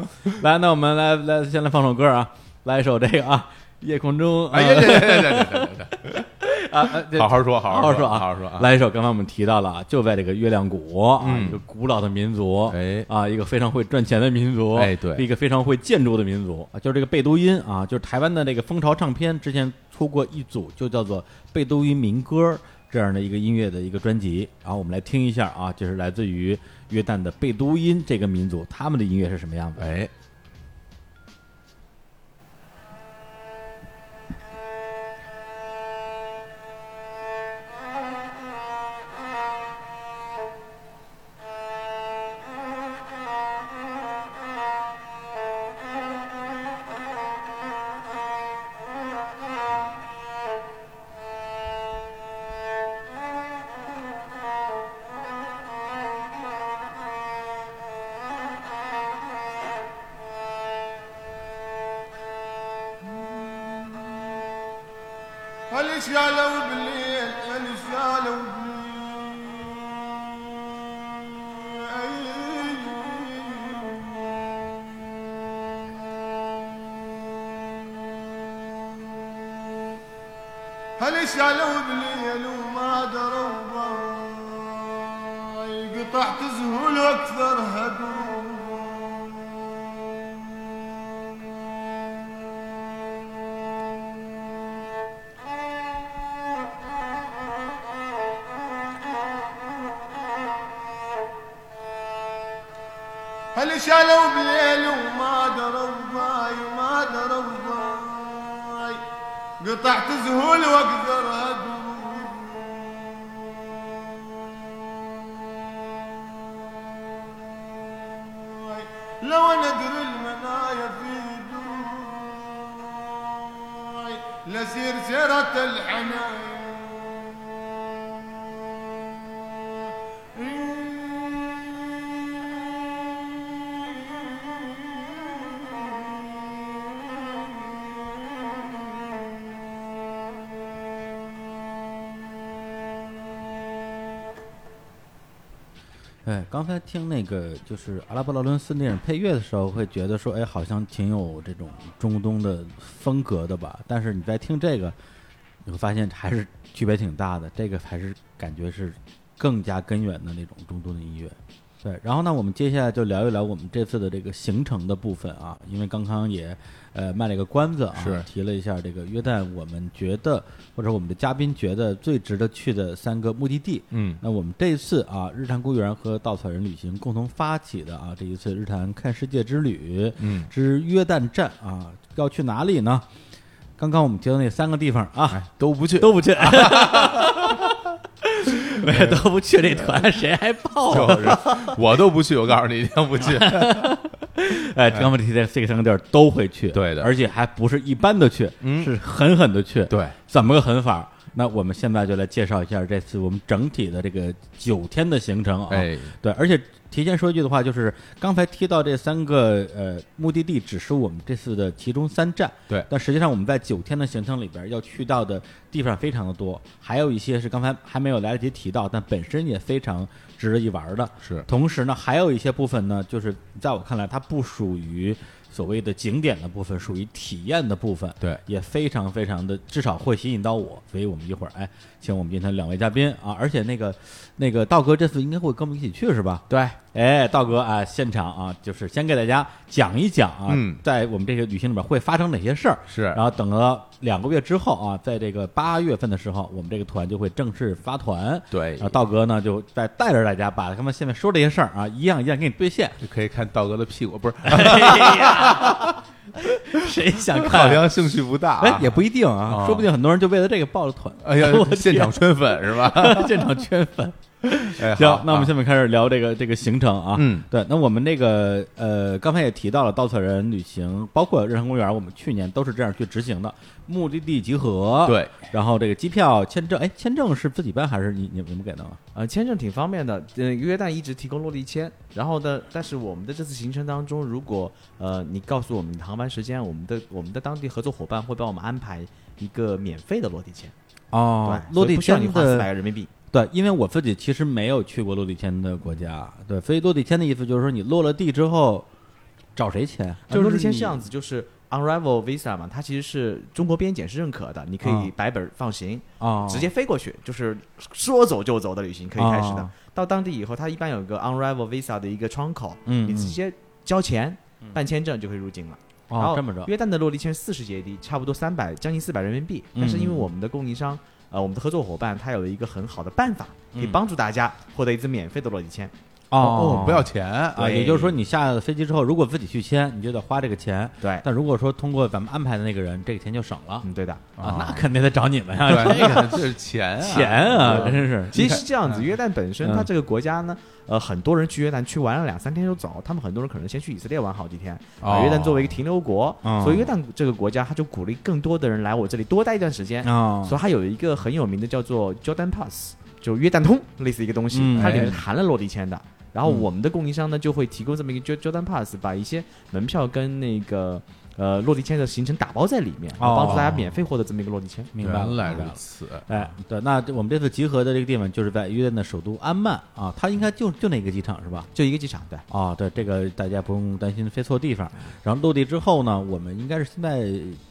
来，那我们来来先来放首歌啊，来一首这个啊，《夜空中》
哎呀，
呀，
这这这这这
啊啊
这，
这
好好说，好
好好
说
啊，
好好说啊，
来一首，刚才我们提到了啊，就在这个月亮谷啊，
嗯
一个古老的民族，
哎
啊，一个非常会赚钱的民族，
哎对
一个非常会建筑的民族啊，就是这个贝都因啊，就是台湾的这个蜂巢唱片之前出过一组，就叫做《贝都因民歌》这样的一个音乐的一个专辑，然后我们来听一下啊，就是来自于约旦的贝都因这个民族，他们的音乐是什么样子？
哎，
هل شالوا بالليل هل شالوا بالليل هل شالوا بالليل وما دروا ضايق وطاحت ذهول واكثر هدوم هل شالوا بليل وما دروا ضاي ما دروا ضاي قطعت ذهول واقدر هدوم لو انا ادري المنايا في دموعي لسير سيرة الحنين
对，哎刚才听那个就是阿拉伯劳伦斯电影配乐的时候，会觉得说，哎，好像挺有这种中东的风格的吧。但是你在听这个，你会发现还是区别挺大的。这个还是感觉是更加根源的那种中东的音乐。对，然后呢，我们接下来就聊一聊我们这次的这个行程的部分啊，因为刚刚也呃卖了一个关子啊，
是
提了一下这个约旦，我们觉得或者我们的嘉宾觉得最值得去的三个目的地。
嗯，
那我们这一次啊，日坛公园和稻草人旅行共同发起的啊，这一次日坛看世界之旅，
嗯，
之约旦站啊，要去哪里呢？刚刚我们提到那三个地方啊，
哎都不去，
都
[LAUGHS]
不去，没有都不去这团，谁还报啊？
就是我都不去，我告诉你，一定不
[LAUGHS]
去。
哎，刚刚提的这个三个地儿都会去，
对的
而且还不是一般的去，
嗯
是狠狠的去，
对，
怎么个狠法？那我们现在就来介绍一下这次我们整体的这个九天的行程啊，
[LAUGHS] 哎，
对，而且提前说一句的话，就是刚才提到这三个呃目的地，只是我们这次的其中三站。
对
但实际上我们在九天的行程里边要去到的地方非常的多，还有一些是刚才还没有来得及提到，但本身也非常值得一玩的。
是
同时呢，还有一些部分呢，就是在我看来，它不属于所谓的景点的部分，属于体验的部分。
对
也非常非常的，至少会吸引到我。所以我们一会儿哎，请我们今天两位嘉宾啊，而且那个那个道哥这次应该会跟我们一起去是吧？
对，
哎，道哥啊，现场啊，就是先给大家讲一讲啊，
嗯
在我们这个旅行里面会发生哪些事儿。
是
然后等到两个月之后啊，在这个八月份的时候，我们这个团就会正式发团。
对
然后道哥呢就再带着大家把他们现在说这些事儿啊，一样一样给你兑
[LAUGHS]
现。
就可以看道哥的屁
[LAUGHS]
股，不是，
哎呀，谁想看？
好像兴趣不大、
哎，也
啊。
不一定啊，
啊
说不定很多人就为了这个报了团。[LAUGHS]
哎呀
我，天
现场圈粉是吧？
[LAUGHS] 现场圈粉。
哎，
行
好，
那我们
啊
下面开始聊这个这个行程啊。
嗯，
对，那我们这个呃，刚才也提到了稻草人旅行，包括日坛公园，我们去年都是这样去执行的，目的地集合。。
对，
然后这个机票、签证，哎，签证是自己办还是你你你们给的吗？
[LAUGHS] 呃，签证挺方便的，呃，约旦一直提供落地签。然后呢，但是我们的这次行程当中，如果呃你告诉我们你的航班时间，我们的我们的当地合作伙伴会帮我们安排一个免费的落地签，
哦
对，
落
所以
地
不需要
签
你花四百
的
个人民币。
对，因为我自己其实没有去过落地签的国家，对，所以落地签的意思就是说你落了地之后找谁签？
就是落地签
你
是这样子，就是 Unravel Visa 嘛，它其实是中国边检是认可的，你可
啊
以白本放行，
哦，
直接飞过去，就是说走就走的旅行可以开始的。
哦
到当地以后，它一般有一个 Unravel Visa 的一个窗口，
嗯
你直
嗯
接交钱办签证就可以入境了。然
哦
后
这么着，
约旦的落地签四十 JD，差不多三百将近四百人民币，但是因为
嗯
我们的供应商。呃，我们的合作伙伴他有一个很好的办法，可以
嗯
帮助大家获得一次免费的落地签。
哦，不要钱啊！
啊，
对
也就是说，你下了飞机之后，如果自己去签，你就得花这个钱。
对，
但如果说通过咱们安排的那个人，这个钱就省了
嗯，对的。
啊，那肯定得找你们 [LAUGHS] 呀，
对，那个就是钱啊，
钱啊，真是
其实是这样子，
嗯
约旦本身
嗯
它这个国家呢，呃，很多人去约旦去玩了两三天就走，他们很多人可能先去以色列玩好几天，
哦
啊，约旦作为一个停留国
哦，
所以约旦这个国家它就鼓励更多的人来我这里多待一段时间，
啊，
所以它有一个很有名的叫做 Jordan Pass，就约旦通类似一个东西
嗯，
它里
哎
面含了落地签的。然后我们的供应商呢就会提供这么一个 Jordan Pass，把一些门票跟那个呃落地签的行程打包在里面，帮助大家免费获得这么一个落地
[LAUGHS]
签。
哦明白了，
原来
明白
如
了
此，
哎，对，那这我们这次集合的这个地方就是在约旦的首都安曼啊，它应该就就那个机场是吧？
就一个机场，对，
啊、对，这个大家不用担心飞错地方。然后落地之后呢，我们应该是先在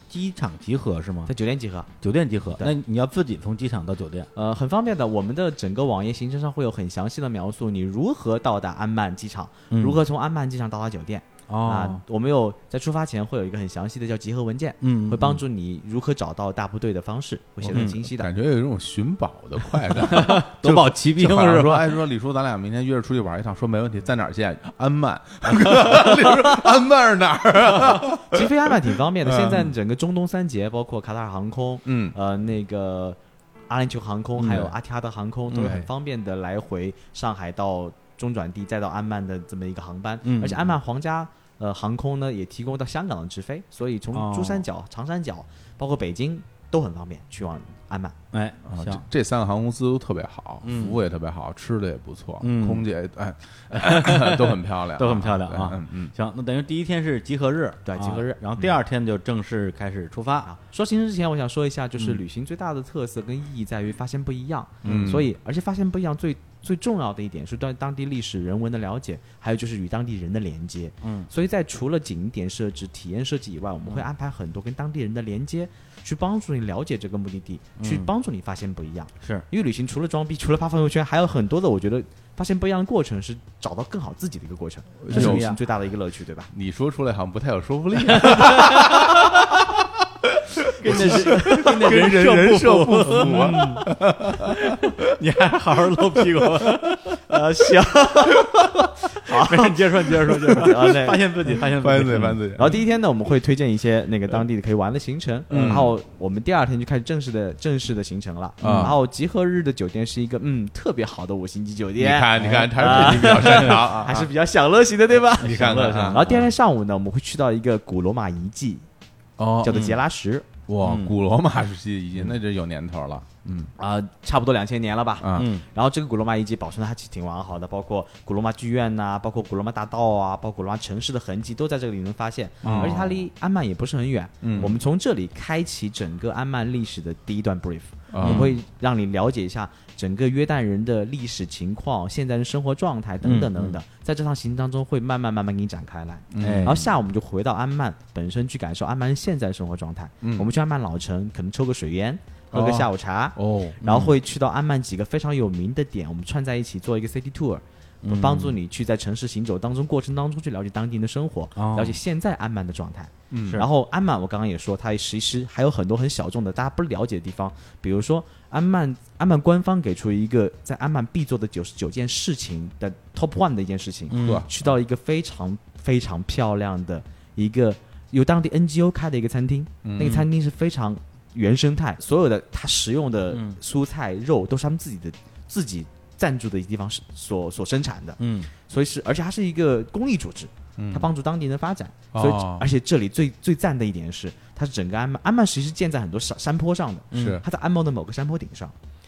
机场集合是吗
在？酒店集合，
酒店集合。
对
那你要自己从机场到酒店
呃，很方便的。我们的整个网页行程上会有很详细的描述，你如何到达安曼机场，
嗯
如何从安曼机场到达酒店。
哦
啊，，我们有在出发前会有一个很详细的叫集合文件，
嗯，
会帮
助
助你如何找到大部队的方式，会写的很清晰的。
感觉有一种寻宝的快感。
夺宝奇 [LAUGHS] 兵
就好像
是
说，
吧？
哎，说李叔，咱俩明天约着出去玩一趟，说没问题，在哪儿见？安曼， [LAUGHS] 李叔说安曼是哪儿？
其实飞安曼挺方
[LAUGHS]
便
嗯
的。现在整个中东三杰，包括卡塔尔航空，
嗯，
呃，那个阿联酋航空，
嗯
还有阿提哈德航空，都是
嗯
很方便的来回上海到中转地，再到安曼的这么一个航班。
嗯
而且安曼皇家呃航空呢，也提供到香港的直飞，所以
哦
从珠三角、长三角，包括北京都很方便去往安曼。
哎，
啊这
行，
这三个航空公司都特别好，
嗯
服务也特别好，吃的也不错，
嗯
空姐哎
[LAUGHS]
哎都很漂亮，
都很漂亮啊
对嗯嗯，
行，那等于第一天是集合日，
对
啊
集合日嗯
然后第二天就正式开始出发。
啊，说行程之前，我想说一下，就是
嗯
旅行最大的特色跟意义在于发现不一样。
嗯
所以而且发现不一样最最重要的一点是对当地历史人文的了解，还有就是与当地人的连接。
嗯，
所以在除了景点设置、体验设计以外，我们会安排很多跟当地人的连接，去帮助你了解这个目的地，去
嗯
帮助你发现不一样。
是，
因为旅行除了装逼，除了发朋友圈，还有很多的，我觉得发现不一样的过程是找到更好自己的一个过程，这是
有
旅行最大的一个乐趣，对吧？
你说出来好像不太有说服力，啊
[LAUGHS] 跟那 [LAUGHS] 是跟那人人设 [LAUGHS] 不符，你还好好露屁股。 [LAUGHS]
呃，行，
好， [LAUGHS] 没事，你接着说，你接着说，接着说。
啊，对
发。现自己，发现
翻
自
嘴
己，
翻嘴
然，后第一天呢，我们会推荐一些那个当地的可以玩的行程，
嗯
然后我们第二天就开始正式的正式的行程了。
啊
然后集合日的酒店是一个嗯特别好的五星级酒
你
店，
看你看，还是你比较擅长啊，
还是比较享乐型的，对
哎
吧？
你看看啊
然后第二天上午呢，我们会去到一个古罗马遗迹，
哦
叫做杰拉什，
哇
嗯，
古罗马时期已经那就有年头了，嗯
啊，差不多两千年了吧。
啊，
嗯
然后这个古罗马遗迹保存的还挺完好的，包括古罗马剧院呐、包括古罗马大道啊，包括古罗马城市的痕迹都在这里能发现，
哦
而且它离安曼也不是很远。
嗯
我们从这里开启整个安曼历史的第一段 brief，、
哦
我会让你了解一下整个约旦人的历史情况、现在的生活状态等等等等，在这趟行程当中会慢慢慢慢给你展开来。
嗯
哎
然后下午我们就回到安曼本身去感受安曼现在的生活状态。
嗯
我们去安曼老城，可能抽个水烟，喝
哦
个下午茶，
哦，
然后会去到安曼几个非常有名的点，我们串在一起做一个 city tour，、帮助你去在城市行走当中过程当中去了解当地的生活，
哦
了解现在安曼的状态。
嗯
然后安曼我刚刚也说，它其实还有很多很小众的大家不了解的地方，比如说安曼安曼官方给出一个在安曼必做的九十九件事情的 top one 的一件事情，
嗯
呵
去到一个非常非常漂亮的一个由当地 NGO 开的一个餐厅，
嗯
那个餐厅是非常原生态，所有的它食用的
嗯
蔬菜、肉都是他们自己的自己赞助的地方是所所生产的，
嗯，
所以是而且它是一个公益组织，它帮助当地人发展，
哦
所以而且这里最最赞的一点是，它是整个安曼安曼其实建在很多山山坡上的，
嗯
是
它在安曼的某个山坡顶上，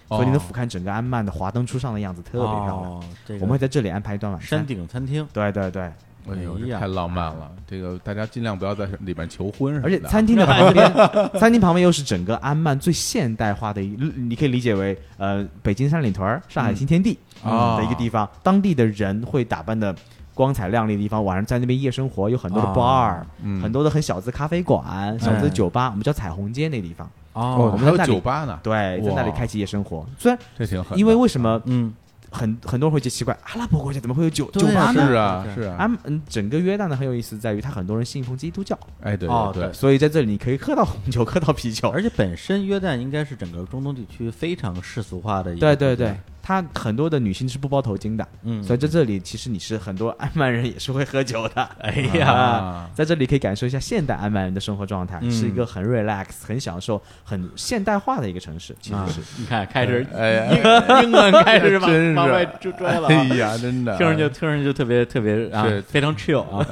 哦
所以你能俯瞰整个安曼的华灯初上的样子，特别漂亮。
哦，这个
我们会在这里安排一段晚餐
山，顶餐厅，
对对对。
哎
哎
呦，这
呀
太浪漫了！这个大家尽量不要在里面求婚什么的，
而且餐厅的旁边， [LAUGHS] 餐厅旁边又是整个安曼最现代化的一，你可以理解为呃北京三里屯儿、上海新天地
啊
的一个地方，当地的人会打扮的光彩亮丽的地方，晚上在那边夜生活，有很多的
啊
bar，、
嗯
很多的很小资咖啡馆、小资酒吧，我们叫彩虹街那地方，
哦，
哦，
还有
我们在那里
酒吧呢，
对，在那里
哇
开启夜生活。虽然
这挺狠的。
因为为什么
嗯，
很很多人会觉得奇怪，阿拉伯国家怎么会有酒酒
对
吧
啊
呢？
是啊
对
是啊，
安嗯，整个约旦呢很有意思，在于它很多人信奉基督教，
哎对
哦
对
对，
所以在这里你可以喝到红酒， [LAUGHS] 喝到啤酒，
而且本身约旦应该是整个中东地区非常世俗化的一
对
个，
对对，，他很多的女性是不包头巾的，
嗯
所以在这里其实你是很多安曼人也是会喝酒
[LAUGHS]
的。哎
呀
在这里可以感受一下现代安曼人的生活状态，
嗯
是一个很 relax、很享受、很现代化的一个城市。其实
啊
是，，
你看开始
哎呀
英英文开始往
真是
往外追追了啊，
哎呀，真的
听着就听着就特别特别啊
是，
非常 chill 啊，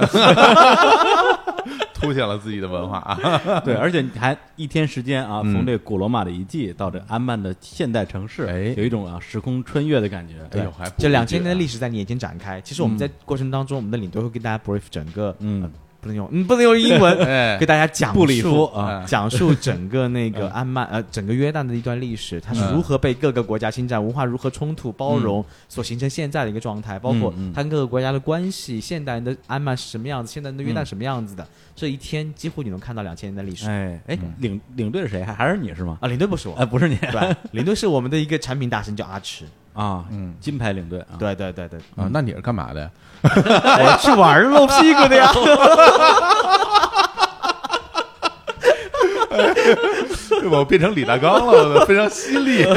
凸显了自己的文化啊！
[LAUGHS] 对，而且你还一天时间啊，
嗯
从这古罗马的遗迹到这安曼的现代城市，
哎
有一种啊时空穿越的感觉。
哎呦，还
这两千年的历
史，
史在你眼前展开。其实我们在过程当中，我们的领队会跟大家 brief 整个
嗯
呃不能用，
[LAUGHS]
嗯，不能用英文
哎
给，大家讲
布里夫
述
啊
哎
讲述整个那
嗯
个安曼呃整个约旦的一段历史，它是
嗯
如何被各个国家侵占，文化如何冲突包容，所形成现在的一个状态，包括
嗯嗯嗯
它跟各个国家的关系，现代人的安曼是什么样子，现代人的约旦什么样子的，这一天几乎你能看到两千年的历史
嗯哎哎，领领队是谁？还还是你是吗？
啊。林顿不是我，
哎，不是你
[LAUGHS] 对，
[LAUGHS]
林顿是我们的一个产品大神叫阿驰，
啊，
嗯
金牌领队啊，
对对对对，
啊，那你是干嘛的呀？ [LAUGHS]
我去玩儿露屁股的呀，
对吧？我变成李大刚了，我非常犀
[LAUGHS]
利，啊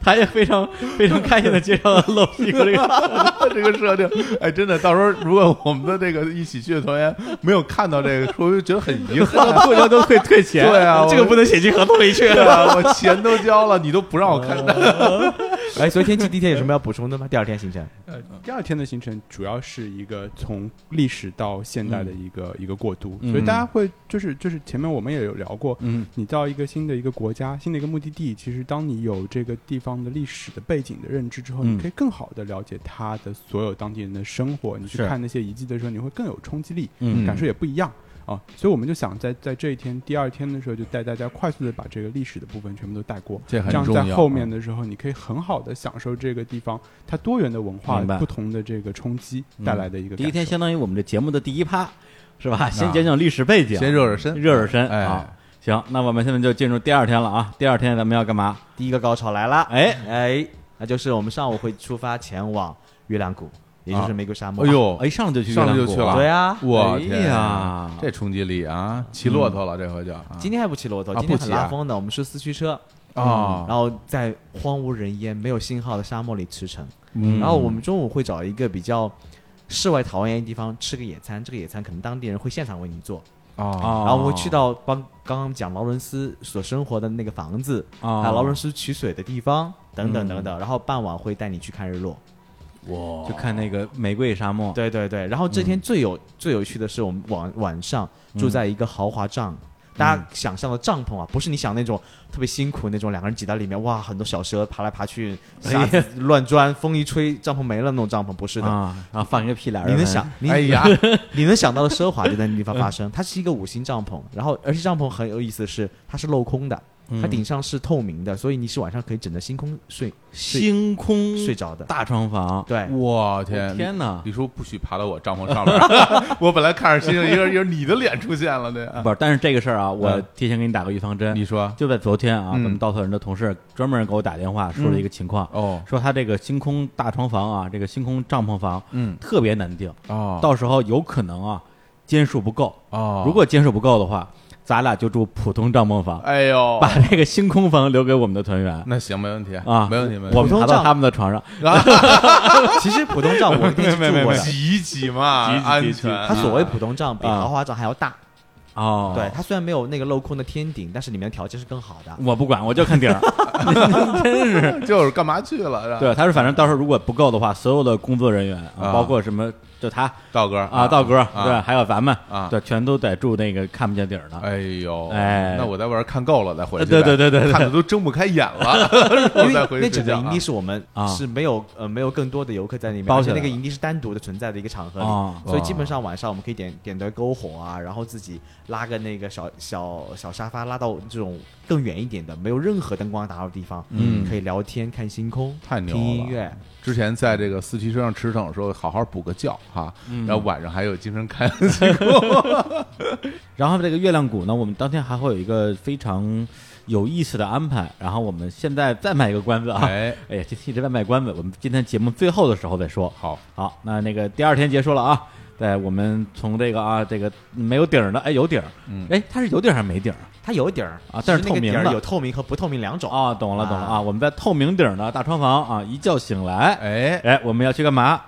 他也非常非常开心的接受了露屁股这
[LAUGHS]
个，
这个设定，哎，真的，到时候如果我们的这个一起去的团员没有看到这个，我就觉得很遗憾。啊
过程都会退钱，
对
[LAUGHS]
啊，
这个
我
不能写进合同里 [LAUGHS] 去。
对啊，我钱都交了，你都不让我看。
呃
哎，所以天气第一天有什么要补充的吗？第二天行程
呃，
嗯
第二天的行程主要是一个从历史到现代
嗯
的一个、一个过渡，所以大家会就是就是前面我们也有聊过，
嗯，
你到一个新的一个国家、新的一个目的地，其实当你有这个地方的历史的背景的认知之后，
嗯
你可以更好的了解它的所有当地人的生活。你去
是
看那些遗迹的时候，你会更有冲击力，
嗯
感受也不一样。啊，所以我们就想在在这一天、第二天的时候，就带大家快速的把这个历史的部分全部都带过，
这很
这样
重
在
要
后面的时候，你可以很好的享受这个地方它多元的文化
明、白嗯
不同的这个冲击带来的一个
第
感受。
一天相当于我们这节目的第一趴，是
啊
吧？先讲讲历史背景，
先热热身，
热热身
哎
啊。行，那我们现在就进入第二天了啊！第二天咱们要干嘛？
第一个高潮来了，
哎
哎，那就是我们上午会出发前往月亮谷，也就是玫瑰沙漠。
哎，呦
哎，，一上来就去月
上来
亮
就
谷
去了
对啊，
我
哎
天
呀嗯
这冲击力啊，骑骆驼了，这回就啊
今天还不骑骆驼，
啊
今天
不
很
骑啊
拉风的，我们是四驱车。嗯
啊
然后在荒无人烟、没有信号的沙漠里驰骋。
嗯
然后我们中午会找一个比较世外桃源的地方吃个野餐，这个野餐可能当地人会现场为你做。
啊
哦
然后我们会去到帮刚刚讲劳伦斯所生活的那个房子，
哦
啊还有劳伦斯取水的地方等等
嗯
等等。然后傍晚会带你去看日落。
就看那个玫瑰沙漠，
对对对，然后这
嗯
天最有、最有趣的是，我们晚晚上住在一个豪华帐。
嗯
大家想象的帐篷啊，不是你想那种特别辛苦那种，两个人挤到里面，哇，很多小蛇爬来爬去，
哎
沙子乱钻，风一吹，帐篷没了那种帐篷，不是的。
啊，然后放一个屁帘儿，
你能想，，你、
哎呀，
你能想到的奢华就在那地
嗯
方发生。它是一个五星帐篷，然后而且帐篷很有意思的是，它是镂空的，
嗯
它顶上是透明的，所以你是晚上可以枕着星空睡
星空
睡着的。
嗯大床房，
对，
[LAUGHS] 我
我
天，
天哪！
李叔不许爬到我帐篷上面， [LAUGHS] 我本来看着心情，一个一个你的脸出现了，对，
不是，但是这个事儿啊，我
嗯
提前给你打个预防针
你。说
就在昨天啊，
嗯
咱们稻草人的同事专门给我打电话说了一个情况，
哦，
说他这个星空大床房啊，这个星空帐篷房
嗯，
特别难订，
哦，
到时候有可能啊间数不够。
哦，
如果间数不够的话，咱俩就住普通帐篷房，
哎呦，
把这个星空房留给我们的团员
那行没问题
啊，
没问题，没
我们爬
问题。
普通
到
帐
他们的床上，
其实普通帐篷我可以住
没 [LAUGHS] 没
过的，
[LAUGHS] 挤一挤嘛，
挤一挤
安
挤一
[LAUGHS]
挤
全。
它所谓普通帐比
啊
豪华帐还要大。
哦，
对，，它虽然没有那个镂空的天顶，但是里面的条件是更好的。
我不管，我就看顶
[LAUGHS]
儿。
就是干嘛去了？是吧
对，，他说反正到时候如果不够的话，所有的工作人员
啊
啊，包括什么就他
道哥
啊，道哥对，
啊
还有咱们
啊
对，全都得住那个看不见顶儿的。
哎呦，
哎
那我在外边看够了再回去
对对
呗，
对对对
看的都睁不开眼
[LAUGHS]
了，我
因为
再回
那
去睡
整个
觉
营
啊
地。是我们
啊
是没有呃没有更多的游客在里面，
包
而且
起来
那个
了
营地是单独的存在的一个场合
啊
里，所以基本上晚上我们可以点点点篝火啊，然后自己拉个那个小小小沙发拉到这种更远一点的没有任何灯光打扰的地方，
嗯
可以聊天、看星空、
太牛
听音
了
乐，
之前在这个四驱车上驰骋的时候，好好补个觉哈，然后晚上还有精神看 [LAUGHS]
然后这个月亮谷呢，我们当天还会有一个非常有意思的安排。然后我们现在再卖一个关子啊！
哎，
哎呀，这期一直在卖关子，我们今天节目最后的时候再说。
好，
好，那那个第二天结束了啊。对，我们从这个啊，这个没有顶儿的，哎，有顶儿，
嗯
哎，它是有顶儿还是没顶儿
它有底儿
啊但是
只那个
透明
底儿
的
有透明和不透明两种。
啊？懂了，懂了啊！我们在透明顶儿的大床房啊，一觉醒来，
哎，
哎，我们要去干嘛？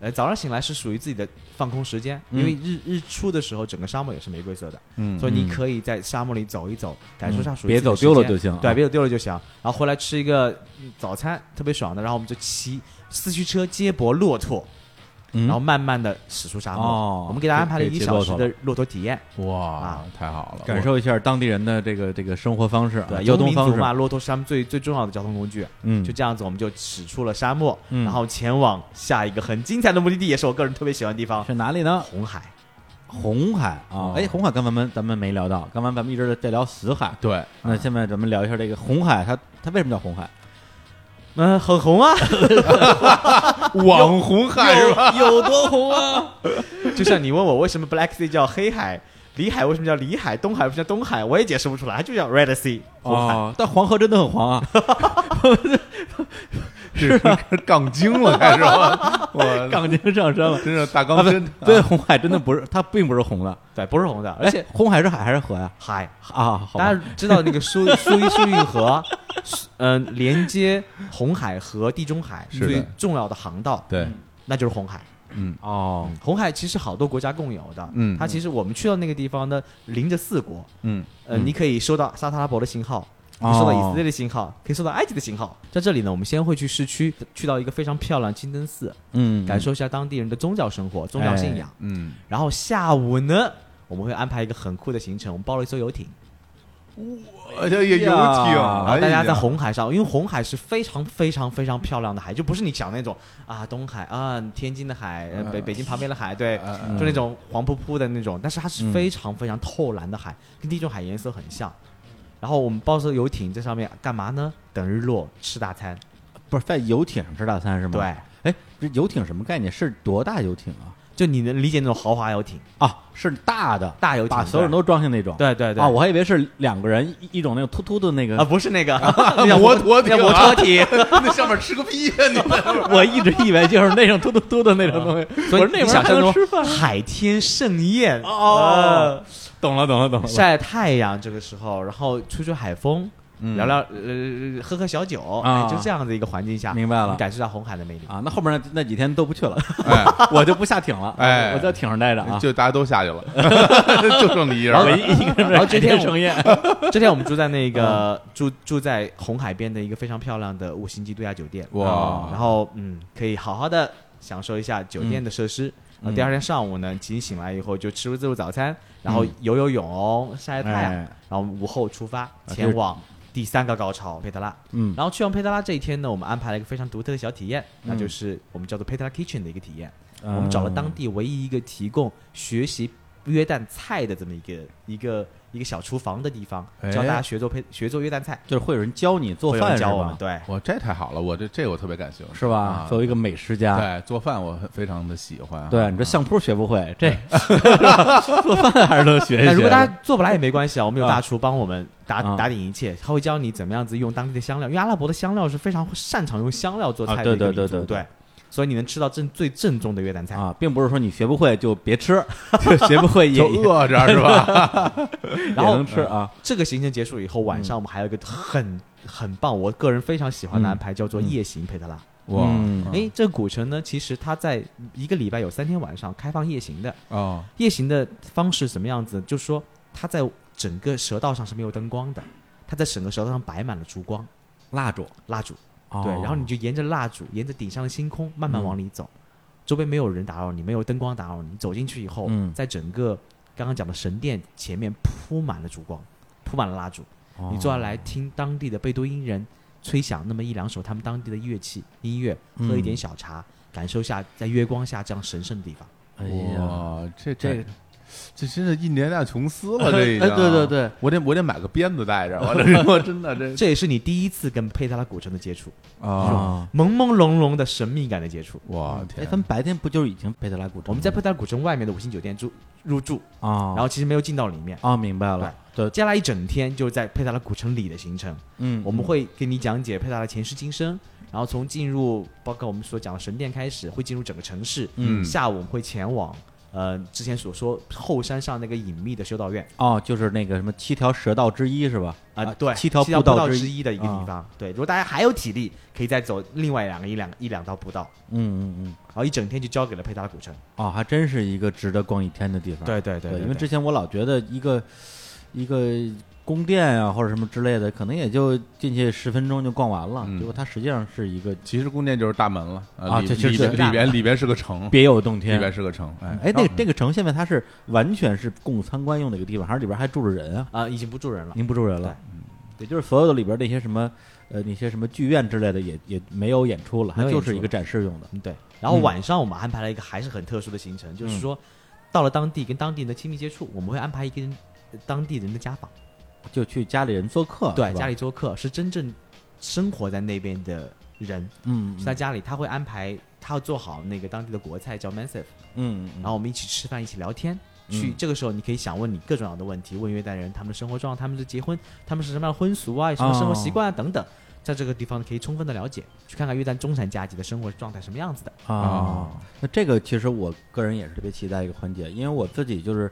呃，早上醒来是属于自己的放空时间，
嗯
因为日日出的时候，整个沙漠也是玫瑰色的，
嗯
所以你可以在沙漠里走一走，感受一下属
嗯
于
别
自己的
走丢了
时间
就行啊
对，别走丢了就行。然后回来吃一个嗯早餐，特别爽的，然后我们就骑四驱车接驳骆驼，
嗯
然后慢慢的驶出沙漠。
哦
我们给大家安排了
可以
一
接
小
骆
时
驼
的骆驼体验，
哇
啊，
太好了，
感受一下当地人的这个这个生活方式、啊、
对，
交
游牧
通
民
方
族嘛，
式。
骆驼是他们最最重要的交通工具。
嗯
就这样子，我们就驶出了沙漠，
嗯
然后前往下一个很精彩的目的地，也是我个人特别喜欢的地方
是哪里呢
——红海。
红海啊
哦，
哎，红海刚咱们咱们没聊到，刚刚咱们一直在聊死海，
对，
那现在咱们聊一下这个红海，它它为什么叫红 [LAUGHS] 海？
嗯、很红啊，
网红海是吧？
有多红啊！就像你问我为什么 Black Sea 叫黑海，里海为什么叫里海，东海为什么叫东海，我也解释不出来，它就叫 Red Sea 红
[LAUGHS]
海。
哦，但黄河真的很黄 [LAUGHS] 啊，
是杠精了，开始吧？我
杠精上身了。
真是
[LAUGHS]
大
啊，
钢
不
针，
对，红海真的不是，它并不是红的，
对，不是红的，而
而
且
且红海是海还是河呀？
海，
啊，好吧
哎大家知道那个苏苏伊士运河，嗯、连接红海和地中海
是的
最重要的航道，
对，
那就是红海。
嗯，
哦，
红海其实好多国家共有的，
嗯
它其实我们去到那个地方呢，邻着四国，
嗯，
呃，
嗯
你可以收到沙特阿拉伯的信号，可
哦
以收到以色列的信号，可以收到埃及的信号。在这里呢，我们先会去市区，去到一个非常漂亮的清真寺，
嗯，
感受一下当地人的宗教生活、宗教信仰。
嗯，
然后下午呢，我们会安排一个很酷的行程，我们包了一艘游艇，
而且也游艇，
呀
然后大
哎呀
家在红海上，因为红海是非常非常非常漂亮的海，就不是你想那种啊东海啊天津的海，呃北北京旁边的海，对，
呃
就那种黄扑扑的那种，但是它是
嗯
非常非常透蓝的海，跟地中海颜色很像。然后我们包着游艇在上面干嘛呢？等日落，吃大餐。
不是在游艇上吃大餐是吗？
对，
哎，这游艇什么概念？是多大游艇啊？
就你能理解那种豪华游艇，
啊，是大的，
哦大游艇，
把所有人都装下那种。
对对对
啊，我还以为是两个人一一种那个突突的那
啊
个，
不是那 [LAUGHS] 个那叫
摩托艇啊
那叫摩托 [LAUGHS] 艇，
[LAUGHS] 那上面吃个屁呀！你
[LAUGHS] 我一直以为就是那种突突突的那种东西。
所以
我说那玩
你
意
想
儿还
象
能
中
吃饭？
海天盛宴
哦，懂了，懂了，懂
呃
了。
晒太阳这个时候，然后吹吹海风，
嗯
聊聊呃喝喝小酒，
啊
哎就这样的一个环境下，
明白了
你感受到红海的魅力。
啊，那后面那那几天都不去了，
哎，
[LAUGHS] 我就不下艇了，
哎
我在艇上待着啊，
就大家都下去了， [LAUGHS] 就剩你一人
我
了。
一一个
然后
人
这天我 [LAUGHS]
盛宴，
这天我们住在那个
嗯
住住在红海边的一个非常漂亮的五星级度假酒店，
哇
然后嗯，可以好好的享受一下酒店
嗯
的设施。然后第二天上午呢，请醒来以后就吃自助早餐，然后游游泳、晒晒太阳，
嗯哎
然后午后出发
这
前往第三个高潮佩特拉。
嗯
然后去完佩特拉这一天呢，我们安排了一个非常独特的小体验，那
嗯
就是我们叫做佩特拉 Kitchen 的一个体验。
呃
我们找了当地唯一一个提供学习约旦菜的这么一个一个一个小厨房的地方，
哎
教大家学做配学做约旦菜，
就是会有人教你做
会有人
饭，
教我
是
们
吧
对。
我这太好了，我这这我特别感兴趣，
是吧
啊？
作为一个美食家，
对，做饭我很非常的喜欢啊。
对你这相扑学不会，这 [LAUGHS] 做饭还是能学一学。
那如果大家做不来也没关系啊，我们有大厨帮我们打
啊
打点一切，他会教你怎么样子用当地的香料，因为阿拉伯的香料是非常擅长用香料做
啊
菜的
对
一个
对
民
对
族，
对
对，所以你能吃到正最正宗的约旦菜。
啊，并不是说你学不会就别吃， [LAUGHS] 就学不会也
就饿着是
[LAUGHS]
吧？
也
然后
能嗯吃啊。
这个行程结束以后，晚上我们还有一个很很棒，我个人非常喜欢的安排，叫做夜行佩特拉。
哇，
嗯
嗯
哎，这个古城呢，其实它在一个礼拜有三天晚上开放夜行的。
哦，
夜行的方式怎么样子？就是说，它在整个蛇道上是没有灯光的，它在整个蛇道上摆满了烛光、
蜡烛，
蜡烛。
哦嗯
对，然后你就沿着蜡烛，沿着顶上的星空慢慢往里走，周边没有人打扰你，没有灯光打扰你。走进去以后，
嗯
在整个刚刚讲的神殿前面铺满了烛光，铺满了蜡烛。
哦
你坐下来听当地的贝都因人吹响那么一两首他们当地的乐器音乐，喝一点小茶，感受一下在月光下这样神圣的地方。
哎呀，
哇，这
这
这这真是印第安纳琼
[LAUGHS]
斯了，这
哎
已经。
对对对，
我得我得买个鞭子带着，我这我真
[LAUGHS]
的这
这也是你第一次跟佩特拉古城的接触，
啊，
朦朦胧胧的神秘感的接触。
哇
哎，
天
咱，们白天不就已经贝特拉古城了吗？
我们在佩特拉古城外面的五星酒店住入住，
啊，
然后其实没有进到里面。呃
啊，明白了，对，
接下来一整天就是在佩特拉古城里的行程，
嗯
我们会给你讲解佩塔的前世今生，然后从进入包括我们所讲的神殿开始，会进入整个城市。
嗯
下午我们会前往呃之前所说后山上那个隐秘的修道院
哦，就是那个什么七条蛇道之一是吧？
啊、对，
七条
步
道
之
一，
一的一个地方。对，如果大家还有体力，可以再走另外两个一两一两道步道，
嗯嗯嗯，
然后一整天就交给了佩塔的古城。
哦，还真是一个值得逛一天的地方。
对对对
因为之前我老觉得一个一个宫殿啊或者什么之类的，可能也就进去十分钟就逛完了，
嗯
结果它实际上是一个
嗯
其实宫殿就是大门了
啊
里
这这
里
这
边里边里边是个城， [LAUGHS]
别有洞
里
天。
边是个城，哎
嗯
哎，那个那个城现在它是完全是供参观用的一个地方，还是里边还住着人啊？
啊、已经不住人了。
您不住人了，也就是所有的里边那些什么呃那些什么剧院之类的也也没有演出了，
没
它
有
就
演
是
出
一个展示用的。
嗯，对。然后
嗯
晚上我们安排了一个还是很特殊的行程，就是说到了当地跟当地人的亲密接触，我们会安排一个人当地人的家访，
就去家里人做客，
对，
啊是吧
家里做客是真正生活在那边的人，
嗯
是在家里他会安排他要做好那个当地的国菜叫 mansif，
嗯，
然后我们一起吃饭，一起聊天。去
嗯
这个时候，你可以想问你各种各样的问题，问约旦人他们的生活状况、他们的结婚、他们是什么样的婚俗啊、有什么生活
嗯
习惯啊等等，在这个地方可以充分的了解，去看看约旦中产阶级的生活状态什么样子的。
啊，那这个其实我个人也是特别期待一个环节，因为我自己就是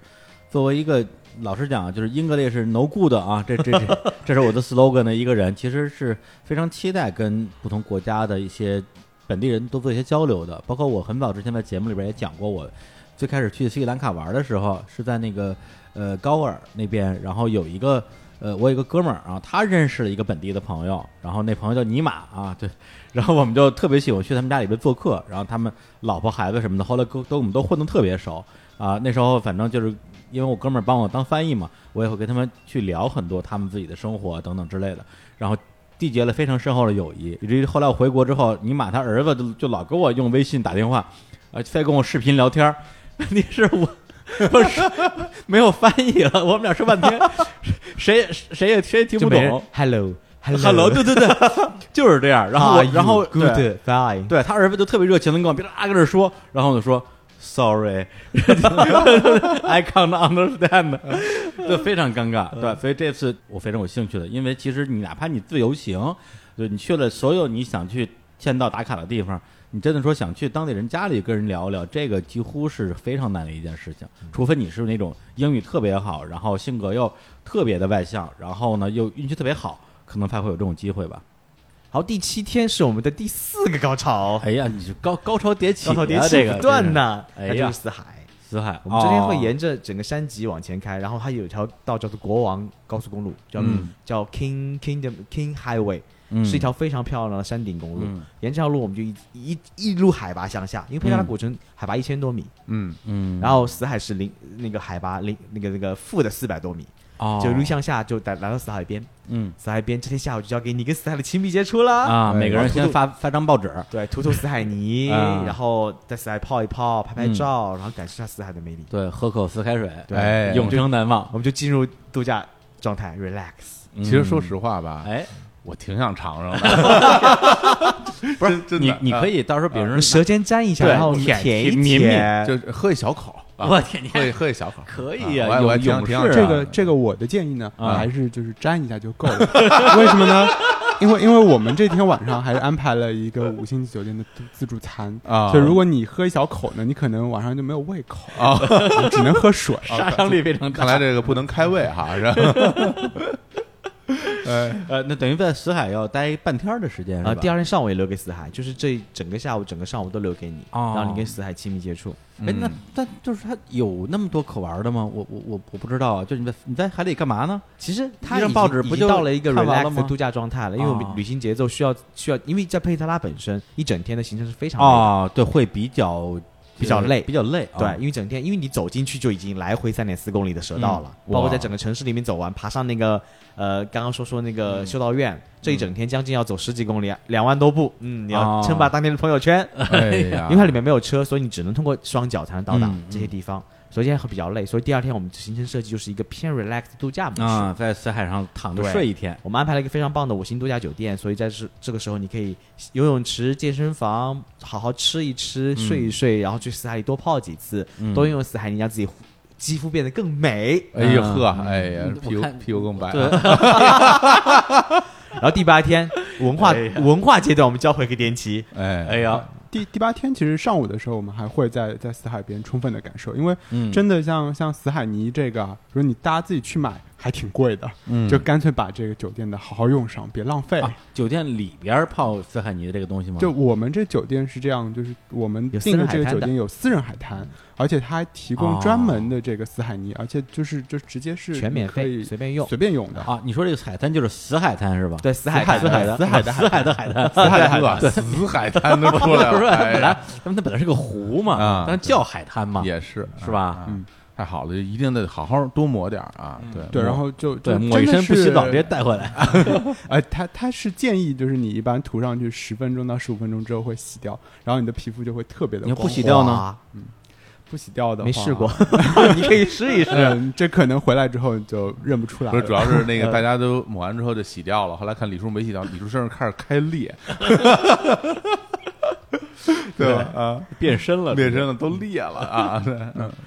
作为一个老实讲啊，就是英格烈是 no good 啊，这这这这是我的 slogan 的一个人，其实是非常期待跟不同国家的一些本地人多做一些交流的。包括我很早之前在节目里边也讲过，我最开始去斯里兰卡玩的时候是在那个呃高尔那边，然后有一个。呃，我有一个哥们儿啊，他认识了一个本地的朋友，然后那朋友叫尼玛啊，对，然后我们就特别喜欢去他们家里边做客，然后他们老婆孩子什么的，后来都都我们都混得特别熟啊。那时候反正就是因为我哥们儿帮我当翻译嘛，我也会跟他们去聊很多他们自己的生活等等之类的，然后缔结了非常深厚的友谊，以至于后来我回国之后，尼玛他儿子就就老给我用微信打电话，呃，再跟我视频聊天儿， [LAUGHS] 问题是我。我是 [LAUGHS] 没有翻译了，我们俩说半天，谁谁也谁也听
就
不
没人
懂。
Hello Hello
嗯
啊 Oh,
Hello，对对对，就是这样。然后我然后对
Good Bye。
对他儿子就特别热情的跟我别啦跟这说，然后我就说 [LAUGHS] sorry，I can't understand，就 [LAUGHS] 非常尴尬。对，所以这次我非常有兴趣的，因为其实你哪怕你自由行，就你去了所有你想去签到打卡的地方。你真的说想去当地人家里跟人聊一聊，这个几乎是非常难的一件事情，除非你是那种英语特别好，然后性格又特别的外向，然后呢又运气特别好，可能才会有这种机会吧。
好，第七天是我们的第四个高潮，
哎呀，你是高高潮迭起啊，
高潮迭
这
起
个
不断呢，
哎
它就
呀
是死海。
死海，
我们这边会
哦
沿着整个山脊往前开，然后它有一条道叫做国王高速公路，叫
嗯
叫 King Kingdom King Highway，
嗯
是一条非常漂亮的山顶公路
嗯。
沿这条路我们就一一一路海拔向下，因为佩加拉古城海拔一千多米，
嗯，
嗯，
然后死海是零那个海拔零那个那个负的四百多米，
哦
就一路向下就来来到死海边。
嗯
死海边这天下午就交给你跟死海的亲密接触啦。
啊，
哎
每个人
我
先发发张报纸，
对，涂涂死海泥，
啊
然后在死海泡一泡，拍拍照，然后感受一下死海的魅力。
对，喝口死海水，
对
哎
永生难忘。
我们就进入度假状态，relax。
嗯
其实说实话吧，
哎，
我挺想尝尝的。不是，真的啊
你你可
以
以到时候，比如说，
舌尖沾一下，
对
然后
舔
一
舔抿
舔，
就是喝一小口，啊
我天，你
喝一喝一小口，
可以啊
啊我还我还
有
挺
勇
挺
士
想
啊
尝
这个这个我的建议呢，
啊
还是就是粘一下就够了。 [LAUGHS] 为什么呢？因为因为我们这天晚上还是安排了一个五星级酒店的自自助餐，
啊，
所以如果你喝一小口呢，你可能晚上就没有胃口啊， [LAUGHS] 只能
[LAUGHS]
喝水。
杀伤力非常
哦看
大。
来这个不能开胃哈，是吧？哎，
呃，那等于在死海要待半天儿的时间
啊，
是吧
第？二天上午也留给死海，就是这整个下午、整个上午都留给你，
哦
让你跟死海亲密接触。
哎，那但就是它有那么多可玩的吗？我我我我不知道啊，就是你在你在海里干嘛呢？
其实它
一张
已经
报纸不
已经
就
到了一个
看完了
relax
吗
的度假状态了，因为我
哦
们旅行节奏需要需要，因为在佩特拉本身一整天的行程是非常累的
哦，对，会比较
比较累
比较累啊。
对，因为整天，因为你走进去就已经来回三点四公里的蛇道了，
嗯
包括
哇
在整个城市里面走完，爬上那个呃，刚刚说说那个
嗯
修道院，这一整天将近要走十几公里，两万多步，嗯，你要
哦
称霸当天的朋友
[LAUGHS]
圈，
哎呀
因为它里面没有车，所以你只能通过双脚才能到达
嗯
这些地方，所以现在会比较累，所以第二天我们行程设计就是一个偏 relax 的度假模式。
啊，在死海上躺着
对
睡一天，
我们安排了一个非常棒的五星度假酒店，所以在这这个时候，你可以游泳池、健身房，好好吃一吃、睡一睡，然后去死海里多泡几次，
嗯
多用用死海泥让自己肌肤变得更美。
[LAUGHS] 哎呀
嗯
呵，哎呀，
我
屁股
看
屁股更白
对
了。
然后第
[LAUGHS]
八天，文化、
哎呀
文化阶段，我们交回给滇奇。
哎
哎呀，
第第八天其实上午的时候，我们还会在在死海边充分的感受，因为
嗯
真的像、像死海泥这个啊，如果你大家自己去买，还挺贵的，
嗯
就干脆把这个酒店的好好用上，别浪费。
啊，酒店里边儿泡斯海尼的这个东西吗？
就我们这酒店是这样，就是我们
有私
订
人
的
海
这个
滩
酒
的
店有私人海滩，而且它还提
哦
供专门的这个死海泥，而且就是就直接是
全免
你可
费
以
随便用
随便用的。
啊，你说这个海滩就是死海滩是吧？
对，死海
死海
的
死海的死海的海滩，
死海滩吧，死海滩都出
[LAUGHS] [LAUGHS]
来
不是
了，哎
本来
呀，
他们它本来是个湖嘛
啊，
但叫海滩嘛，
也啊是
是吧？
嗯，
太好了，一定得好好多抹点儿啊。对
对，然后就
嗯对，
就
抹一
真的
身不洗
是
澡直接带回来。
呃，它它是建议就是你一般涂上去十分钟到十五分钟之后会洗掉，然后你的皮肤就会特别的
你要
光
不洗掉呢？
哇
不洗掉的话，
没试 [LAUGHS] 过，你可以试一试。
[LAUGHS] 嗯，这可能回来之后就认不出来
不
了。
是，主要是那个
呃
大家都抹完之后就洗掉了，后来看李叔没洗掉，李叔身上开始开裂，对吧？啊，
变身
[LAUGHS]
了，
变身了都裂了啊！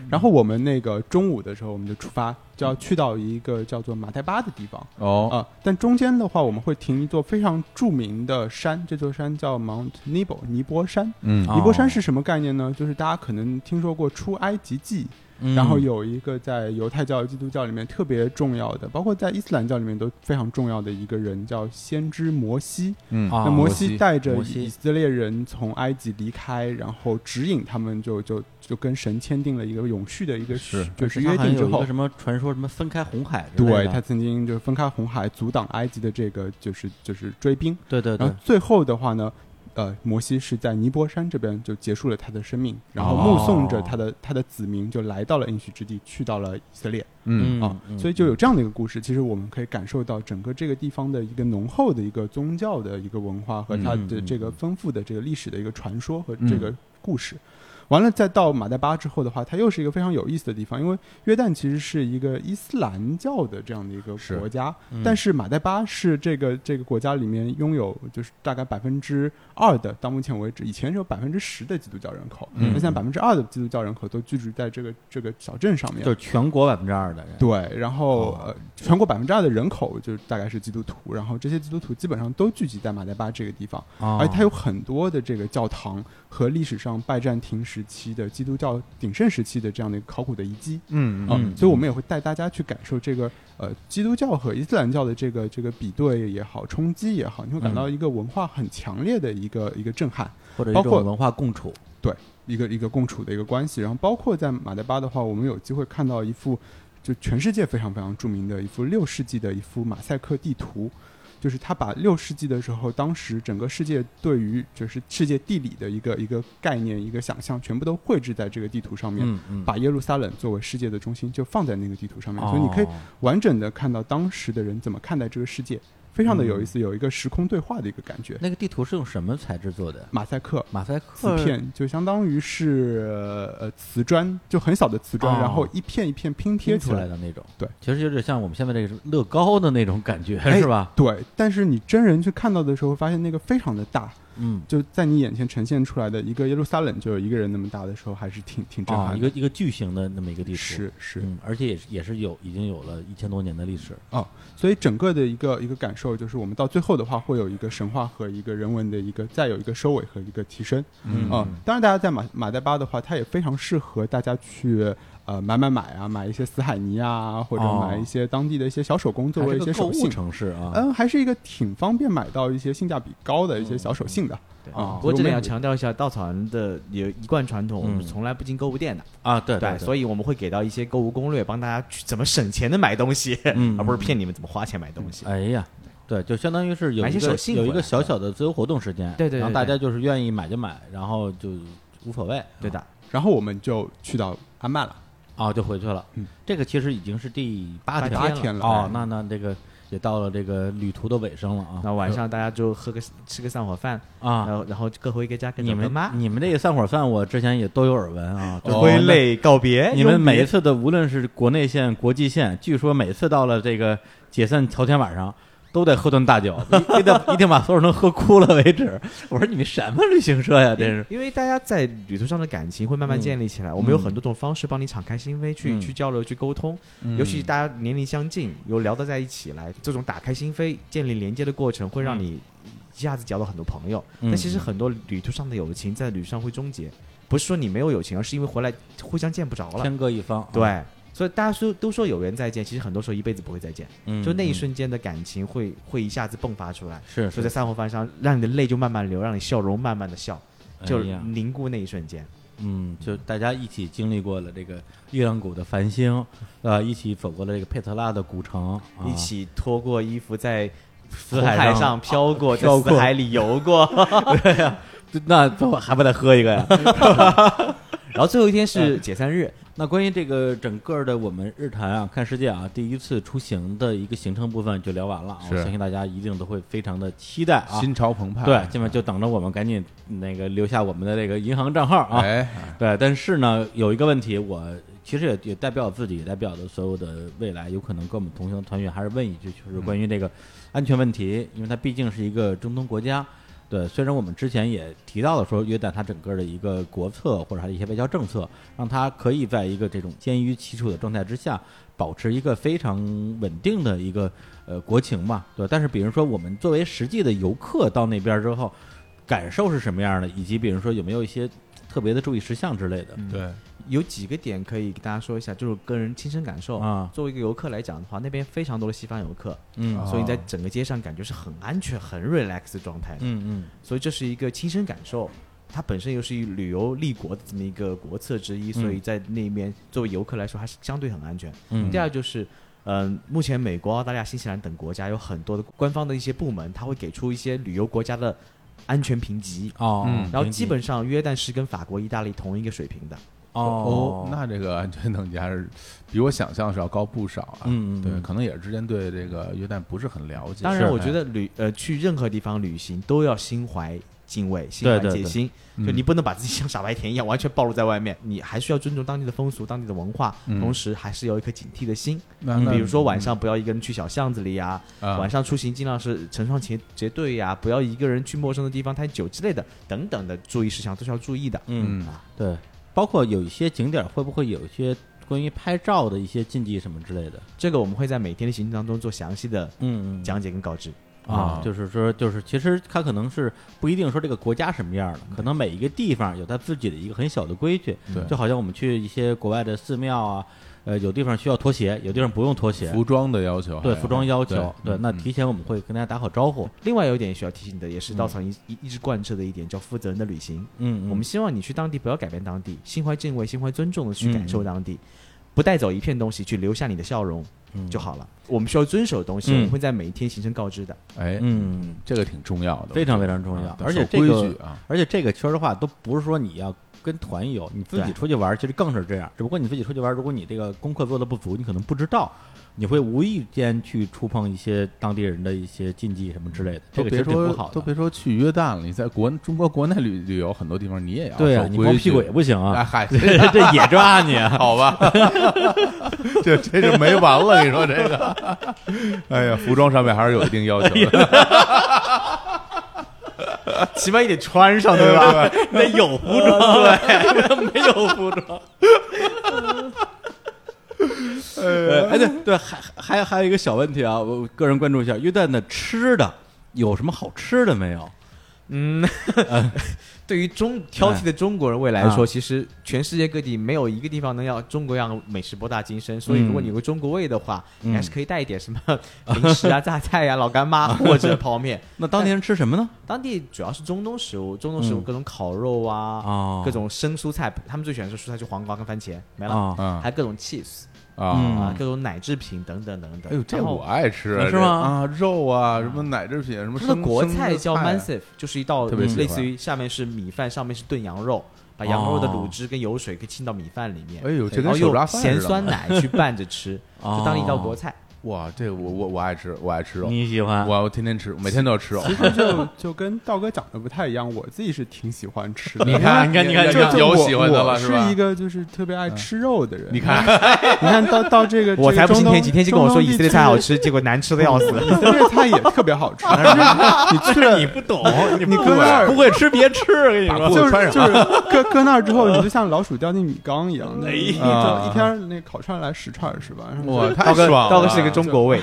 然后我们那个中午的时候，我们就出发，就要去到一个叫做马代巴的地方啊、
哦，
但中间的话，我们会停一座非常著名的山，这座山叫 Mount Nebo 尼泊山。
嗯
啊
尼泊山是什么概念呢？就是大家可能听说过出埃及记，
嗯
然后有一个在犹太教、基督教里面特别重要的，包括在伊斯兰教里面都非常重要的一个人叫先知摩西。
嗯
啊
那摩
摩
西带着
摩西
以色列人从埃及离开，然后指引他们就就就跟神签订了一个永续的一个
是
就是
他
约
好像
定之
有一
后
个，什么传说，什么分开红海之类的，
对他曾经就是分开红海，阻挡埃及的这个就是就是追兵。
对对
然
对
后，最后的话呢，呃，摩西是在尼泊山这边就结束了他的生命，然后
哦
目送着他的他的子民就来到了应许之地，去到了以色列。
嗯
啊，所以就有这样的一个故事。其实我们可以感受到整个这个地方的一个浓厚的一个宗教的一个文化和它
嗯
的
嗯
这个
嗯
丰富的这个历史的一个传说
嗯
和这个故事。完了，再到马代巴之后的话，它又是一个非常有意思的地方，因为约旦其实是一个伊斯兰教的这样的一个
是嗯
国家，
嗯
但是马代巴是这个这个国家里面拥有就是大概百分之二的，到目前为止，以前是有百分之十的基督教人口，
嗯
那现在百分之二的基督教人口都居住在这个这个小镇上面，
就是全国百分之二的人，
对，然后、
哦
呃，全国百分之二的人口就是大概是基督徒，然后这些基督徒基本上都聚集在马代巴这个地方，
啊
而且哎它有很多的这个教堂和历史上拜占庭时期的基督教鼎盛时期的这样的一个考古的遗迹。
嗯
啊
嗯
所以我们也会带大家去感受这个呃基督教和伊斯兰教的这个这个比对也好，冲击也好，你会感
嗯
到一个文化很强烈的一个、一个震撼。
或者一
包括
种文化共处，
一个一个共处的一个关系。然后包括在马代巴的话，我们有机会看到一幅就全世界非常非常著名的一幅六世纪的一幅马赛克地图。就是他把六世纪的时候，当时整个世界对于就是世界地理的一个一个概念、一个想象，全部都绘制在这个地图上面，
嗯嗯，
把耶路撒冷作为世界的中心就放在那个地图上面，所以你可以
哦
完整的看到当时的人怎么看待这个世界，非常的有意
嗯
思，有一个时空对话的一个感觉。
那个地图是用什么材质做的？
马赛克，
马赛
瓷
克
片，就相当于是呃瓷砖，就很小的瓷砖，
哦
然后一片一片拼贴
拼
起
出来
来。
的那种，
对，
其实有点像我们现在这个乐高的那种感觉，
哎
是吧？
对，但是你真人去看到的时候，发现那个非常的大，
嗯，
就在你眼前呈现出来的一个耶路撒冷就有一个人那么大的时候，还是挺挺震
啊，
撼
一
的。
个一个巨型的那么一个地图，
是是，
嗯，而且也是也是有已经有了一千多年的历史，
所以整个的一个一个感受就是，我们到最后的话会有一个神话和一个人文的一个，再有一个收尾和一个提升。
嗯
啊、当然，大家在马马代巴的话，它也非常适合大家去呃买买买啊，买一些死海泥啊，或者
哦
买一些当地的一些小手工作
还
为
是
一些
个购
手
物
信。
城市啊，
嗯，还是一个挺方便买到一些性价比高的一些小手信的。
对
啊
不过这里要强调一下，稻草人的有一贯传统，我们
嗯
从来不进购物店的，
啊，对对，
所以我们会给到一些购物攻略，帮大家去怎么省钱的买东西，
嗯
而不是骗你们怎么花钱买东西。
哎呀，对，就相当于是有
买
一
些
个
手信
有一
回
个
来
小小的自由活动时间，
对对对
然后大
对
家就是愿意买就买，然后就无所谓，
对
啊
的，
然后我们就去到阿曼了，
啊，就回去了
嗯。
这个其实已经是第八
八
条
八天了。
哦，那那这个也到了这个旅途的尾声了啊。
那晚上大家就喝个吃个散伙饭，然
啊，
后然后各回各家跟
你们
妈哦
你们这个散伙饭，我之前也都有耳闻啊。就哎
挥泪告别。
你们
永
每一
别
次的无论是国内线、国际线，据说每次到了这个解散头天晚上。都得喝顿大
[LAUGHS]
酒，一一定一定把所有人都喝哭了为止。 [LAUGHS] 我说你们什么旅行社呀，这是
因为大家在旅途上的感情会慢慢建立起来，我们有很多种方式帮你敞开心扉，去
嗯
去交流、去沟通。尤其大家年龄相近，有聊得在一起来，这种打开心扉、建立连接的过程，会让你一下子交到很多朋友。
嗯
但其实很多旅途上的友情在旅上会终结，不是说你没有友情，而是因为回来互相见不着了。
天各一方。，
对，所以大家说都说有缘再见，其实很多时候一辈子不会再见，
嗯
就那一
嗯
瞬间的感情会会一下子迸发出来。
是
所以
是
在散伙饭上，让你的泪就慢慢流，让你笑容慢慢的笑，就
哎呀
凝固那一瞬间。
嗯，就大家一起经历过了这个月亮谷的繁星，呃，一起走过了这个佩特拉的古城，啊、
一
[LAUGHS]
起脱过衣服在
死
红
海
海
上
上飘过，在
飘
死
过
海里游 [LAUGHS] 过，
那最后还不得喝一个呀？
嗯然后最后一天是解散日，
那关于这个整个的我们日坛啊看世界啊第一次出行的一个行程部分就聊完了啊，我
是
相信大家一定都会非常的期待啊。
心潮澎湃，
对，基本就等着我们赶紧那个留下我们的这个银行账号啊。
哎，
对，但是呢，有一个问题，我其实也也代表我自己，也代表的所有的未来有可能跟我们同行团员，还是问一句，就是关于这个安全问题，因为它毕竟是一个中东国家。对，虽然我们之前也提到了说，约旦它整个的一个国策或者它的一些外交政策，让它可以在一个这种坚于基础的状态之下，保持一个非常稳定的一个呃国情吧，对。但是比如说我们作为实际的游客到那边儿之后，感受是什么样的，以及比如说有没有一些特别的注意事项之类的。
对，
有几个点可以给大家说一下，就是个人亲身感受
啊
作为一个游客来讲的话，那边非常多的西方游客，
嗯
所以你在整个街上感觉是很安全、很 relax 的状态的。
嗯嗯
所以这是一个亲身感受。它本身又是一旅游立国的这么一个国策之一，所以在那边作为游客来说，还是相对很安全。
嗯
第二就是，嗯、目前美国、澳大利亚、新西兰等国家有很多的官方的一些部门，它会给出一些旅游国家的安全评级，
哦，
嗯
然后基本上约旦是跟法国、意大利同一个水平的。
哦
那这个安全等级还是比我想象是要高不少啊。
嗯嗯
对，
嗯
可能也是之前对这个约旦不是很了解。
当然，
是
我
哎
觉得旅呃去任何地方旅行都要心怀敬畏、心怀
对对
戒心，
对
就
嗯
你不能把自己像傻白甜一样完全暴露在外面，你还需要尊重当地的风俗、当地的文化，
嗯
同时还是有一颗警惕的心。
那
嗯
那
比如说晚上不要一个人去小巷子里呀、
啊
晚上出行尽量是成双结结对呀、不要一个人去陌生的地方太久之类的，等等的注意事项都是要注意的。
嗯
啊，
对，包括有一些景点会不会有一些关于拍照的一些禁忌什么之类的？
这个我们会在每天的行程当中做详细的
嗯
讲解跟告知。
啊
啊，
就是说，就是其实它可能是不一定说这个国家什么样的，可能每一个地方有它自己的一个很小的规矩，
对
就好像我们去一些国外的寺庙啊，呃，有地方需要脱鞋，有地方不用脱鞋，
服装的要求，哎
对
还有
服装要求，
对
对，那提前我们会跟大家打好招呼，
另外有一点需要提醒的，也是稻草一一一直贯彻的一点，叫负责任的旅行。
嗯，
我们希望你去当地不要改变当地，心怀敬畏、心怀尊重的
嗯
去感受当地，不带走一片东西，去留下你的笑容
嗯
就，好了。我们需要遵守的东西，
嗯
我们会在每一天行程告知的。
哎，
嗯，
这个挺重要的，
非常非常重要
啊，
而且
守
这
规
个
矩啊，
而且这个圈儿的话，都不是说你要跟团游，你自己
对
出去玩儿，其实更是这样。只不过你自己出去玩儿，如果你这个功课做的不足，你可能不知道，你会无意间去触碰一些当地人的一些禁忌什么之类的，这
都
个其
别
实挺
说
不好
都
的。
别说去约旦了，你在国中国国内旅旅游很多地方你也要
对啊，
守
你
规
光
矩
屁股也不行
哎 [LAUGHS]
啊，
嗨，
这也抓你啊。
好吧，这这就没完了。你说这个，哎呀，服装上面还是有一定要求的，
起码也得穿上，对吧？
得有服装，对，没有服装。呃，哎，对对，还还还有一个小问题啊，我我个人关注一下约旦的吃的有什么好吃的没有？
嗯，对于中挑
嗯
剔的中国人味来
啊
说，其实全世界各地没有一个地方能要中国样美食博大精深。所以，如果你有个中国味的话，
嗯
你还是可以带一点什么 [LAUGHS] 零食
[LAUGHS]
啊、榨菜啊、老干妈或者泡面。
那当地人吃什么呢？
当地主要是中东食物，中东食物
嗯
各种烤肉啊，
哦
各种生蔬菜，他们最喜欢吃蔬菜就黄瓜跟番茄，没了，
啊，
啊
还有各种 cheese
嗯
啊。
啊，各种奶制品等等等等。
哎呦，这
然后
我爱吃
是
这
吗
啊，肉啊，什么奶制品，什么
它的
生
国
生
菜
的
叫
菜啊
mansif，就是一道
特别喜欢
类似于下面是米饭，上面是炖羊肉，把羊肉的卤汁跟油水可以浸到米饭里面，
哎呦，这
然
跟
后
手抓
用
饭
咸
似的
酸
嘛
奶去拌着吃，就当一道国菜。
哇，这我我我爱吃，我爱吃肉，
你喜欢？
我我天天吃，每天都要吃哦肉。
其实啊
[LAUGHS]
就就跟道哥讲的不太一样，我自己是挺喜欢吃的。
[LAUGHS] 你看你看
就
你看
就
有
我
喜欢的了
我
是
是
吧
一个就是特别
嗯
爱吃肉的人。
你
你
看，
看到
[LAUGHS]
到这个，
我才不
这
信
个中东
前几天就跟我说
中东
以色列
地
菜好
区
吃，结果难吃的要死。
以色列菜也特
[LAUGHS]
别好吃， [LAUGHS] 但是你去了
你不懂，你
[LAUGHS] 你
不
搁那儿
不会吃别吃，我跟你
把
说
裤。
就
子啊
是
穿上
就是搁搁那儿之后，你就像老鼠掉进米缸一样，那一
哎呀
一天那烤串来十串是吧？然后
哇，太
刀哥，
爽了！
刀哥是一个中国
[LAUGHS]
胃，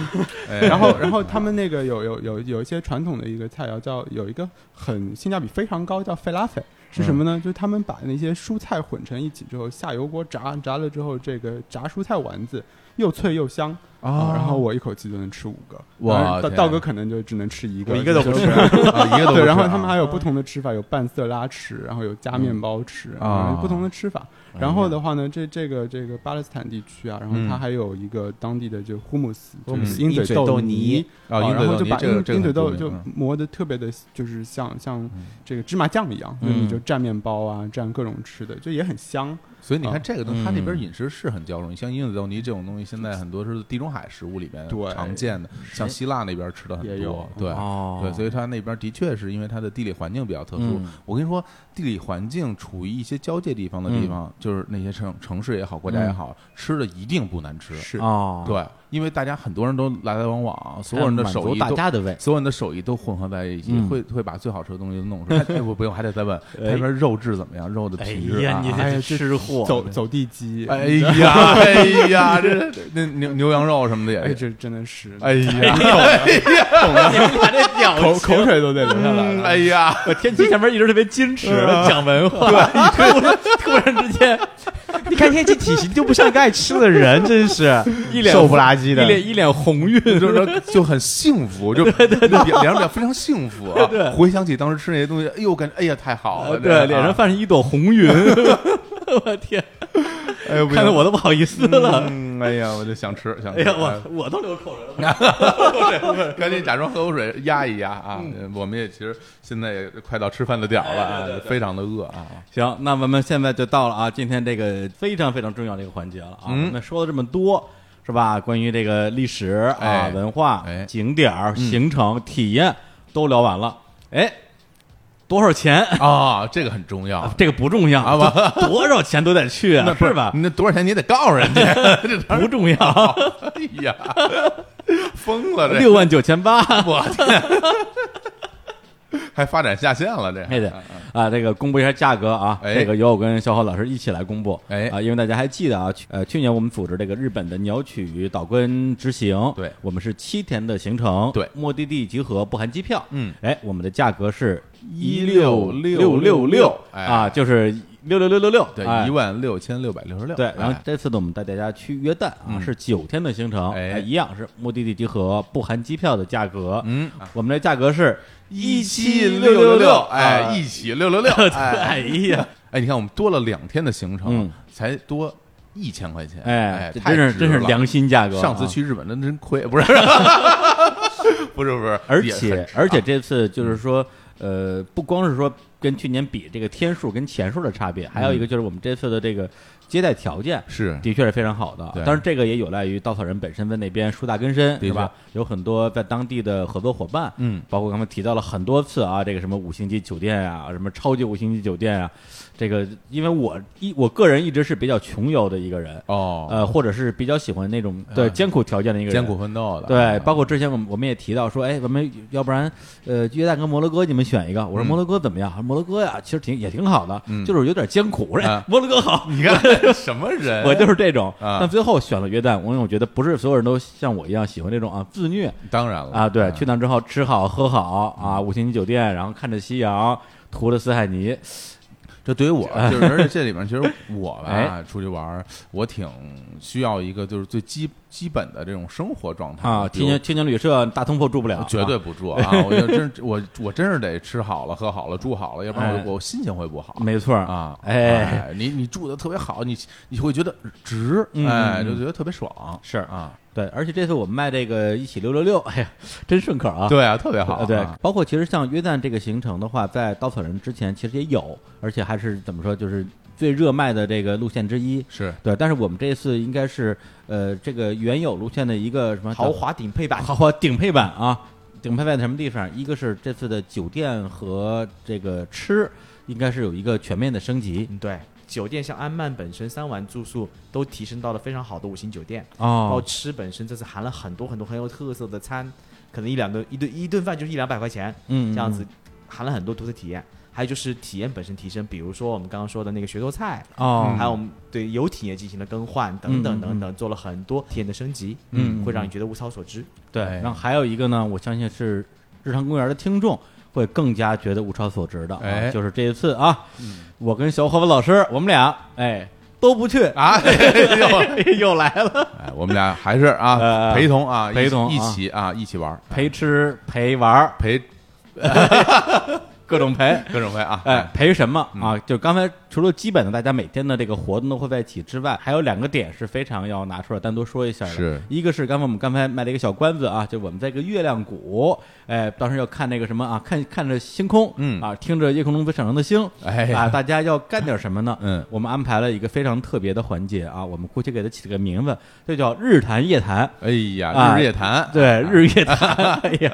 哎，
然后然后他们那个有有有有一些传统的一个菜肴叫有一个很性价比非常高叫 f e l a f e 是什么
嗯
呢？就是他们把那些蔬菜混成一起之后，下油锅炸，炸了之后，这个炸蔬菜丸子又脆又香
啊
然后我一口气就能吃五个，
哇
然后道
天
道哥可能就只能吃一个，
我一个都不
就
吃
是。
啊一个都不
对，然后
吃啊嗯
他们还有不同的吃法，有拌色拉吃，然后有加面包吃
啊哎
有不同的吃法。然后的话呢，这这个这个巴勒斯坦地区啊，然后
嗯
它还有一个当地的就 hummus，就
嗯
是鹰
鹰嘴
嘴
豆
泥
泥，
啊，鹰嘴
哦然
豆
后就
泥
把
这个
鹰
这个
鹰
很
嘴豆
著
就
名嗯
磨得特别的，就是
嗯
像像这个芝麻酱一样，那你就蘸面包啊，蘸各种吃的，就也很香。
所以你
啊
看这个东西，它那边
嗯
饮食是很娇柔。你像鹰子豆泥这种东西，现在很多是地中海食物里边
对
常见的，像希腊那边吃的
也
很
有啊
多，对。
哦，
对，所以它那边的确是因为它的地理环境比较特殊。
嗯
我跟你说，地理环境处于一些交界地方的地方，就是那些城城市也好，国家也好，吃的一定不难吃。
是
哦，，
对，因为大家很多人都来来往往，所有人的
哎满
手
足
艺
大
都
家的胃，
所有人的手艺都混合在一起，
嗯
会会把最好吃的东西都弄出来。哎，不不用，还得
[LAUGHS]
再问他那边肉质怎么样，肉的品质啊。
哎
哎
这是吃货
走走地鸡，
哎呀，哎呀，这那牛牛羊肉什么的
哎，
也是，
这真的是，
哎呀，
他这表
口口水都得流下来
[LAUGHS]
了。
哎呀，
[LAUGHS] 我天气上面一直特别矜持，讲文化，对，突然突然之间
你看天气体型就不像个爱吃的人，真是
[LAUGHS] 一脸
瘦不拉几
一
的。
脸一脸红晕，
就是说就很幸福，就那脸脸上表非常幸福啊。回想起当时吃那些东西，哎呦，感觉哎呀太好了，这个啊
哦对，脸上泛着一朵红
[LAUGHS]
云， [LAUGHS] 我天，
哎呦，不行
看得我都不好意思了，
嗯哎呀，我就想吃，想
哎
吃，
呀，我我都流口水了。
赶紧假装喝口水压一压啊！
嗯
我们也其实现在也快到吃饭的点儿了
哎
啊，非常的饿
[LAUGHS]
啊。
行，那我们现在就到了啊，今天这个非常非常重要的一个环节了啊。
嗯
我们说了这么多，是吧？关于这个历史啊、
哎
文化、
哎
景点儿、行程、体验都聊完了。哎，多少钱？
啊，这个很重要。
这个不重要
啊
多多少钱都得去啊，是吧？
那多少钱你得告诉人
[LAUGHS]
家。这当
不
然
重要，
哎呀，疯了这
六万九千八，
我天，还发展下线了这。
[LAUGHS] 还得啊，这个公布一下价格啊，
哎
这个由我跟小伙老师一起来公布，
哎
啊，因为大家还记得啊，去呃去年我们组织这个日本的鸟取岛根之行，
对
我们是七天的行程，
对
目的地集合不含机票，
嗯，
哎，我们的价格是
16666哎
啊，就是六六六六六，
对，
哎
一万六千六百六十六。
对，然后
哎
这次呢，我们带大家去约旦啊，
嗯
是九天的行程，
哎
一样是目的地集合，不含机票的价格。
嗯，
我们的价格是
六，
啊
哎，一起六六六，
哎
哎
呀，
哎，你看我们多了两天的行程
嗯，
才多一千块钱，
哎
哎，，
这
太
真是
值
真是
了
良心价格啊。
上次去日本那真
[LAUGHS]
亏，不是，不是不是，
而
也很
且
值啊
而且这次就是说，呃，不光是说跟去年比这个天数跟钱数的差别，还有
嗯
一个就是我们这次的这个接待条件。
是
的确是非常好的，啊
对
当然这个也有赖于稻草人本身在那边树大根深，
的
是吧？有很多在当地的合作伙伴，
嗯，
包括刚才提到了很多次啊，这个什么五星级酒店啊，什么超级五星级酒店啊，这个因为我一我个人一直是比较穷游的一个人，
哦，
呃，或者是比较喜欢那种对
啊
艰苦条件的一个人，
艰苦奋斗的，
对，
啊
包括之前我们我们也提到说，哎，我们要不然，呃，约旦跟摩洛哥你们选一个。我说
嗯
摩洛哥怎么样？摩洛哥呀，其实挺也挺好的，
嗯
就是有点艰苦。我说、哎
啊
摩洛哥好，
你看 [LAUGHS] 什么人，
[LAUGHS] 我就是这种。
啊
但最后选了约旦，因为我觉得不是所有人都像我一样喜欢这种啊自虐
当然了
啊。对，去那之后吃好喝好
嗯
啊，五星级酒店，然后看着夕阳，涂着死海泥，
这对于我， [LAUGHS] 就是而且这里面其实我吧
哎，
出去玩儿，我挺需要一个就是最基基本的这种生活状态
啊，
比
青
如
年青年旅社大通铺住不了，
绝对
啊
不住
[LAUGHS]
啊！我就真是我我真是得吃好了、喝好了、住好了，要不然
哎
我我心情会不好。
没错
啊，
哎，
哎，你你住的特别好，你你会觉得值，
嗯
哎，
嗯
就觉得特别爽。
是
啊，
对，而且这次我们卖这个一起六六六，哎呀，真顺口啊。
对啊，特别好
呃
啊。
对，包括其实像约旦这个行程的话，在稻草人之前其实也有，而且还是怎么说，就是最热卖的这个路线之一。
是 [LAUGHS]
对，但是我们这次应该是呃，这个原有路线的一个什么
豪华顶配版，
豪华顶配版啊，顶配版在什么地方？一个是这次的酒店和这个吃，应该是有一个全面的升级
嗯，对，酒店像安曼本身三晚住宿都提升到了非常好的五星酒店，包括
哦，
吃本身这次含了很多很多很有特色的餐，可能一两顿一顿一顿饭就是一两百块钱
嗯，
这样
嗯
子，含了很多独特体验。还有就是体验本身提升，比如说我们刚刚说的那个学做菜，
哦，
嗯还有我们对游艇也进行了更换，等
嗯嗯
等
嗯
等等，做了很多体验的升级，
嗯嗯
会
嗯
让你觉得物超所值。
对，
哎
然后还有一个呢，我相信是日常公园的听众会更加觉得物超所值的、啊，
哎嗯
就是这一次啊，我跟小伙伴老师，我们俩哎都不去，
啊， [LAUGHS] 又
又来了，
哎，我们俩还是
呃
啊陪同啊，一
陪同啊
一起啊一起玩儿，
陪吃陪玩儿，
陪
各种陪。
各种会啊，
哎，，陪什么
嗯
啊？就刚才除了基本的大家每天的这个活动都会在一起之外，还有两个点是非常要拿出来单独说一下的。
是
一个是刚才我们刚才卖了一个小关子啊，就我们在一个月亮谷，哎，当时要看那个什么啊，看看着星空，
嗯
啊，听着夜空中飞闪亮的星，
哎呀
啊，大家要干点什么呢？
嗯
我们安排了一个非常特别的环节啊，我们姑且给它起了个名字，这叫日谈夜谈。
哎呀，
啊
日夜谈，
对，日月潭， [LAUGHS] 哎呀，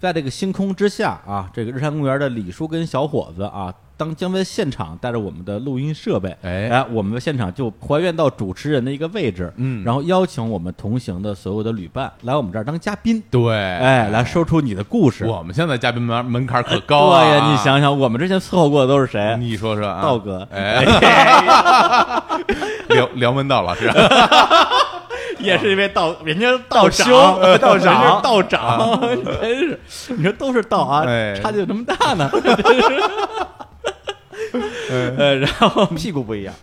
在这个星空之下啊，这个日坛公园的李叔跟小伙子啊，当将在现场带着我们的录音设备，
哎
我们现场就还原到主持人的一个位置，
嗯
然后邀请我们同行的所有的旅伴来我们这儿当嘉宾，
对，
哎，来说出你的故事。
我们现在嘉宾门门槛可高啊！
对呀，你，想想，我们之前伺候过的都是谁？
你说说啊，
道哥哎
哎， [LAUGHS] 梁梁文道老师， [LAUGHS]
也是因为道，人家道
长
长，
呃道
道
长啊
道长， [LAUGHS] 真是，你说都是道啊
哎，
差距有这么大呢？ [LAUGHS] 真是
哎
呃，然后
屁股不一样，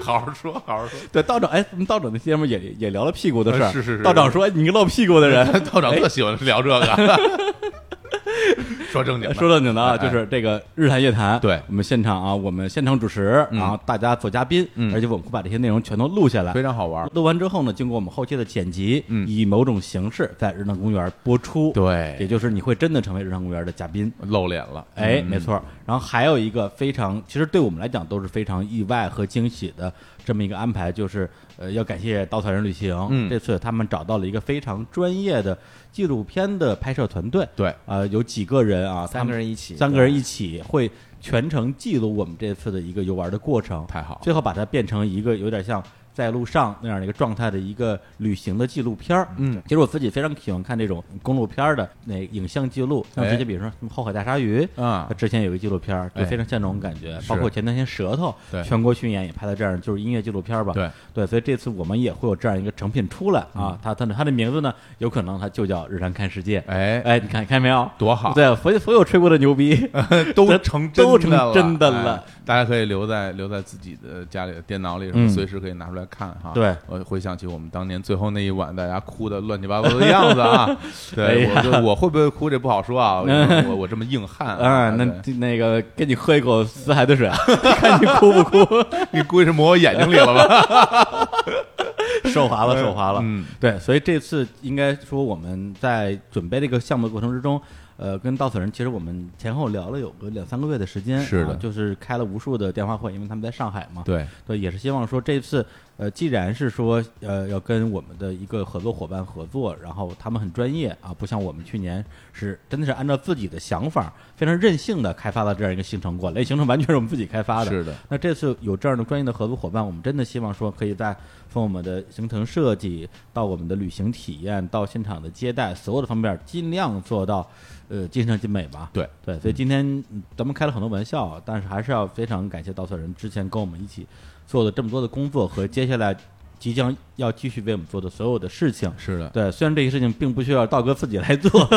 好好说，好好说。
对道长，哎，我们道长那节目也也聊了屁股的事儿，
呃是是是
道长说哎你一个露屁股的人，
道长特喜欢聊这个， [LAUGHS] 说正经的，
说正经的啊，
哎哎
就是这个日坛夜谈，
对
我们现场啊，我们现场主持，
嗯
然后大家做嘉宾，
嗯
而且我们会把这些内容全都录下来
非。常好玩。
录完之后呢，经过我们后期的剪辑，
嗯
以某种形式在日坛公园播出。也
哎
对，
就是你会真的成为日坛公园的嘉宾。
露脸了，
哎，
嗯
没，错儿。然后还有一个非常，其实对我们来讲都是非常意外和惊喜的这么一个安排，就是呃，要感谢稻草人旅行，
嗯
这次他们找到了一个非常专业的纪录片的拍摄团队，
对，
呃，有几个人啊，他
三
们
个人一起，
三个人一起会全程记录我们这次的一个游玩的过程，
太好了，
最后把它变成一个有点像在路上那样的一个状态的一个旅行的纪录片儿。
嗯，
其实我自己非常喜欢看这种公路片儿的那影像记录，像
哎
直接比如说什么《后海大鲨鱼》
啊
它之前有个纪录片儿，就
哎
非常像这种感觉。
是
包括前段时间《舌头
对》
全国巡演也拍了这样，就是音乐纪录片儿吧。
对嗯
对，所以这次我们也会有这样一个成品出来啊。它它的它的名字呢，有可能它就叫《日常看世界》。
哎，
哎，你看看见没有？
多好，
对，所有所有吹过的牛逼，
都
都
成
都
真的
成
了，
真的
哎
了
大家可以留在留在自己的家里的电脑里什么，
嗯
随时可以拿出来看哈。
对
我回想起我们当年最后那一晚，大家哭的乱七八糟的样
[LAUGHS]
子啊。对，
哎
我
呀
就我会不会哭这不好说啊，
[LAUGHS]
我我我这么硬汉
啊，那
对
那个给你喝一口死海的水，啊 [LAUGHS] 看你哭不哭？
你估计是抹我眼睛里了吧？
[LAUGHS] 手滑了， [LAUGHS] 手滑了。
嗯，
对，所以这次应该说我们在准备这个项目的过程之中，呃，跟稻草人其实我们前后聊了有个两三个月的时间，
是的
啊就是开了无数的电话会，因为他们在上海嘛，
对，
对，也是希望说这次，呃，既然是说呃要跟我们的一个合作伙伴合作，然后他们很专业啊，不像我们去年是真的是按照自己的想法非常任性的开发了这样一个行程过来，行程完全是我们自己开发的。
是的，
那这次有这样的专业的合作伙伴，我们真的希望说可以在从我们的行程设计到我们的旅行体验到现场的接待所有的方面，尽量做到呃尽善尽美吧。
对
对，所以今天嗯咱们开了很多玩笑，但是还是要非常感谢稻草人之前跟我们一起做的这么多的工作和接下来即将要继续为我们做的所有的事
[LAUGHS]
情。
是的，
对，虽然这些事情并不需要道哥自己来做，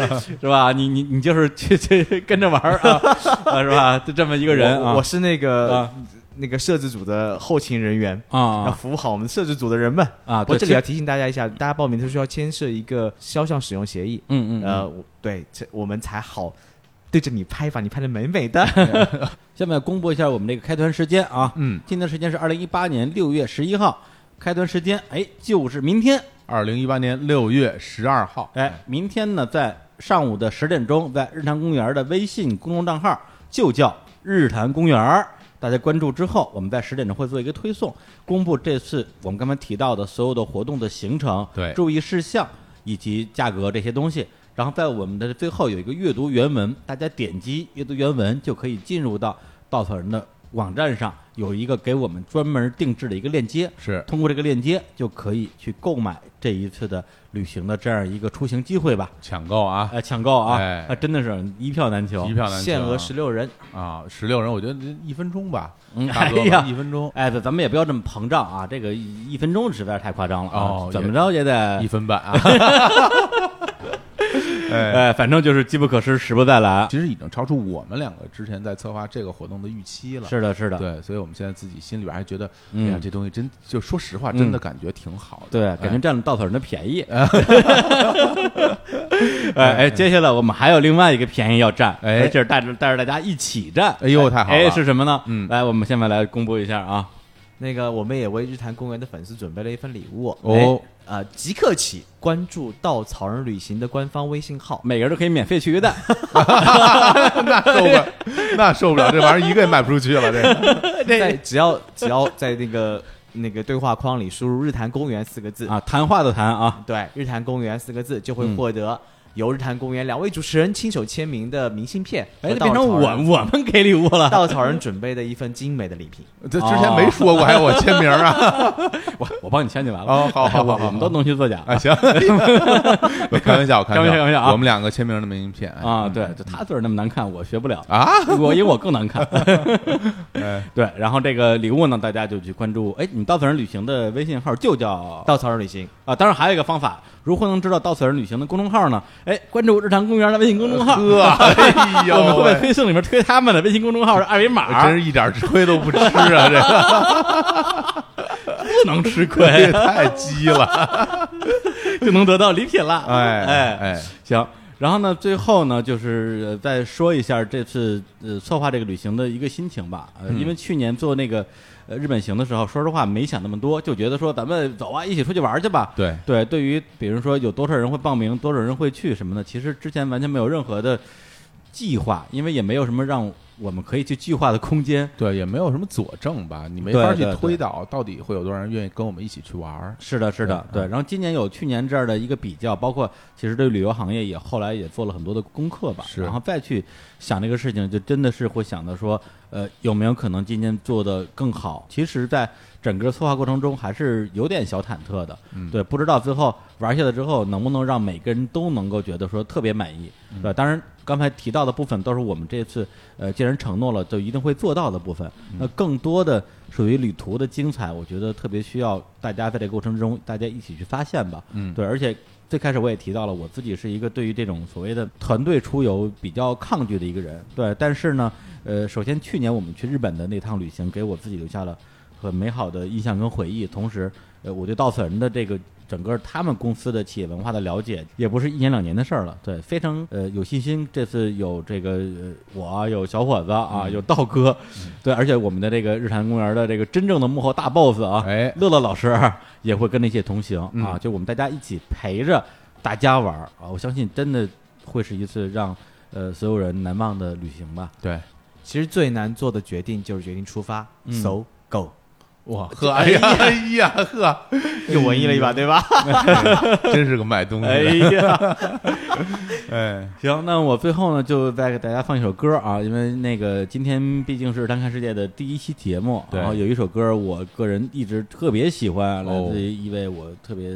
[LAUGHS] 是吧？你你你就是去去跟着玩儿啊， [LAUGHS] 啊是吧？就这么一
一
个人啊
我是那个
啊
那个摄制组的后勤人员，要
啊
服务好我们摄制组的人们
啊！
不
对，
过这里
其
要提醒大家一下，大家报名都需要签涉一个肖像使用协议，
嗯嗯，
呃，我对，这我们才好对着你拍吧，你拍的美美
[LAUGHS]
的。
下面公布一下我们这个开团时间啊，
嗯，
今天时间是二零一八年六月十一号，开团时间哎就是明天，
二零一八年六月十二号，
哎，明天呢在上午的十点钟，在日坛公园的微信公众账号就叫日坛公园儿。大家关注之后，我们在十点钟会做一个推送，公布这次我们刚才提到的所有的活动的行程、
对
注意事项以及价格这些东西。然后在我们的最后有一个阅读原文，大家点击阅读原文就可以进入到稻草人的网站上，有一个给我们专门定制的一个链接，
是
通过这个链接就可以去购买这一次的旅行的这样一个出行机会吧。
抢购啊，
呃，抢购啊，
哎
啊真的是一票难求
一。票难求啊，
限额十六人，
啊，十六人，我觉得一分钟吧，
嗯
大哥
哎呀
一分钟，
哎，咱咱们也不要这么膨胀啊！这个一一分钟实在是太夸张了啊！[LAUGHS]
哦
怎么着也
一
得
分半啊，哎，
哎，反正就是机不可失，时不再来。
其实已经超出我们两个之前在策划这个活动的预期了。
是的，是的，
对，所以我们现在自己心里边还觉得，哎
嗯
呀，这东西真就说实话，真
嗯
的感觉挺好的。
对，
哎
感觉占了稻草人的便
[LAUGHS]
宜。哎哎，接下来我们还有另外一个便宜要占，
哎
而且是带着带着大家一起占。
哎呦太好了
哎，是什么呢？
嗯
来，我们现在来公布一下啊。
那个，我们也为日坛公园的粉丝准备了一份礼物
哦，
哎呃，即刻起关注“稻草人旅行”的官方微信号，
每个人都可以免费去约旦，
那受不了，那受不了，这玩意儿一个也卖不出去了。这个，
在只要只要在那个那个对话框里输入“日坛公园”四个字，
啊，谈话的谈
[LAUGHS]
啊，
对，“日坛公园”四个字就会
嗯
获得由日坛公园两位主持人亲手签名的明信片和
哎，
稻
变成
草
我 [LAUGHS]
人
我们给礼物了。
[LAUGHS] 稻草人准备的一份精美的礼品。 [LAUGHS]
这之前没说过，还要我签名啊？
[LAUGHS] 我我帮你签就完了。
哦好好好
哎我
好
我们都弄虚作假
啊，行， [LAUGHS] 我开玩笑，我开
开玩笑开玩笑啊
我们两个签名的明信片哎
啊。对，就他字儿那么难看，我学不了。 [LAUGHS]
啊，
我因为我更难看。
哎
对，然后这个礼物呢，大家就去关注。哎，你们稻草人旅行的微信号就叫
稻草人旅行，
啊。当然还有一个方法，如何能知道稻草人旅行的公众号呢？哎，关注日常公园的微信公众号，
呵， [LAUGHS] 哎
[LAUGHS] 我们
呦
会在
喂，
推送里面推他们的微信公众号的二维码，
真是一点亏都不吃
[LAUGHS]
啊！这个
不能吃
这也 [LAUGHS]
亏，
太鸡
[LAUGHS]
了，
就能得到礼品了。
哎
哎
哎，
行。然后呢，最后呢，就是呃再说一下这次呃策划这个旅行的一个心情吧。呃，
嗯
因为去年做那个呃日本行的时候，说实话没想那么多，就觉得说咱们走啊，一起出去玩去吧。
对，
对，对于比如说有多少人会报名，多少人会去什么的，其实之前完全没有任何的计划，因为也没有什么让我们可以去计划的空间。
对，也没有什么佐证吧，你没法
对
去
对
推导到底会有多少人愿意跟我们一起去玩儿。
是的，是的，对。
对
然后今年有去年这儿的一个比较，包括其实对旅游行业也后来也做了很多的功课吧，
是
然后再去想这个事情，就真的是会想到说，呃，有没有可能今年做的更好？其实，在整个策划过程中还是有点小忐忑的，
嗯
对，不知道最后玩下来之后能不能让每个人都能够觉得说特别满意，
嗯
对吧？当然，刚才提到的部分都是我们这次呃，既然承诺了，就一定会做到的部分。
嗯
那更多的属于旅途的精彩，我觉得特别需要大家在这个过程中大家一起去发现吧。
嗯
对，而且最开始我也提到了，我自己是一个对于这种所谓的团队出游比较抗拒的一个人。对，但是呢，呃，首先去年我们去日本的那趟旅行，给我自己留下了很美好的印象跟回忆。同时，呃，我对稻草人的这个整个他们公司的企业文化的了解，也不是一年两年的事儿了。对，非常呃有信心。这次有这个、呃、我啊有小伙子啊，有道哥，对，而且我们的这个日坛公园的这个真正的幕后大 boss 啊，
哎
乐乐老师啊也会跟着一起同行、啊，
嗯
就我们大家一起陪着大家玩儿啊，我相信真的会是一次让呃所有人难忘的旅行吧。
对，
其实最难做的决定就是决定出发、
嗯
s o go。
哇呵，哎呀哎呀呵，
又文艺了一把，对吧？
真是个卖东西
哎
的，
呀，
[LAUGHS] 哎，
行，那我最后呢，就再给大家放一首歌啊，因为那个今天毕竟是《单看世界》的第一期节目，
对
然后有一首歌我个人一直特别喜欢，来
哦
自于一位我特别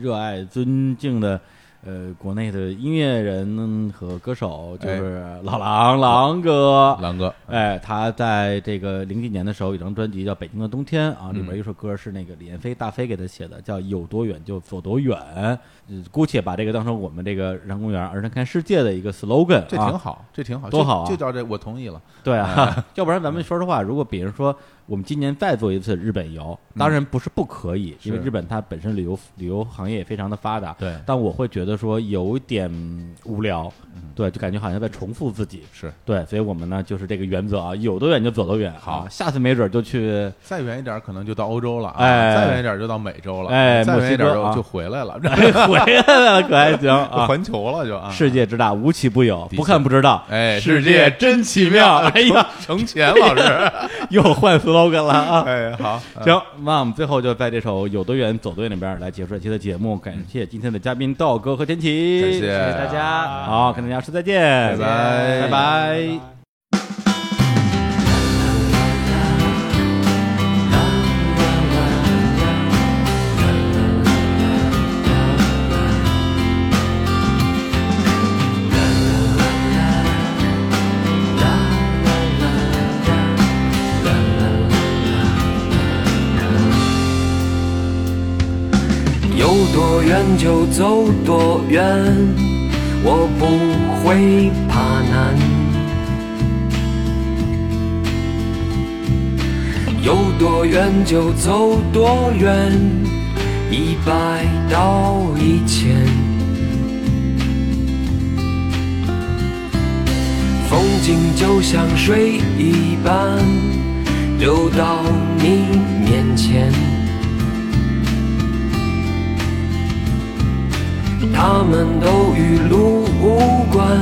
热爱、尊敬的。呃，国内的音乐人和歌手就是
哎
老狼，狼哥，
狼哥，
哎，他在这个零几年的时候有一张专辑叫《北京的冬天》啊，里边
嗯
有一首歌是那个李彦飞大飞给他写的，叫《有多远就走多远》，呃姑且把这个当成我们这个日坛公园儿童看世界的一个 slogan 啊，
这挺好，这挺好，
多
就
好啊
就叫这，我同意了。
对啊， [LAUGHS] 要不然咱们说实话，如果比如说我们今年再做一次日本游，当然不是不可以，因为
嗯是
日本它本身旅游旅游行业也非常的发达，
对
但我会觉得说有点无聊，对，就感觉好像在重复自己，
嗯是
对，所以我们呢就是这个原则啊，有多远就走多远，
好
啊下次没准就去，
再远一点，可能就到欧洲了啊；
哎
再远一点，就到美洲了；
哎
再远一点
墨西哥啊
就就回来了，
哎，回来了可还行啊。
[LAUGHS] 环球了就啊。
世界之大，无奇不有，
的
不
确
看不知道。
哎
世
世界
真奇妙！哎呀，
成钱
[LAUGHS]
老师，
又换 slogan 了啊！
哎，好，嗯
行，那我们最后就在这首《有多远走多远》里边来结束这期的节目。感谢今天的嘉宾道哥和天琪，
感谢谢
谢谢大家。
好，跟大家说再见，
拜拜
拜拜。
哎
有多远就走多远，我不会怕难。有多远就走多远，一百到一千。风景就像水一般，流到你面前。他们都与路无关，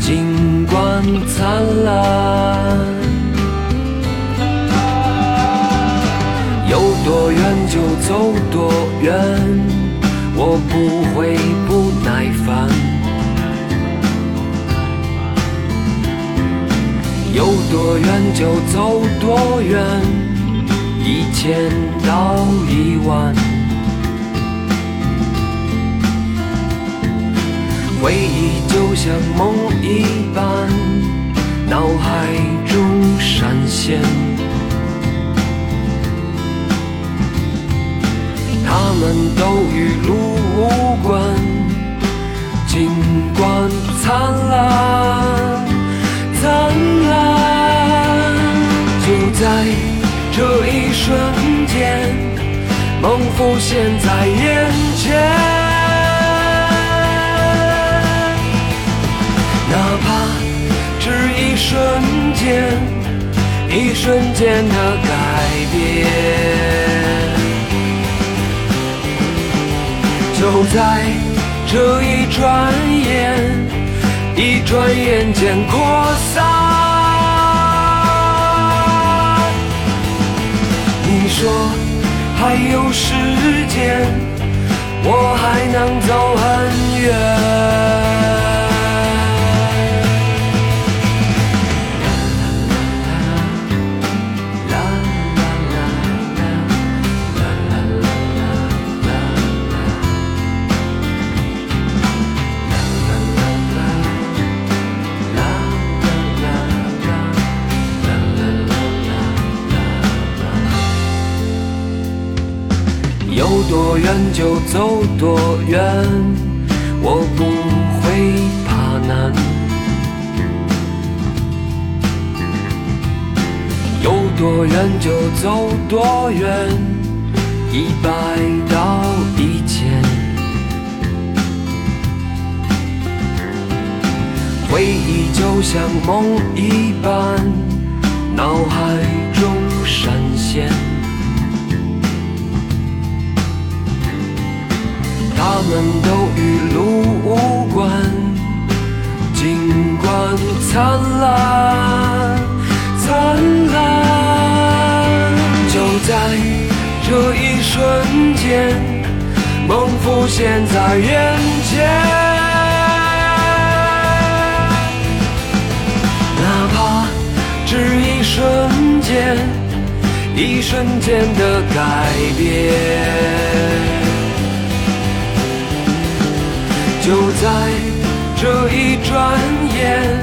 尽管灿烂。有多远就走多远，我不会不耐烦。有多远就走多远，一千到一万。回忆就像梦一般，脑海中闪现。他们都与路无关，尽管灿烂，灿烂。就在这一瞬间，梦浮现在眼前。哪怕只一瞬间，一瞬间的改变，就在这一转眼，一转眼间扩散。你说还有时间，我还能走很远。有多远就走多远，我不会怕难。有多远就走多远，一百到一千。回忆就像梦一般，脑海中闪现。他们都与路无关，尽管灿烂，灿烂。就在这一瞬间，梦浮现在眼前。哪怕只一瞬间，一瞬间的改变。就在这一转眼，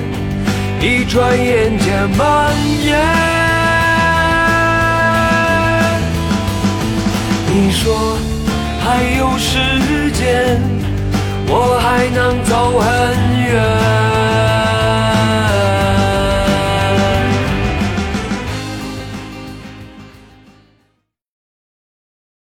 一转眼间蔓延。你说还有时间，我还能走很远。